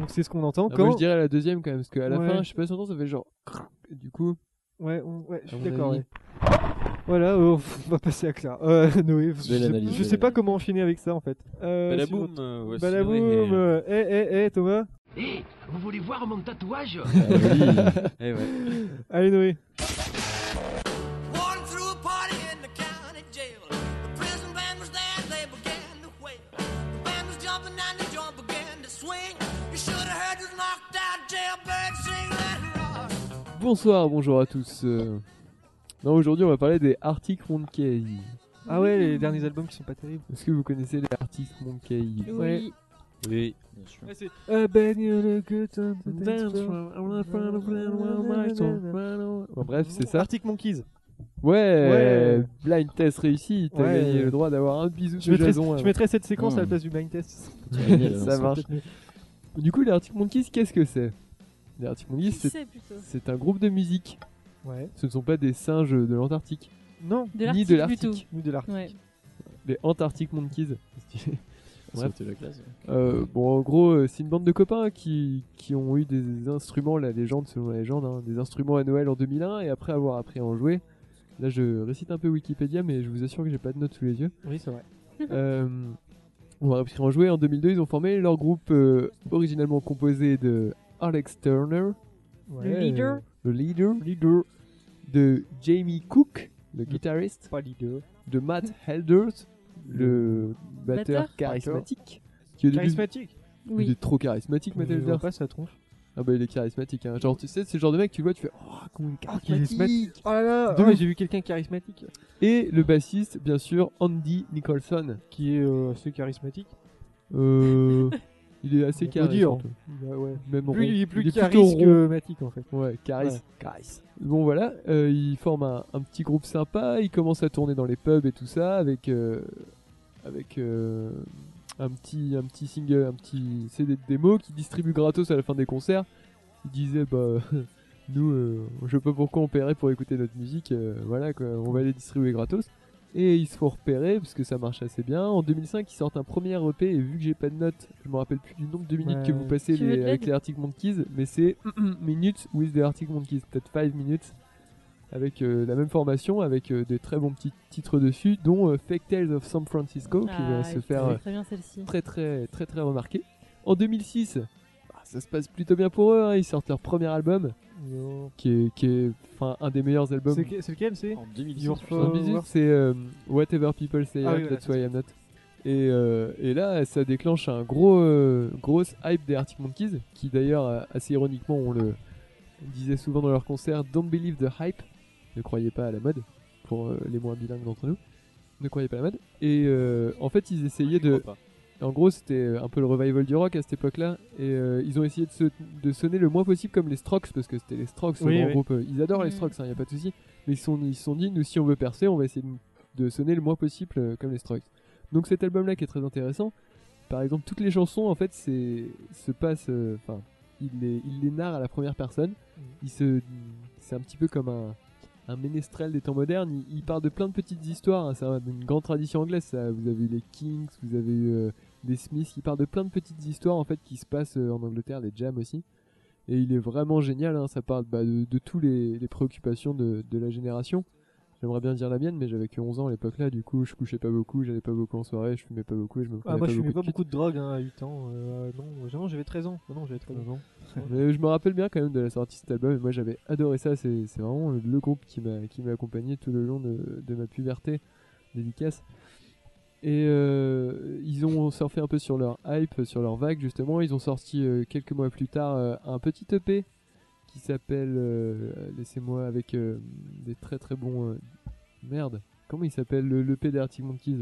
S1: Donc, c'est ce qu'on entend.
S4: Ah,
S1: quand...
S4: moi, je dirais la deuxième quand même, parce qu'à la
S1: Ouais.
S4: fin, je sais pas si on entend, ça fait genre. crrr, et Du coup,
S1: Ouais, on- ouais, je
S4: À
S1: suis
S4: mon
S1: d'accord.
S4: avis.
S1: ouais. Voilà, euh, on va passer à Claire. Euh, Noé, je,
S8: Belle
S1: sais,
S8: analyse,
S1: je
S8: belle
S1: sais pas
S8: analyse.
S1: comment enchaîner avec ça en fait. Euh,
S6: Balaboum.
S1: c'est-
S6: euh, voici
S1: Balaboum.
S6: Noé.
S1: euh, Eh, eh, eh, Thomas.
S7: Vous voulez voir mon tatouage
S6: Eh ouais.
S1: Allez, Noé.
S7: Warden threw a party in the county jail. The prison band was there, they began to wail. The band was jumping and the joint began to swing. You should have heard this knocked out jailbird sing, let it rock.
S4: bonsoir, bonjour à tous. euh. Non, aujourd'hui, on va parler des Arctic Monkeys.
S1: Ah ouais, les derniers albums qui sont pas terribles.
S4: Est-ce que vous connaissez les Arctic Monkeys
S3: Oui.
S1: Ouais.
S8: Oui, bien sûr.
S1: A bagnole que t'as-
S4: Bon, bref, c'est ça.
S1: Arctic Monkeys.
S4: Ouais,
S1: Ouais.
S4: blind test réussi. T'as
S1: Ouais.
S4: gagné le droit d'avoir un bisou
S1: Je
S4: de
S1: mettrai,
S4: Jason. euh.
S1: je mettrai cette séquence à la
S8: Hmm.
S1: place du blind test.
S8: Tu as gagné, là,
S4: Ça
S8: c'est
S4: marche.
S8: peut-être mieux.
S4: Du coup, les Arctic Monkeys, qu'est-ce que c'est Les Arctic Monkeys,
S3: Qui
S4: c'est-
S3: c'est plutôt
S4: c'est un groupe de musique.
S1: Ouais.
S4: Ce ne sont pas des singes de l'Antarctique,
S1: Non,
S3: De
S4: ni de
S3: l'Arctique plutôt.
S4: l'Arctique,
S1: nous de l'art.
S3: Ouais.
S4: les Antarctic Monkeys.
S8: Ça
S4: Bref.
S8: sautait la classe. ouais.
S4: Euh, bon, en gros, euh, c'est une bande de copains qui, qui ont eu des instruments, la légende, selon la légende, hein, des instruments à Noël en 2001 et après avoir appris à en jouer. Là, je récite un peu Wikipédia, mais je vous assure que j'ai pas de notes sous les yeux.
S1: Oui, c'est vrai.
S4: Euh, on va en jouer. En 2002, ils ont formé leur groupe euh, originalement composé de Alex Turner,
S1: Ouais.
S3: leader.
S4: le leader, de Jamie Cook, le guitariste,
S1: Pas leader.
S4: de Matt Helders, le batteur
S3: Batteur.
S4: charismatique, qui au début
S1: Charismatique.
S4: il
S3: Oui.
S4: est trop charismatique, Matt
S1: Je vois
S4: Helders.
S1: pas sa tronche.
S4: Ah bah il est charismatique. Hein. Genre, tu sais, c'est le genre de mec, tu le vois, tu fais Oh, comment il est charismatique
S1: Oh là là
S4: De
S1: ouais,
S4: ouf.
S1: J'ai vu quelqu'un charismatique
S4: Et le bassiste, bien sûr, Andy Nicholson.
S1: qui est euh, assez charismatique.
S4: Euh, il est assez
S1: On peut
S4: carré.
S1: dire.
S4: surtout. Bah ouais, même rond.
S1: Plus, il est plus
S4: plutôt
S1: charismatique
S4: rond.
S1: que matique en fait.
S4: Ouais, charis.
S1: Ouais.
S4: Bon voilà, euh, ils forment un, un petit groupe sympa, ils commencent à tourner dans les pubs et tout ça avec euh, avec euh, un petit un petit single, un petit CD de démo qui distribue gratos à la fin des concerts. Ils disaient bah nous euh, je sais pas pourquoi on paierait pour écouter notre musique, euh, voilà quoi, on va les distribuer gratos. Et ils se font repérer parce que ça marche assez bien. En 2005, ils sortent un premier EP et vu que j'ai pas de notes, je me rappelle plus du nombre de minutes que
S1: Ouais.
S4: vous passez
S3: Tu veux
S4: les-
S3: de
S4: avec
S3: l'aide
S4: les Arctic Monkeys, mais c'est mm, minutes with the Arctic Monkeys, peut-être 5 minutes, avec euh, la même formation, avec euh, des très bons petits titres dessus, dont euh, Fake Tales of San Francisco, qui va
S3: Ah,
S4: se
S3: elle
S4: faire
S3: connaît
S4: euh,
S3: très bien celle-ci.
S4: très très très très remarquer. En 2006, bah, ça se passe plutôt bien pour eux, hein, ils sortent leur premier album, qui est, qui est enfin, un des meilleurs albums.
S1: C'est que- c'est lequel c'est
S4: Oh,
S8: En 2006,
S1: Your
S8: je
S1: Phone.
S8: pense.
S4: En 2006,
S1: Worth.
S4: c'est euh, Whatever People Say,
S1: Ah
S4: I Am,
S1: oui, voilà,
S4: That's Why I'm Not. Et, euh, et là, ça déclenche un gros, euh, grosse hype des Arctic Monkeys, qui d'ailleurs, euh, assez ironiquement, on le disait souvent dans leurs concerts, Don't believe the hype, ne croyez pas à la mode, pour euh, les moins bilingues d'entre nous, ne croyez pas à la mode. Et euh, en fait, ils essayaient de... En gros, c'était euh, un peu le revival du rock à cette époque-là, et euh, ils ont essayé de, se- de sonner le moins possible comme les Strokes, parce que c'était les Strokes, le
S1: Oui,
S4: grand
S1: oui.
S4: groupe. euh, Ils adorent les
S3: Mhm.
S4: Strokes, il n'y a pas de souci. Mais ils se sont, ils se sont dit, nous, si on veut percer, on va essayer de, de sonner le moins possible euh, comme les Strokes. Donc cet album-là qui est très intéressant, par exemple, toutes les chansons, en fait, c'est se passent... euh, Enfin, il, les, il les narre à la première personne. Il se, c'est un petit peu comme un, un ménestrel des temps modernes. Il, il part de plein de petites histoires. hein. C'est un- une grande tradition anglaise. Ça. Vous avez eu les Kings, vous avez eu euh, les Smiths. Il part de plein de petites histoires en fait qui se passent euh, en Angleterre, les jams aussi. Et il est vraiment génial. hein. Ça parle bah, de, de tous les, les préoccupations de, de la génération. J'aimerais bien dire la mienne, mais j'avais que 11 ans à l'époque là. Du coup, je couchais pas beaucoup, j'allais pas beaucoup en soirée, je fumais pas beaucoup, et je me prenais
S1: Ah, moi
S4: pas
S1: je fumais
S4: beaucoup
S1: pas
S4: de
S1: beaucoup de drogue hein, à 8 ans. euh, non, vraiment, j'avais 13 ans. Non, non, j'avais 13 ans.
S4: Mais je me rappelle bien quand même de la sortie de cet album et moi j'avais adoré ça, c'est c'est vraiment le groupe qui m'a qui m'a accompagné tout le long de, de ma puberté, dédicace. Et euh, ils ont surfé un peu sur leur hype, euh, sur leur vague justement, ils ont sorti euh, quelques mois plus tard euh, un petit EP qui s'appelle, euh, laissez-moi, avec euh, des très très bons... euh, merde, comment il s'appelle le, l'EP des Arctic Monkeys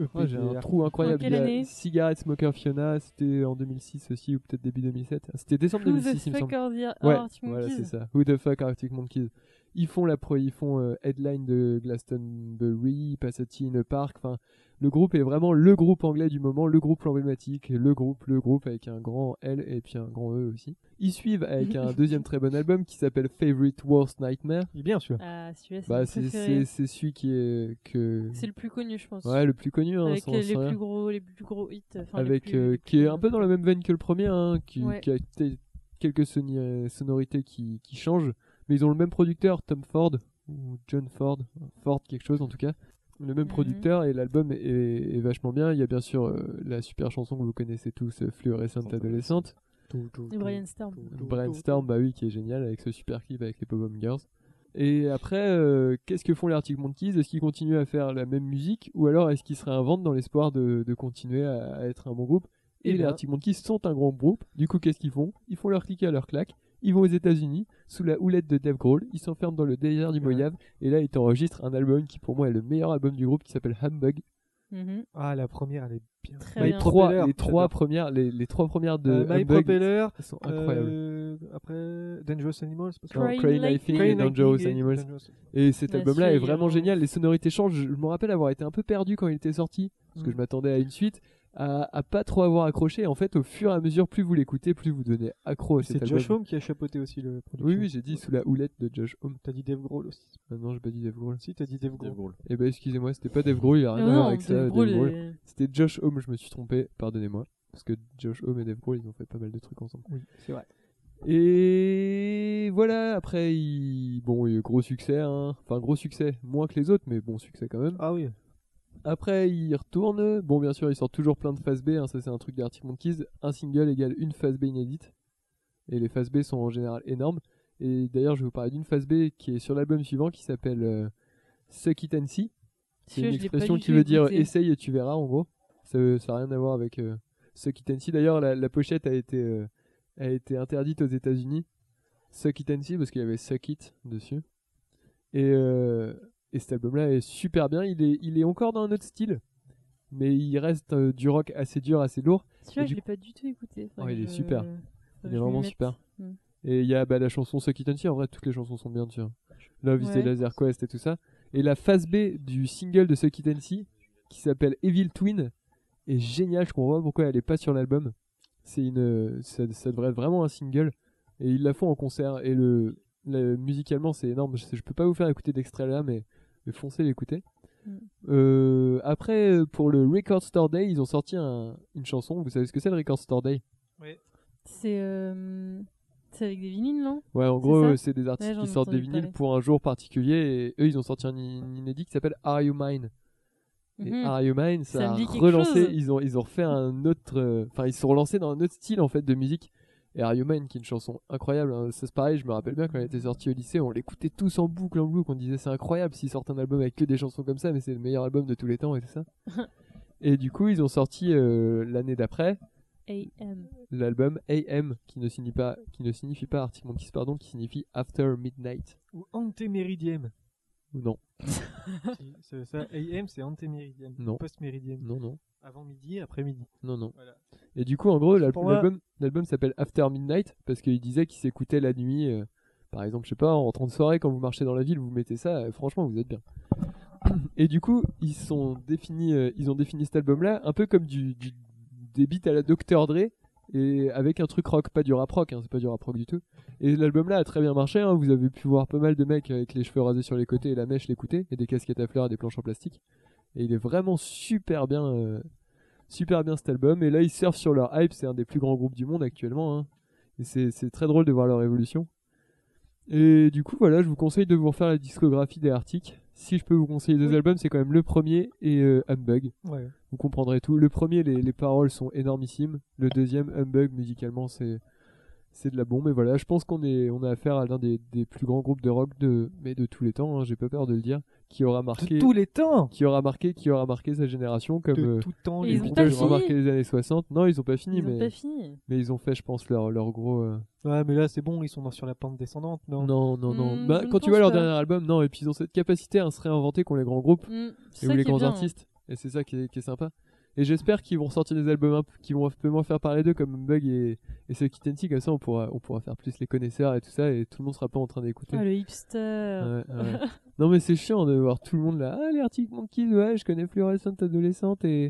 S1: E
S4: Ouais, j'ai un trou incroyable.
S3: En quelle
S4: Il y a
S3: année
S4: Cigarette Smoker Fiona, c'était en 2006 aussi, ou peut-être début 2007. Ah, C'était décembre
S3: Who the
S4: 2006, il me
S3: fuck
S4: semble.
S3: are the
S4: Ouais,
S3: Arctic
S4: voilà,
S3: Monkeys
S4: c'est ça. Who the fuck Arctic Monkeys Ils font la pro, ils font euh, Headline de Glastonbury, ils passent à Teen Park. Enfin, le groupe est vraiment le groupe anglais du moment, le groupe emblématique, le groupe, le groupe avec un grand L et puis un grand E aussi. Ils suivent avec un deuxième très bon album qui s'appelle Favorite Worst Nightmare.
S1: Il est bien sûr.
S3: Ah, celui-là, c'est
S4: Bah,
S3: mon
S4: c'est
S3: préféré.
S4: c'est- c'est celui qui est que.
S3: C'est le plus connu, je pense.
S4: Ouais, le plus connu. Hein,
S3: avec
S4: sans-
S3: euh,
S4: sans
S3: les
S4: rien
S3: plus gros, les plus gros hits. enfin, les
S4: avec
S3: plus-
S4: euh,
S3: les
S4: qui est
S3: plus-
S4: un peu dans la même veine que le premier, hein, qui,
S3: Ouais.
S4: qui a t- quelques soni- euh, sonorités qui, qui changent, mais ils ont le même producteur, Tom Ford ou John Ford, Ford quelque chose en tout cas, le même
S3: Mhm.
S4: producteur et l'album est, est vachement bien. Il y a bien sûr euh, la super chanson que vous connaissez tous, euh, Fluorescente adolescente,
S3: Et Brian Storm.
S4: Brainstorm, bah oui, qui est génial avec ce super clip avec les Pop-Bomb Girls. Et après, euh, qu'est-ce que font les Arctic Monkeys Est-ce qu'ils continuent à faire la même musique ou alors est-ce qu'ils se réinventent dans l'espoir de, de continuer à, à être un bon groupe Et,
S1: Eh
S4: les
S1: ben.
S4: Arctic Monkeys sont un grand groupe. Du coup, qu'est-ce qu'ils font Ils font leur clic à leur claque. Ils vont aux États-Unis sous la houlette de Dave Grohl. Ils s'enferment dans le désert du
S1: Eh Ouais.
S4: Mojave et là, ils t'enregistrent un album qui pour moi est le meilleur album du groupe qui s'appelle Humbug.
S3: Mhm.
S1: Ah, la première, elle est bien.
S3: Très
S4: Les
S3: bien.
S4: trois,
S1: Propeller,
S4: les trois
S1: j'adore.
S4: premières, les, les trois premières de
S1: Euh, My
S4: Humbug
S1: Propeller,
S4: sont incroyables.
S1: euh, après Dangerous Animals, c'est pas ça
S4: Non,
S3: Crying
S4: Crying
S3: Lightning.
S4: Lightning et
S1: Crying
S4: Dangerous
S1: Lightning et
S4: Animals.
S1: Dangerous.
S4: Et cet
S3: Bah,
S4: album-là
S3: celui-là,
S4: est
S3: il est
S4: vraiment
S3: vraiment-
S4: génial. Les sonorités changent. Je me rappelle avoir été un peu perdu quand il était sorti, parce que
S1: Mm.
S4: je m'attendais à une suite, à, à pas trop avoir accroché. En fait, au fur et à mesure, plus vous l'écoutez, plus vous donnez accro à cet
S1: C'est
S4: album.
S1: Josh Homme qui a chapeauté aussi le production.
S4: oui, oui, j'ai dit sous la houlette de Josh Homme.
S1: T'as dit Dave Grohl aussi.
S4: Ah non, j'ai pas dit Dave Grohl.
S1: Si, t'as dit Dave Grohl.
S4: Eh ben, excusez-moi, c'était pas Dave Grohl, il a
S3: Ah
S4: rien à voir
S3: non, euh,
S4: avec ça.
S3: Dave
S4: Dave
S3: Grohl
S4: Grohl.
S3: est-
S4: C'était Josh Homme, je me suis trompé, pardonnez-moi. Parce que Josh Homme et Dave Grohl, ils ont fait pas mal de trucs ensemble.
S1: Oui, c'est vrai.
S4: Et voilà, après, il... bon, il y a eu gros succès, hein. enfin gros succès, moins que les autres, mais bon succès quand même.
S1: Ah oui.
S4: Après, ils retournent. Bon, bien sûr, ils sortent toujours plein de phases B. hein, Ça, c'est un truc d'Arctic Monkeys. Un single égale une phase B inédite. Et les phases B sont en général énormes. Et d'ailleurs, je vais vous parler d'une phase B qui est sur l'album suivant qui s'appelle euh, Suck It and See. C'est
S3: Celui-là,
S4: une
S3: je l'ai pas
S4: expression
S3: du
S4: qui
S3: tout
S4: veut dire
S3: écouté.
S4: essaye et tu verras en gros. Ça n'a rien à voir avec euh, Suck It and See. D'ailleurs, la, la pochette a été euh, a été interdite aux États-Unis. Suck It and See, parce qu'il y avait Suck It dessus. Et, euh, et cet album-là est super bien. Il est, il est encore dans un autre style, mais il reste euh, du rock assez dur, assez lourd.
S10: Celui-là,
S4: Et
S10: je
S4: du
S10: l'ai pas du tout écouté. Faudrait
S4: Ouais, il
S10: que
S4: est
S10: je-
S4: super.
S10: faudrait
S4: Il est
S10: que je m'y
S4: vraiment
S10: mette.
S4: super.
S10: Mm.
S4: Et il y a bah, la chanson Suck It and See. En vrai, toutes les chansons sont bien dessus. hein. Love is
S10: Ouais.
S4: the Laser Quest et tout ça. Et la phase B du single de Suck It and See, qui s'appelle Evil Twin, est géniale. Je comprends pas pourquoi elle est pas sur l'album. C'est une, euh, ça, ça devrait être vraiment un single. Et ils la font en concert. Et le, le- musicalement, c'est énorme. Je, sais- je peux pas vous faire écouter d'extrait là, mais, mais foncez l'écouter.
S10: Mm.
S4: Euh, après, euh, pour le Record Store Day, ils ont sorti un- une chanson. Vous savez ce que c'est le Record Store Day
S10: C'est euh, c'est avec des vinyles, non
S4: Ouais, en
S10: C'est
S4: gros,
S10: ça
S4: euh, c'est des artistes
S10: Ouais, j'en
S4: qui
S10: ai
S4: sortent des
S10: entendu
S4: vinyles
S10: parler.
S4: pour un jour particulier et eux, ils ont sorti un in- un inédit qui s'appelle Are You Mine. Et ah.
S10: Mhm.
S4: Are You Mine, ça,
S10: Ça
S4: a
S10: me dit quelque
S4: relancé,
S10: chose.
S4: ils ont, ils ont refait un autre, euh, enfin, ils se sont relancés dans un autre style en fait de musique. Et Are You Mine, qui est une chanson incroyable, hein, ça c'est pareil, je me rappelle bien quand elle était sortie au lycée, on l'écoutait tous en boucle, en boucle, on disait c'est incroyable s'ils sortent un album avec que des chansons comme ça, mais c'est le meilleur album de tous les temps et tout ça. et du coup, ils ont sorti euh, l'année d'après
S10: AM.
S4: l'album AM qui ne signifie pas qui ne signifie pas Arctic Monkeys pardon qui signifie After Midnight
S1: Ou Antemeridium.
S4: Ou non
S1: Si, c'est ça, AM, c'est Antemeridium.
S4: Non.
S1: Post-Meridium.
S4: non non
S1: Avant midi, après midi.
S4: non non
S1: Voilà.
S4: et du coup en gros l'al-
S1: Pour moi-
S4: l'album l'album s'appelle After Midnight parce qu'il disait qu'il s'écoutait la nuit euh, par exemple je sais pas en rentrant de soirée quand vous marchez dans la ville vous mettez ça euh, franchement vous êtes bien et du coup ils sont définis euh, ils ont défini cet album là un peu comme du, du- des beats à la Dr Dre et avec un truc rock, pas du rap rock, hein, c'est pas du rap rock du tout. Et l'album là a très bien marché, hein, vous avez pu voir pas mal de mecs avec les cheveux rasés sur les côtés et la mèche l'écouter, et des casquettes à fleurs et des planches en plastique. Et il est vraiment super bien, euh, super bien cet album. Et là ils surfent sur leur hype, c'est un des plus grands groupes du monde actuellement. hein. Et c'est c'est très drôle de voir leur évolution. Et du coup voilà, je vous conseille de vous refaire la discographie des Arctic. Si je peux vous conseiller deux albums, c'est quand même le premier et euh, Humbug
S1: Ouais.
S4: vous comprendrez tout. Le premier, les, les paroles sont énormissimes. Le deuxième, Humbug, musicalement, c'est c'est de la bombe. Et voilà, je pense qu'on est on a affaire à l'un des, des plus grands groupes de rock de mais de tous les temps. hein, J'ai pas peur de le dire, qui aura marqué,
S1: De tous les temps
S4: qui aura marqué, qui aura marqué sa génération comme
S1: De
S4: euh,
S1: tout temps, les
S3: Et
S4: les
S3: ils ont
S1: groupes.
S3: pas
S4: Beatles ont
S3: fini.
S4: marqué les années 60. Non, ils ont pas fini,
S3: Ils ont
S4: mais
S3: pas fini.
S4: mais ils ont fait, je pense, leur leur gros. euh,
S1: Ouais, mais là, c'est bon, ils sont dans- sur la pente descendante, non
S4: Non, non, non.
S3: Hmm,
S4: Bah,
S3: je ne
S4: quand tu
S3: pense
S4: vois leur
S3: pas.
S4: dernier album, non. Et puis ils ont cette capacité à se réinventer qu'ont les grands groupes.
S3: Mm, c'est
S4: et ou
S3: ça
S4: les
S3: qui est
S4: grands
S3: bien.
S4: artistes. Et c'est ça qui est, qui est sympa. Et j'espère qu'ils vont sortir des albums un p- qui vont un peu moins faire parler d'eux comme Bug et, et ceux qui Tenty, comme ça on pourra, on pourra faire plus les connaisseurs et tout ça et tout le monde sera pas en train d'écouter.
S3: Ah, le hipster.
S4: Ouais, ouais. non mais c'est chiant de voir tout le monde là. Ah les Arctic Monkeys, ouais, je connais plus récente adolescente et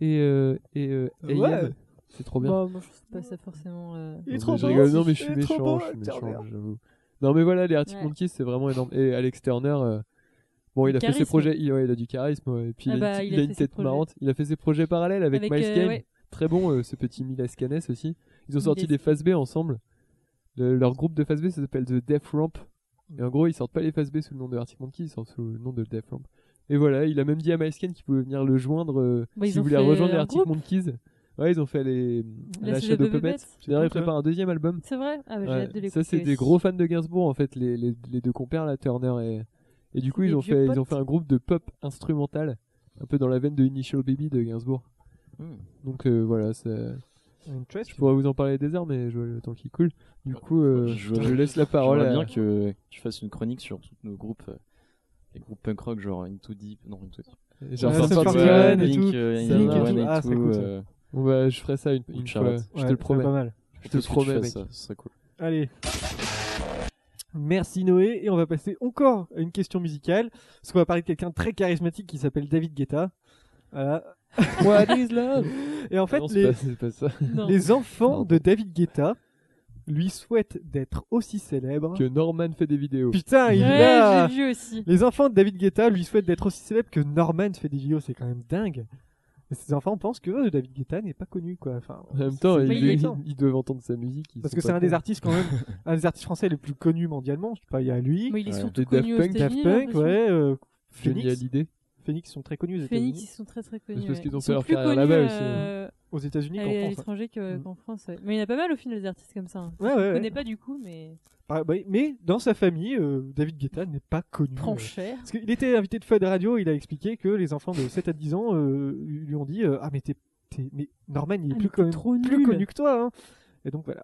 S4: et euh, et euh,
S1: Ouais.
S4: AM. C'est trop bien.
S10: Bon, moi, je trouve pas ça forcément. euh,
S1: Il est
S4: Non,
S1: trop
S4: mais je
S1: beau,
S4: rigole, non mais je
S1: il
S4: suis
S1: est trop
S4: méchant,
S1: beau,
S4: je suis
S1: Turner.
S4: méchant, j'avoue. Non mais voilà, les Arctic
S3: Ouais.
S4: Monkeys, c'est vraiment énorme. Et Alex Turner, euh, bon, il
S3: Du
S4: a fait ses
S3: charisme.
S4: projets, il, ouais, il a du charisme, ouais. et puis il
S3: Ah
S4: a une,
S3: bah,
S4: t-
S3: il
S4: il
S3: a
S4: a une
S3: fait ses
S4: tête
S3: projets.
S4: marrante. Il a fait ses projets parallèles avec, Miles
S3: euh,
S4: Kane.
S3: ouais.
S4: Très bon, euh, ce petit Miles Canes aussi. Ils ont
S3: Miles
S4: sorti des phases B ensemble. Le- leur groupe de phase B ça s'appelle The Death Ramp. Et en gros, ils sortent pas les phases B sous le nom de Arctic Monkeys, ils sortent sous le nom de Death Ramp. Et voilà, il a même dit à Miles Kane qu'il pouvait venir le joindre euh,
S3: Bah, ils
S4: si
S3: ont
S4: vous voulez
S3: fait
S4: rejoindre les
S3: un
S4: Arctic
S3: groupe.
S4: Monkeys. Ouais, ils ont fait les, la
S3: La
S4: Shadow
S3: Shadow Puppets.
S4: Puppets. D'ailleurs, ils préparent un deuxième album.
S3: C'est vrai Ah, bah, j'ai
S4: Ouais,
S3: hâte de l'écouter.
S4: ça, c'est des
S3: aussi.
S4: gros fans de Gainsbourg, en fait, les, les, les deux compères, là, Turner et. Et du coup,
S3: des
S4: ils ont,
S3: vieux
S4: fait, ils
S3: potes.
S4: ont fait un groupe de pop instrumental, un peu dans la veine de Initial Baby de Gainsbourg.
S8: Hmm.
S4: Donc euh, voilà, ça- je
S1: Interest.
S4: pourrais vous en parler des heures, mais je vois le temps qui coule. Du coup, euh, je,
S8: Je-
S4: laisse la parole
S8: J'aimerais
S4: à.
S8: bien que tu fasses une chronique sur tous nos groupes, euh, les groupes punk rock, genre Into Deep, non Into Deep,
S4: J'ai
S1: Ouais,
S4: ressorti
S1: Sum
S4: le-
S1: 41 et
S8: Blink,
S1: tout.
S8: euh,
S4: Ça
S8: Blink
S4: va.
S8: One et
S1: Ah,
S8: tout,
S1: c'est cool, ça.
S8: euh,
S4: On va, je ferai ça une, une fois.
S8: Charlotte.
S4: Je
S1: Ouais,
S4: te
S1: c'est
S4: le promets.
S1: pas mal.
S4: Je
S8: faut
S4: te le
S8: que tu
S4: promets,
S8: fasses ça,
S4: mec.
S8: ce serait cool.
S1: Allez. Merci Noé, et on va passer encore à une question musicale, parce qu'on va parler de quelqu'un de très charismatique qui s'appelle David Guetta. Voilà.
S4: What is love
S1: Et en fait,
S4: Non, c'est
S1: les,
S4: pas- c'est pas ça.
S3: Non.
S1: les enfants de David Guetta lui souhaitent d'être aussi célèbre.
S4: Que Eh, Norman fait des vidéos.
S1: Putain, il
S3: Ouais,
S1: a...
S3: j'ai vu aussi.
S1: Les enfants de David Guetta lui souhaitent d'être aussi célèbre que Norman fait des vidéos, c'est quand même dingue. Et ces enfants pensent que euh, David Guetta n'est pas connu, quoi. Enfin,
S4: En même temps,
S1: c'est
S4: ils,
S1: pas
S4: ils,
S1: évident.
S4: ils doivent entendre sa musique. ils
S1: Parce
S4: sont
S1: que
S4: pas
S1: c'est un des
S4: cons.
S1: artistes quand même, un des artistes français les plus connus mondialement. Je sais pas, il y a lui,
S3: Mais il est
S8: Ouais.
S3: surtout
S4: Les Daft
S3: connu aux
S4: Punk,
S1: Daft
S3: États-Unis. j'ai
S1: Punk,
S3: l'impression.
S1: ouais, euh,
S4: Johnny
S1: Phoenix.
S4: Hallyday.
S1: Phoenix sont très connus aux
S3: Phoenix, ils
S1: États-Unis.
S3: sont très très
S4: parce
S3: connus. ouais.
S4: qu'ils ont
S3: Ils
S4: fait
S3: sont
S4: leur
S3: plus
S4: carrière
S3: connus
S4: là-bas aussi, hein.
S3: euh,
S1: Aux États-Unis
S3: à
S1: qu'en
S3: à
S1: France. ouais.
S3: l'étranger que-
S1: Mm.
S3: qu'en France. ouais. Mais il y en a pas mal au final des artistes comme ça. hein.
S1: Ouais,
S3: Je
S1: ouais,
S3: connais
S1: ouais.
S3: pas du coup, mais
S1: Ah, bah, Mais dans sa famille, euh, David Guetta n'est pas connu.
S3: prend cher.
S1: Parce qu'il était invité de Fun Radio, il a expliqué que les enfants de 7 à 10 ans euh, lui lui ont dit euh, Ah, mais t'es. t'es- Mais Norman, il est
S3: Ah, mais
S1: plus,
S3: t'es
S1: connu-
S3: trop
S1: plus
S3: nul.
S1: connu que toi. hein. Et donc voilà.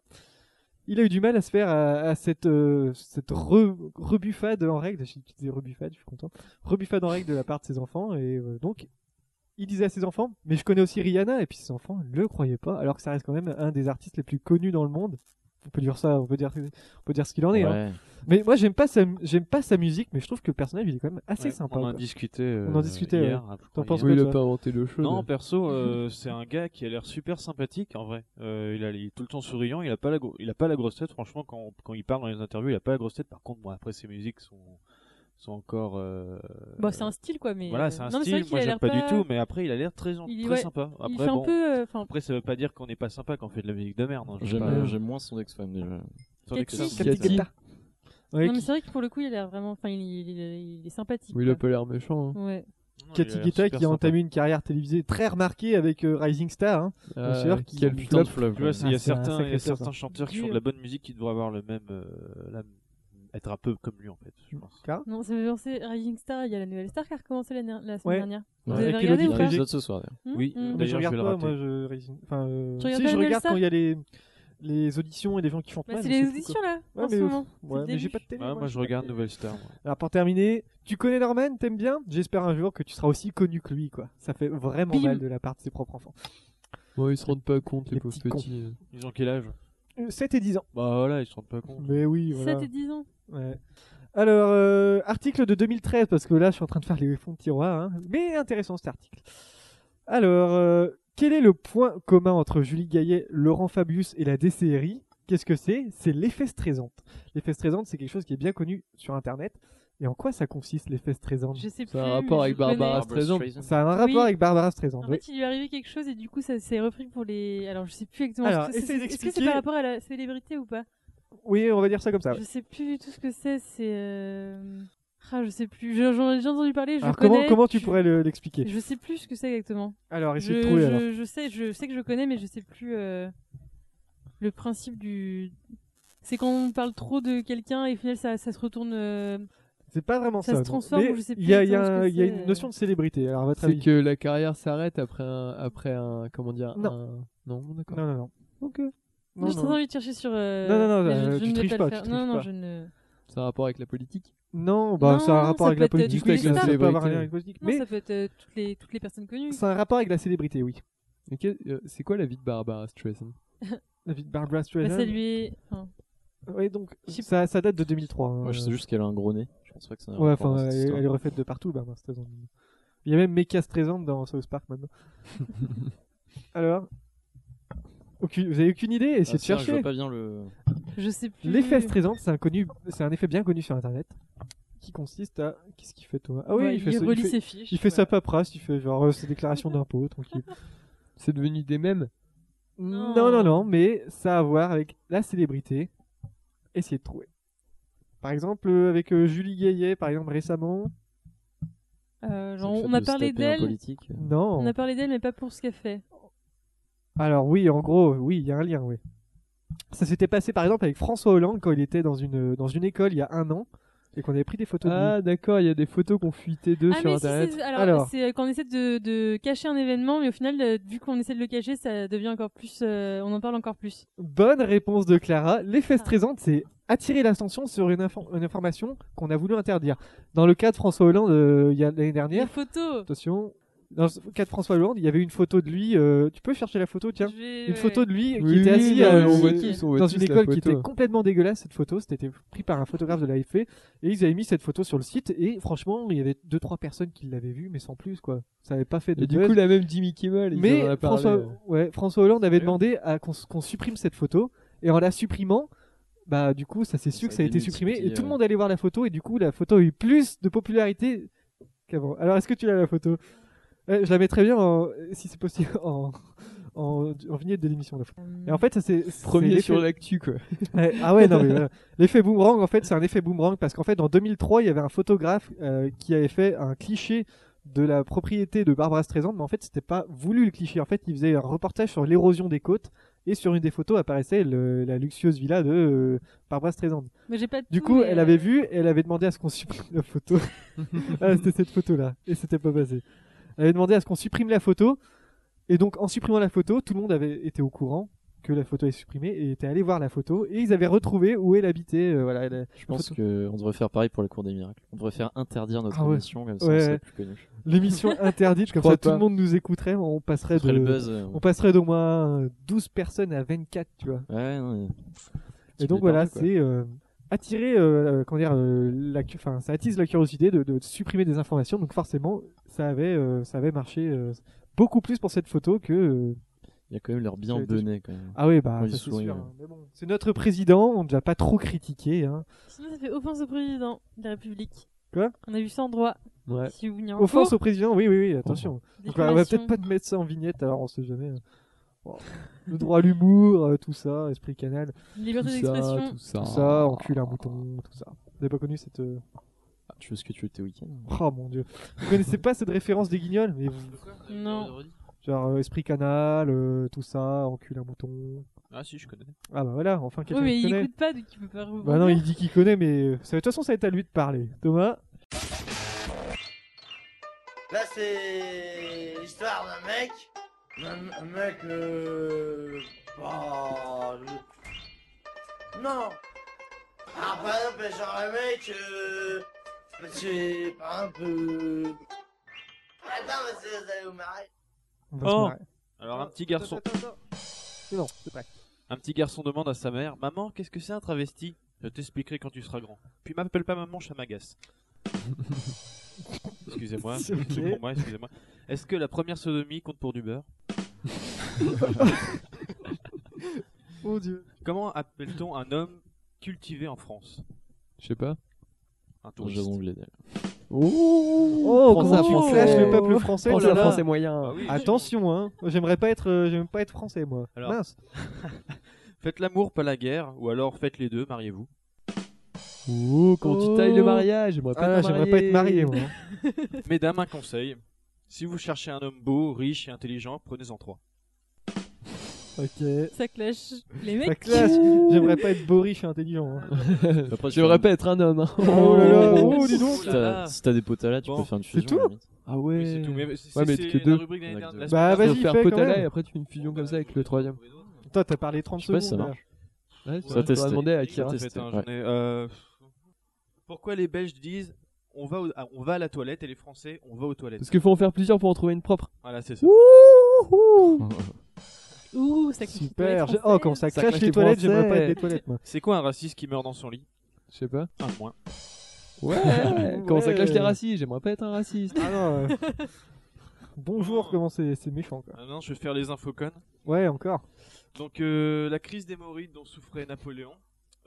S1: Il a eu du mal à se faire à, à cette, euh, cette re- rebuffade en règle. Je disais rebuffade, je suis content. Rebuffade en règle de la part de ses enfants. Et euh, donc, il disait à ses enfants, mais je connais aussi Rihanna. Et puis ses enfants ne le croyaient pas, alors que ça reste quand même un des artistes les plus connus dans le monde. On peut dire ça, on peut dire, on peut dire ce qu'il en est. hein.
S5: Ouais.
S1: Mais moi, j'aime pas, sa, j'aime pas sa musique, mais je trouve que le personnage, il est quand même assez
S6: Ouais,
S1: sympa.
S6: On en
S1: quoi.
S6: discutait. euh,
S1: On en discutait,
S6: Hier,
S1: ouais.
S6: ah, je
S1: T'en
S6: crois,
S1: penses
S6: hier.
S1: quoi,
S4: il a
S1: toi
S4: pas inventé le show.
S6: Non,
S4: mais-
S6: perso, euh, c'est un gars qui a l'air super sympathique en vrai. Euh, il, a, il est tout le temps souriant, il a pas la, gro- il a pas la grosse tête. Franchement, quand, quand il parle dans les interviews, il a pas la grosse tête. Par contre, bon, après, ses musiques sont, sont encore. euh,
S3: Bon, c'est un style quoi, mais. euh,
S6: Voilà, c'est un
S3: non, mais
S6: style.
S3: vrai qu'il
S6: Moi,
S3: a
S6: j'aime
S3: l'air
S6: pas, du tout, mais après, il a l'air très,
S3: Il-
S6: très
S3: ouais,
S6: sympa. Après,
S3: il fait
S6: bon,
S3: un peu. euh, Enfin,
S6: après, ça veut pas dire qu'on n'est pas sympa quand on fait de la musique de merde. hein. Je sais
S8: J'aime
S6: pas,
S8: euh,
S6: euh,
S8: j'aime moins son ex-femme déjà.
S6: sans
S3: Cathy,
S6: l'excès.
S3: Cathy
S4: Cathy.
S1: Guetta. Ouais,
S3: non, mais
S1: qui-
S3: c'est vrai que pour le coup, il a l'air vraiment. Enfin, il, il- il- il est sympathique.
S4: Oui, il a
S3: quoi.
S4: pas l'air méchant. hein.
S3: Ouais.
S6: Non, il a
S1: Cathy
S6: l'air
S1: Guetta
S6: super
S1: qui a
S6: sympa.
S1: entamé une carrière télévisée très remarquée avec euh, Rising Star. hein.
S4: Ah,
S1: c'est sûr qu'il-
S4: quel
S1: il
S4: flop.
S6: Tu vois, c'est- il y
S1: Ah,
S6: a
S1: c'est un
S6: certains, il y
S1: sacré
S6: a
S1: flop,
S6: certains chanteurs qui
S3: Dur.
S6: font de la bonne musique qui devraient avoir le même. euh, la- être un peu comme lui, en fait, je pense.
S1: Car-
S3: Non, ça me fait penser Rising Star, il y a la nouvelle star qui a recommencé la, la semaine
S1: Ouais.
S3: dernière. Vous
S1: Ouais.
S3: avez
S1: Avec
S3: regardé
S1: Élodie
S3: ou pas
S1: Frégé.
S8: Épisode ce soir. d'ailleurs.
S3: Hmm,
S6: Oui,
S3: hmm.
S1: Mais je
S6: D'ailleurs, je
S1: regarde
S6: vais le
S1: pas,
S6: rater.
S1: moi je Rising- Enfin, euh,
S3: Tu regardes
S1: si,
S3: pas
S1: je
S3: Noël
S1: regarde
S3: Star
S1: quand il y a les les auditions et les gens qui chantent
S3: Bah,
S1: mal,
S3: c'est
S1: mais
S3: les
S1: tout, quoi.
S3: auditions là,
S1: Ouais,
S3: en ce
S1: mais-
S3: moment.
S1: Ouais,
S3: le
S1: mais j'ai
S3: début.
S1: pas de télé.
S6: Ouais, moi,
S1: j'ai
S6: je
S1: pas de
S6: regarde
S1: télé.
S6: Nouvelle Star. moi.
S1: Alors pour terminer, tu connais Norman, t'aimes bien J'espère un jour que tu seras aussi connu que lui, quoi. Ça fait vraiment
S3: Bim.
S1: mal de la part de ses propres enfants.
S4: Ouais, ils se rendent pas compte, les,
S1: Les
S4: pauvres
S1: petits cons.
S4: petits. euh.
S6: Ils ont quel âge
S1: Euh, 7 et 10 ans.
S6: Bah voilà, ils se rendent pas compte.
S1: Mais oui, voilà.
S3: 7 et 10 ans.
S1: Ouais. Alors, euh, article de 2013, parce que là, je suis en train de faire les fonds de tiroir, hein. mais intéressant cet article. Alors, euh, quel est le point commun entre Julie Gaillet, Laurent Fabius et la DCRI Qu'est-ce que c'est C'est l'effet stressante. L'effet stressante, c'est quelque chose qui est bien connu sur Internet. Et en quoi ça consiste, l'effet stressante
S3: Je sais plus.
S4: Ça a un
S3: mais
S4: rapport
S3: je
S4: avec
S3: connais.
S4: Barbara
S8: Barbra
S4: Streisand.
S8: Streisand.
S1: Ça a un rapport
S3: Oui.
S1: avec Barbara Streisand.
S3: En
S1: oui.
S3: fait, il lui est arrivé quelque chose et du coup, ça s'est repris pour les. Alors, je sais plus exactement.
S1: Alors,
S3: ce que c'est.
S1: essaye
S3: Est-ce que c'est
S1: d'expliquer.
S3: par rapport à la célébrité ou pas
S1: Oui, on va dire ça comme ça. ouais.
S3: Je sais plus du tout ce que c'est. C'est. euh, Ah, je sais plus. Je- J'en ai déjà entendu parler. Je
S1: Alors,
S3: connais,
S1: comment, comment tu
S3: je-
S1: pourrais le- l'expliquer
S3: Je sais plus ce que c'est exactement.
S1: Alors,
S3: Je,
S1: essayez de trouver.
S3: je-
S1: alors.
S3: je sais, je sais que je connais, mais je sais plus euh, le principe du. C'est quand on parle trop de quelqu'un et au final ça, ça se retourne. euh,
S1: C'est pas vraiment ça.
S3: Ça se
S1: non.
S3: transforme,
S1: Mais
S3: je sais plus
S1: Il y a, il y a
S3: exactement ce
S1: un-
S3: que
S1: il y a
S3: c'est, euh,
S1: une notion de célébrité. Alors, à votre
S4: C'est
S1: avis
S4: que la carrière s'arrête après un, après un, comment dire,
S1: Non.
S4: un- non, d'accord.
S1: Non, non, non. Ok.
S3: J'ai très envie de chercher sur. euh,
S1: Non, non, non,
S3: mais
S1: euh,
S3: je, je
S1: tu
S3: ne vais
S1: triches
S3: pas,
S1: pas,
S3: le
S1: tu
S3: faire.
S1: triches
S3: Non, non,
S1: pas.
S3: je ne.
S4: C'est un rapport avec la politique.
S1: Non, bah,
S3: Non,
S1: c'est un rapport
S3: ça
S1: avec
S3: peut
S1: la
S3: être
S1: politique.
S3: juste avec
S1: ça
S3: la
S1: peut
S4: célébrité.
S1: avoir un lien avec la politique,
S3: Non,
S1: Mais
S3: ça peut être euh, toutes, les, toutes les personnes connues.
S1: c'est un rapport avec la célébrité, oui.
S4: Mais que- euh, C'est quoi la vie de Barbara Streisand
S1: La vie de Barbara
S3: Bah,
S1: Streisand.
S3: ça lui est. enfin,
S1: Oui, donc
S3: Je sais
S1: ça, ça date de 2003. hein.
S8: Moi, je sais juste qu'elle a un gros nez. Je pense pas que ça. ait un
S1: Ouais,
S8: rapport
S1: enfin,
S8: à cette
S1: elle,
S8: histoire.
S1: elle est refaite de partout, Barbara Streisand. Il y a même Mecha Streisand dans South Park maintenant. Alors, aucune- vous avez aucune idée
S8: Ah,
S1: Essayez de
S8: c'est vrai, Je
S1: chercher.
S8: vois pas bien le.
S3: je sais plus.
S1: L'effet Streisand, c'est un, connu- c'est un effet bien connu sur Internet, qui consiste à. Qu'est-ce qu'il fait Thomas Ah oui,
S3: Ouais,
S1: il fait, ça-
S3: relit
S1: il fait,
S3: ses fiches.
S1: il fait sa
S3: voilà.
S1: paperasse, il fait genre euh, ses déclarations d'impôts, tranquille.
S4: C'est devenu des mèmes.
S1: Non.
S3: Non.
S1: non, non, mais ça a à voir avec la célébrité. Essayez de trouver. Par exemple, euh, avec euh, Julie Gaillet, par exemple, récemment.
S3: Euh,
S8: c'est
S3: genre,
S8: le fait
S3: on a
S8: de se
S3: parlé
S8: taper hein. un
S3: d'elle.
S8: politique.
S1: Non.
S3: On a parlé d'elle, mais pas pour ce qu'elle fait.
S1: Alors oui, en gros, oui, il y a un lien, oui. Ça s'était passé, par exemple, avec François Hollande quand il était dans une, euh, dans une école il y a un an et qu'on avait pris des photos de lui.
S4: Ah, d'accord, il y a des photos qu'on fuitait d'eux
S3: ah,
S4: sur
S3: mais
S4: internet.
S3: si, c'est- alors,
S1: Alors.
S3: c'est euh, quand on essaie de, de cacher un événement, mais au final, euh, vu qu'on essaie de le cacher, ça devient encore plus. euh, on en parle encore plus.
S1: Bonne réponse de Clara. L'effet stressant, c'est attirer l'attention sur une, infor- une information qu'on a voulu interdire. Dans le cas de François Hollande, euh, il y a l'année
S3: Les
S1: dernière,
S3: photos.
S1: attention, dans le cas de François Hollande, il y avait une photo de lui. euh, tu peux chercher la photo, tiens
S3: Je vais-
S1: une
S3: ouais.
S1: photo de lui
S4: Oui,
S1: qui était
S4: oui,
S1: assis
S4: non,
S1: euh,
S4: on voit
S1: euh,
S4: tous, on voit
S1: dans
S4: tous
S1: une
S4: la
S1: école qui
S4: photo.
S1: était complètement dégueulasse cette photo c'était pris par un photographe de l'AFP et ils avaient mis cette photo sur le site et franchement il y avait deux trois personnes qui l'avaient vue mais sans plus quoi ça avait pas fait de
S4: Et du
S1: buzz.
S4: coup, la même Jimmy Kimmel, ils en
S1: mais
S4: ont parlé.
S1: François
S4: euh.
S1: ouais, François Hollande avait
S8: Sérieux
S1: demandé à qu'on s- qu'on supprime cette photo et en la supprimant bah du coup ça c'est sûr
S8: Ça
S1: que ça a
S8: a
S1: été
S8: été
S1: supprimé et
S8: multiplié,
S1: tout le
S8: ouais.
S1: monde allait voir la photo et du coup la photo a eu plus de popularité qu'avant alors est-ce que tu as la photo Euh, je la mettrais bien en- si c'est possible en en, en vignette de l'émission la photo. Et en
S8: Euh,
S1: fait, ça c'est c'est
S4: Premier
S1: l'effet-
S4: sur l'actu, quoi.
S1: Ouais, ah ouais, non mais voilà. l'effet boomerang en fait, c'est un effet boomerang parce qu'en fait, en 2003, il y avait un photographe euh, qui avait fait un cliché de la propriété de Barbara Streisand, mais en fait, c'était pas voulu le cliché. En fait, il faisait un reportage sur l'érosion des côtes et sur une des photos apparaissait le- la luxueuse villa de euh, Barbara Streisand.
S3: Mais j'ai pas
S1: Du
S3: tout,
S1: coup,
S3: mais,
S1: elle
S3: euh,
S1: avait vu et elle avait demandé à ce qu'on supprime la photo. ah, c'était cette photo-là. Et c'était pas passé. Elle avait demandé à ce qu'on supprime la photo. Et donc, en supprimant la photo, tout le monde avait été au courant que que la photo est supprimée et étaient allés voir la photo et ils avaient retrouvé où elle habitait. euh, voilà, la-
S8: Je pense qu'on devrait faire pareil pour la Cour des Miracles. On devrait faire interdire notre
S1: Ah ouais.
S8: émission, comme ça
S1: Ouais,
S8: on serait
S1: ouais.
S8: plus connu.
S1: l'émission interdite, comme
S4: crois
S1: ça tout
S4: pas.
S1: le monde nous écouterait. On passerait
S8: Ce serait
S1: de,
S8: le buzz. euh,
S1: on passerait d'au moins 12 personnes à 24, tu vois.
S8: Ouais, non, mais-
S1: Et
S8: Tu
S1: donc
S8: fais
S1: voilà,
S8: n'importe quoi.
S1: c'est euh, attirer, euh, euh, comment dire, euh, la, cu- enfin, ça attise la curiosité de, de supprimer des informations. Donc forcément, ça avait, euh, ça avait marché euh, beaucoup plus pour cette photo que. euh,
S8: Il y a quand même l'air bien
S1: Ça a été-
S8: bonnet quand même.
S1: ah oui, bah
S8: Oui,
S1: ça, c'est
S8: sourire.
S1: sûr. hein. Mais bon, c'est notre président, on ne va pas trop critiquer. Hein.
S3: euh, Sinon, ça fait offense au président de la République.
S1: Quoi
S3: On a vu ça en droit.
S4: Ouais.
S3: Si vous venez en
S1: Offense
S3: cours,
S1: au président, oui, oui, oui, attention. Donc, on va
S3: diffamation.
S1: peut-être pas te mettre ça en vignette, alors on sait jamais. hein. Bon. Le droit à l'humour, euh, tout ça, esprit canal,
S3: Liberté d'expression.
S4: tout ça.
S1: tout ça, hein. encule un bouton, tout ça. Vous n'avez pas connu cette. euh,
S8: Ah, tu fais ce que tu veux de tes week-ends
S1: Oh mon dieu. Vous connaissez pas cette référence des guignols mais vous-
S3: Non.
S1: Genre euh, esprit canal, euh, tout ça, encule un mouton.
S6: Ah si, je connais.
S1: Ah bah voilà, enfin
S3: Oui,
S1: quelqu'un
S3: mais
S1: qui
S3: il
S1: connaît.
S3: écoute pas, donc il peut pas
S1: Bah
S3: rebondir.
S1: non, il dit qu'il connaît, mais euh, ça- de toute façon, ça va être à lui de parler. Thomas,
S7: Là, c'est l'histoire d'un mec. Un, un mec. Euh... bah, je- Non Ah, par exemple, genre un mec. Euh... C'est. Par exemple. euh, Attends, mais c'est- vous allez vous marrer.
S1: on va se
S6: Oh.
S1: marrer. Ah,
S6: Alors un petit garçon,
S1: Attends, attends, attends. C'est bon, c'est prêt.
S6: un petit garçon demande à sa mère, maman, qu'est-ce que c'est un travesti Je t'expliquerai quand tu seras grand. Puis m'appelle pas maman, ça m'agace. excusez-moi,
S1: C'est ok.
S6: c'est pour moi, excusez-moi. Est-ce que la première sodomie compte pour du beurre
S1: Mon dieu.
S6: Comment appelle-t-on un homme cultivé en France
S4: Je sais pas.
S6: Un
S8: Ton jeu
S6: touriste.
S8: d'onglet d'ailleurs.
S1: Oh,
S4: Prends
S1: comment
S4: ça,
S1: tu
S4: français.
S1: clashes le peuple français
S4: Oh
S1: oh là là.
S4: français
S6: Ah
S4: moyen.
S1: Attention, hein. J'aimerais pas être, euh, j'aime pas être français, moi.
S6: Alors.
S1: Mince.
S6: Faites l'amour, pas la guerre, ou alors faites les deux, mariez-vous.
S4: Oh, quand tu tailles le mariage, j'aimerais
S1: Ah,
S4: pas, être
S1: j'aimerais pas être marié, moi. hein.
S6: Mesdames, un conseil. Si vous cherchez un homme beau, riche et intelligent, prenez-en trois.
S1: ok.
S3: Ça clash. Les
S1: Ça
S3: mecs.
S1: classe. J'aimerais pas être beau, riche et intelligent. hein.
S8: Après, tu
S4: J'aimerais
S8: fais
S4: pas être un homme. hein.
S1: Oh là là, oh, dis
S8: un-
S1: donc.
S8: Si t'as- si t'as des potes à là, tu
S6: Bon.
S8: peux faire une
S1: C'est
S8: fusion.
S1: tout
S8: à la limite.
S4: Ah ouais.
S6: Oui, c'est tout. Mais c'est
S4: Ouais, mais
S6: c'est
S4: que
S6: la
S4: deux.
S6: rubrique l'année
S8: Ouais,
S6: dernière.
S8: deux.
S6: la semaine
S1: Bah,
S4: Tu peux
S1: vas-y,
S4: faire
S1: fais
S4: pote
S1: quand
S4: à la
S1: même.
S4: et après tu fais une fusion comme ça avec le troisième.
S1: Toi, t'as parlé 30
S8: Je sais pas si ça
S1: secondes.
S8: marche.
S4: Ouais,
S8: Ça
S4: ça
S8: teste.
S4: demander à
S6: Qui
S4: Kira.
S6: en
S8: Ouais.
S6: fait, hein,
S8: Ouais.
S6: j'en ai, euh, Pourquoi les Belges disent on va, au- ah, on va à la toilette et les Français on va aux toilettes
S4: Parce qu'il faut en faire plusieurs pour en trouver une propre.
S6: Voilà, c'est ça.
S3: Ouh, ça clash. les
S1: Super.
S3: toilettes
S1: j'ai- Oh,
S3: françaises.
S1: quand ça
S4: Ça
S1: crache
S4: clash
S1: les
S4: les
S1: toilettes,
S4: Français.
S1: j'aimerais pas être des toilettes, moi.
S6: C'est quoi un raciste qui meurt dans son lit
S4: Je sais pas.
S6: Un de moins.
S4: Ouais. Comment ça
S1: Ouais.
S4: clash les racistes J'aimerais pas être un raciste.
S1: Ah non. euh. Bonjour, comment c'est c'est méchant, quoi.
S6: Ah non, je vais faire les infoconnes.
S1: Ouais, encore.
S6: Donc euh, la crise d'hémorroïdes dont souffrait Napoléon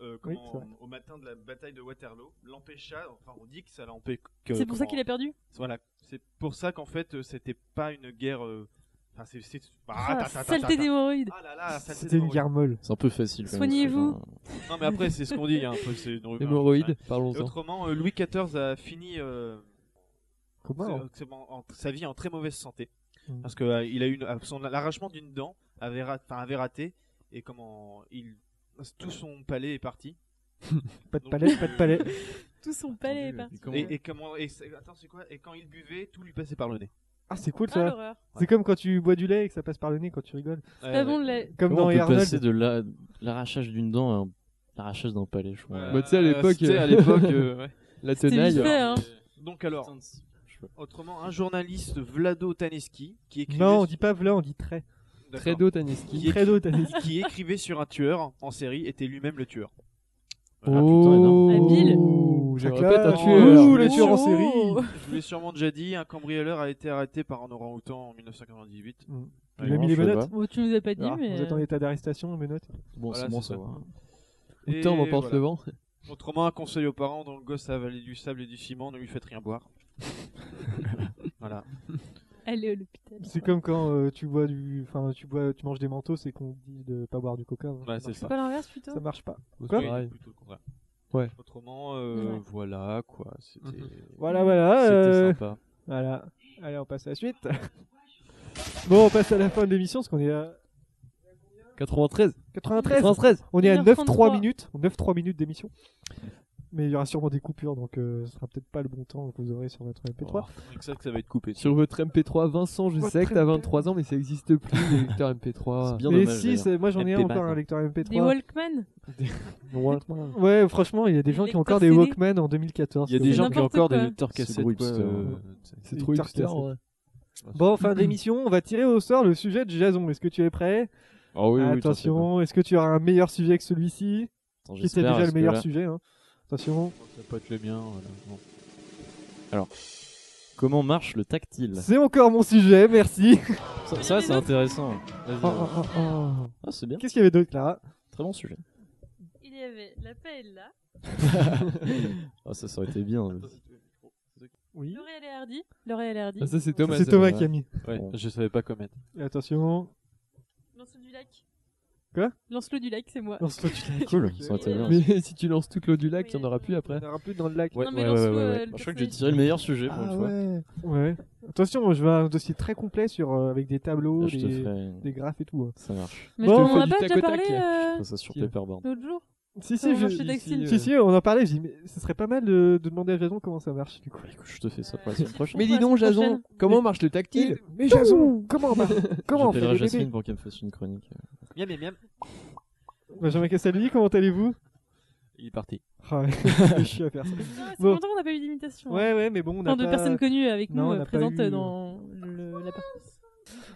S6: euh,
S1: Oui,
S6: comment-
S1: c'est vrai.
S6: au matin de la bataille de Waterloo l'empêcha, enfin on dit que ça l'empêche.
S3: C'est pour ça qu'il a perdu
S6: Voilà, c'est pour ça qu'en fait euh, c'était pas une guerre. euh, Enfin, c'est. c'est- Ah,
S3: Ah,
S6: ta, ta, ta, ta,
S3: Saleté
S6: ta.
S3: d'hémorroïdes.
S6: Ah là là, saleté
S1: C'était une
S6: d'hémorroïdes.
S1: guerre molle.
S8: C'est un peu facile. quand même,
S3: Soignez-vous.
S8: ce genre.
S6: Non mais après c'est ce qu'on dit, hein, après, c'est une rumeur.
S4: Hémorroïdes,
S6: Et
S4: parlons-en.
S6: autrement, euh, Louis XIV a fini euh,
S1: Comment
S6: c'est- c'est- en- en- sa vie en très mauvaise santé
S1: Mm.
S6: parce que euh, il a eu une- euh, son l'arrachement d'une dent avait, ra- enfin, avait raté et comment il tout son palais est parti.
S1: Pas de
S6: euh, Donc,
S1: palais, pas de palais.
S3: Tout son palais est
S8: Attendu, et
S3: parti.
S8: comment-
S6: Et, et comment et c'est- attends c'est quoi et quand il buvait tout lui passait par le nez.
S1: Ah, c'est cool
S3: Ah,
S1: ça.
S3: l'horreur.
S1: C'est comme quand tu bois du lait et que ça passe par le nez quand tu rigoles.
S3: Pas
S6: Ouais, ouais.
S3: bon de la-
S1: Comme
S8: Comment
S1: dans
S8: on
S1: Hey
S8: peut passer
S1: Arnold.
S8: de la- l'arrachage d'une dent à un- l'arrachage d'un palais, je crois.
S6: Ouais.
S4: Bah, tu sais, à l'époque,
S6: c'était à
S4: euh,
S6: l'époque, euh, ouais.
S4: La
S3: C'était
S4: tenaille.
S3: vite fait, hein.
S6: Donc alors, autrement, un journaliste Vlado Taneski qui écrivait,
S1: Non, on dit pas vla, on dit trait.
S6: D'accord.
S4: Très d'eau, Taniski.
S6: Qui
S1: Trait d'eau, t'as dit.
S6: qui écrivait sur un tueur en série était lui-même le tueur. Ah,
S3: Habile.
S4: J'aimerais pas être un
S1: Clash.
S4: tueur.
S1: Ouh, le tueur en
S3: Oh.
S1: série.
S6: Je vous l'ai Euh, sûrement déjà dit, un cambrioleur a été arrêté par un orang-outan en 1998.
S1: Mm.
S6: Ouais,
S1: Il a
S8: non,
S1: mis les
S8: je sais
S1: menottes.
S3: Bon, tu nous as pas dit,
S1: Ah,
S3: mais.
S1: Vous
S6: euh,
S1: êtes en état d'arrestation, menottes.
S8: Bon,
S6: Voilà,
S8: c'est bon,
S6: c'est ça.
S8: ça va.
S6: Et
S4: Autant m'emporte
S6: voilà.
S4: le vent.
S6: Autrement, un conseil aux parents, dont le gosse a avalé du sable et du ciment, ne lui faites rien boire. voilà.
S3: euh, Allez à l'hôpital.
S1: C'est comme quand euh, tu bois du, enfin, tu bois, tu manges des manteaux, c'est qu'on te dit de pas boire du coca.
S6: Ouais, c'est
S1: marche
S6: ça.
S3: Pas l'inverse plutôt
S1: pas. Ça marche pas.
S4: C'est
S1: Quoi
S6: Oui,
S4: pareil.
S6: plutôt le contraire.
S4: Ouais.
S6: Autrement, euh,
S3: Ouais. Mhm.
S6: voilà quoi. C'était Mmh.
S1: Voilà, voilà.
S6: c'était
S1: euh,
S6: sympa.
S1: Voilà. Allez, on passe à la suite. bon, on passe à la fin de l'émission parce qu'on est à
S4: 93.
S1: 93.
S4: 93.
S1: On est à
S3: 1h33.
S1: 9-3 minutes. 9-3 minutes d'émission. Mais il y aura sûrement des coupures, donc euh, ce sera peut-être pas le bon temps que vous aurez sur votre MP3.
S6: C'est ça Oh, que ça va être coupé.
S4: Sur votre MP3, Vincent, je
S1: Votre
S4: sais que t'as
S1: MP3.
S4: 23 ans, mais ça existe plus, les lecteurs MP3.
S8: C'est bien
S1: Et
S8: dommage.
S1: Ah. si, c'est- moi j'en ai un
S8: MP3.
S1: encore un lecteur
S3: Des
S1: MP3.
S3: Walkman
S4: Walkman.
S1: Ouais, franchement, il y a des gens qui ont encore des
S3: Lecteur CD.
S1: Walkman en 2014.
S6: Il y a des
S3: C'est
S6: gens qui ont
S3: n'importe
S6: encore des
S3: quoi.
S6: lecteurs
S8: C'est
S6: cassettes.
S8: gros
S6: quoi,
S8: hipster.
S6: euh,
S4: C'est
S1: Des
S4: trop hipster.
S1: tartines.
S4: ouais.
S1: Bon, fin d'émission, on va tirer au sort le sujet de Jason. Est-ce que tu es prêt
S8: Oh oui, oui,
S1: Attention, est-ce que tu auras un meilleur sujet que celui-ci
S8: Attends,
S1: Qui était
S8: j'espère,
S1: déjà
S8: parce
S1: le
S8: que
S1: meilleur
S8: là-
S1: sujet. hein. Attention.
S6: Ça peut être le mien. voilà. Bon.
S8: Comment marche le tactile
S1: C'est encore mon sujet, merci.
S8: Ça, ça, c'est intéressant. Vas-y,
S1: Oh,
S8: vas-y.
S1: oh, oh, oh.
S8: Ah, c'est bien.
S1: Qu'est-ce qu'il y avait d'autre là
S8: Très bon sujet.
S3: Il y avait la paella,
S8: Ah, ça, ça aurait été bien.
S1: Oui.
S3: L'Oréal et Hardy. L'Oréal et Hardy.
S4: Ah, ça, c'est
S1: C'est
S4: Thomas.
S1: Thomas,
S4: ça.
S8: ouais.
S1: qui a mis.
S6: Ouais,
S8: Bon.
S6: je savais pas comment.
S1: Et attention.
S3: Lancelot du lac.
S1: Quoi
S3: Lancelot du lac, c'est moi.
S1: Lance-toi du lac.
S8: Cool, ça aurait été bien.
S4: Mais si tu lances toute l'eau du lac, il n'y en aura plus après.
S1: On aura plus dans le lac.
S3: non, mais Lancelot, euh,
S8: Bah,
S3: le
S8: Je crois que j'ai
S3: personnage-
S8: tiré le meilleur sujet pour une fois.
S1: Ah ouais. ouais. Attention, je vais à un dossier très complet sur euh, avec des tableaux,
S8: Là, je te
S1: des,
S8: ferai.
S1: des graphes et tout. hein.
S8: Ça marche.
S3: Mais
S1: Bon,
S3: on
S1: on
S3: en
S1: fait
S4: du
S3: a pas
S4: tac
S3: déjà
S4: au
S3: parlé
S4: tac.
S3: euh,
S8: Ça sur
S1: si.
S8: Paperboard.
S3: l'autre jour
S1: Si
S3: Comment
S1: si, je,
S3: marche le textile
S1: si si, on en parlait. J'ai dit, mais ce serait pas mal de, de demander à Jason comment ça marche du coup.
S8: Bah, écoute, je te fais ça pour la semaine prochaine.
S4: Mais dis donc, Jason, comment marche le tactile
S1: Mais Jason, comment on marche Comment on fait
S8: J'appellerai
S1: les bébés
S8: Jasmine pour qu'elle me fasse une chronique.
S2: Miam, miam, miam.
S1: Benjamin Castaldi, comment allez-vous
S6: Il est parti.
S1: Ah ouais, je suis à faire ça.
S3: C'est
S1: Bon.
S3: longtemps qu'on n'a pas eu d'imitation. hein.
S1: Ouais ouais, mais bon, on a
S3: Enfin, de
S1: pas-
S3: personnes connues avec
S1: Non,
S3: nous
S1: on
S3: euh,
S1: n'a pas
S3: présentes
S1: eu-
S3: dans le- la partie.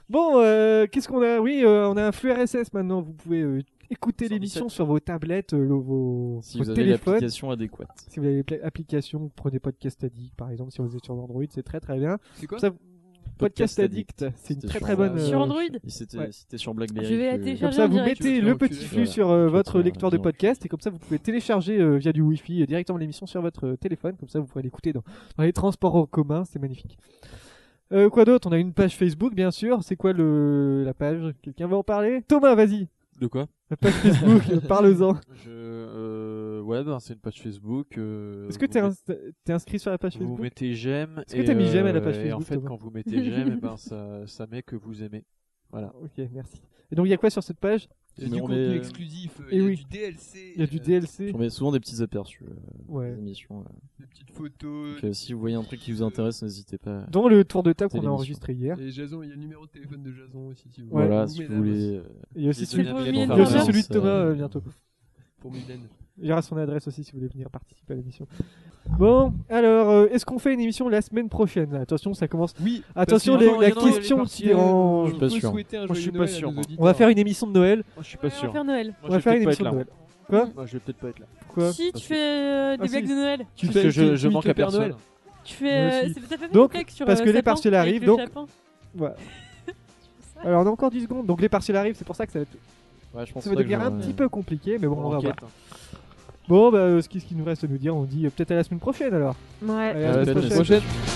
S1: Bon, euh, qu'est-ce qu'on a Oui, euh, on a un flux RSS maintenant. Vous pouvez euh, écouter
S8: 117.
S1: l'émission sur vos tablettes, euh, le- vos,
S8: Si
S1: vos
S8: vous avez
S1: téléphones.
S8: l'application adéquate.
S1: Si vous avez pla- l'application, prenez Podcast Addict par exemple. Si vous êtes sur Android, c'est très très bien.
S9: C'est quoi
S1: Ça- Podcast
S8: Podcast Addict.
S1: Addict, c'est une
S8: C'était
S1: très
S8: sur
S1: très bonne.
S8: la-
S1: euh,
S3: Sur Android
S8: Et c'était
S1: Ouais.
S8: c'était sur Blackberry.
S3: Je vais la
S8: que-
S3: télécharger.
S1: Comme ça,
S3: en
S1: vous
S3: direct.
S1: mettez
S4: Tu veux
S1: le
S4: te
S1: petit
S4: faire
S1: flux
S8: enculer.
S1: sur euh,
S8: Tu veux te
S1: votre
S8: faire
S1: lecteur de
S8: enculer.
S1: podcast et comme ça, vous pouvez télécharger euh, via du Wi-Fi euh, directement l'émission sur votre euh, téléphone. Comme ça, vous pourrez l'écouter dans, dans les transports en commun. C'est magnifique. Euh, quoi d'autre On a une page Facebook, bien sûr. C'est quoi le la page Quelqu'un veut en parler Thomas, vas-y.
S6: De quoi
S1: La page Facebook, euh, parle-en.
S6: Je, euh, ouais, ben, c'est une page Facebook. euh,
S1: Est-ce que
S6: vous
S1: t'es
S6: mettez-
S1: ins- t'es inscrit sur la page
S6: Vous
S1: Facebook
S6: mettez j'aime.
S1: Est-ce que
S6: et, euh,
S1: t'as mis j'aime à la page
S6: Et en
S1: Facebook,
S6: fait,
S1: Thomas
S6: quand vous mettez j'aime, eh ben, ça, ça met que vous aimez. Voilà.
S1: Ok, merci. Et donc, il y a quoi sur cette page
S9: Il y a
S8: Mais
S9: du
S8: on
S9: contenu
S8: met-
S9: exclusif, euh,
S1: Eh
S9: il y a
S1: oui.
S9: du DLC.
S1: Il y a du
S9: euh,
S1: DLC.
S8: On met souvent des petits aperçus euh, des
S1: Ouais.
S8: émissions. euh.
S9: Des petites photos.
S8: Donc, euh, si vous voyez un truc qui vous intéresse, n'hésitez pas.
S1: Dans le tour de table
S8: C'est
S1: qu'on a
S8: l'émission.
S1: enregistré hier.
S9: Et Jason, il y a le numéro de téléphone de Jason aussi, si vous
S1: Ouais.
S8: Voilà,
S9: Ou
S8: si vous
S9: mesdames,
S8: voulez. euh,
S1: Il y a aussi
S6: Les
S1: celui,
S6: deux
S1: il
S3: pour
S6: n'avaient
S3: Mylène
S1: y
S6: pas
S1: a
S3: Farmer.
S6: de
S1: aussi
S6: sens.
S1: celui de
S8: euh,
S1: Thomas euh, bientôt.
S9: Pour Mylène.
S1: Il y aura son adresse aussi si vous voulez venir participer à l'émission. Bon, alors, euh, est-ce qu'on fait une émission la semaine prochaine Attention, ça commence.
S4: Oui,
S1: Attention,
S4: que-
S1: les-
S4: non,
S1: la
S4: non, non, elle est
S1: question
S4: partie,
S1: qui
S9: euh,
S4: elle.
S1: dérange.
S8: suis pas
S4: peut
S8: sûr.
S4: souhaiter un
S6: Moi, je
S4: joyeux
S6: suis pas
S4: Noël à
S6: sûr,
S4: nos
S6: moi.
S4: auditeurs.
S1: On va faire une émission de Noël.
S6: Moi, je suis
S3: Ouais,
S6: pas
S3: On va
S6: sûr.
S3: faire Noël.
S1: On va faire une émission
S6: là.
S1: de Noël. Quoi
S6: Moi, je vais peut-être pas être là.
S1: Quoi
S3: si, tu
S6: Parce que-
S3: fais euh, des
S1: Ah, si.
S3: blagues de Noël.
S4: Tu
S6: Parce que
S4: fais
S6: je, je
S4: tu
S6: manque
S4: fais
S6: à
S4: Père
S6: personne.
S4: Noël.
S3: Tu fais.
S1: Moi
S3: euh,
S1: aussi.
S3: c'est- t'as pas fait
S1: Donc,
S3: une blague sur,
S1: parce
S3: euh,
S1: que les
S3: Sapin,
S1: partiels
S3: avec
S1: arrivent,
S3: le
S1: donc-
S3: Japon
S1: Voilà. Alors, on a encore 10 secondes, donc les partiels arrivent, c'est pour ça que ça va, être-
S8: Ouais, je pense
S1: ça va
S8: pas que
S1: devenir
S8: j'aurais-
S1: un petit peu compliqué, mais bon, on va voir.
S6: Enquête.
S1: Bon, bah, euh, ce qui- ce qu'il nous reste à nous dire, on dit euh, peut-être à la semaine prochaine alors.
S10: Ouais.
S1: Allez, à la
S8: À la
S1: semaine
S8: semaine
S1: prochaine.
S4: prochaine.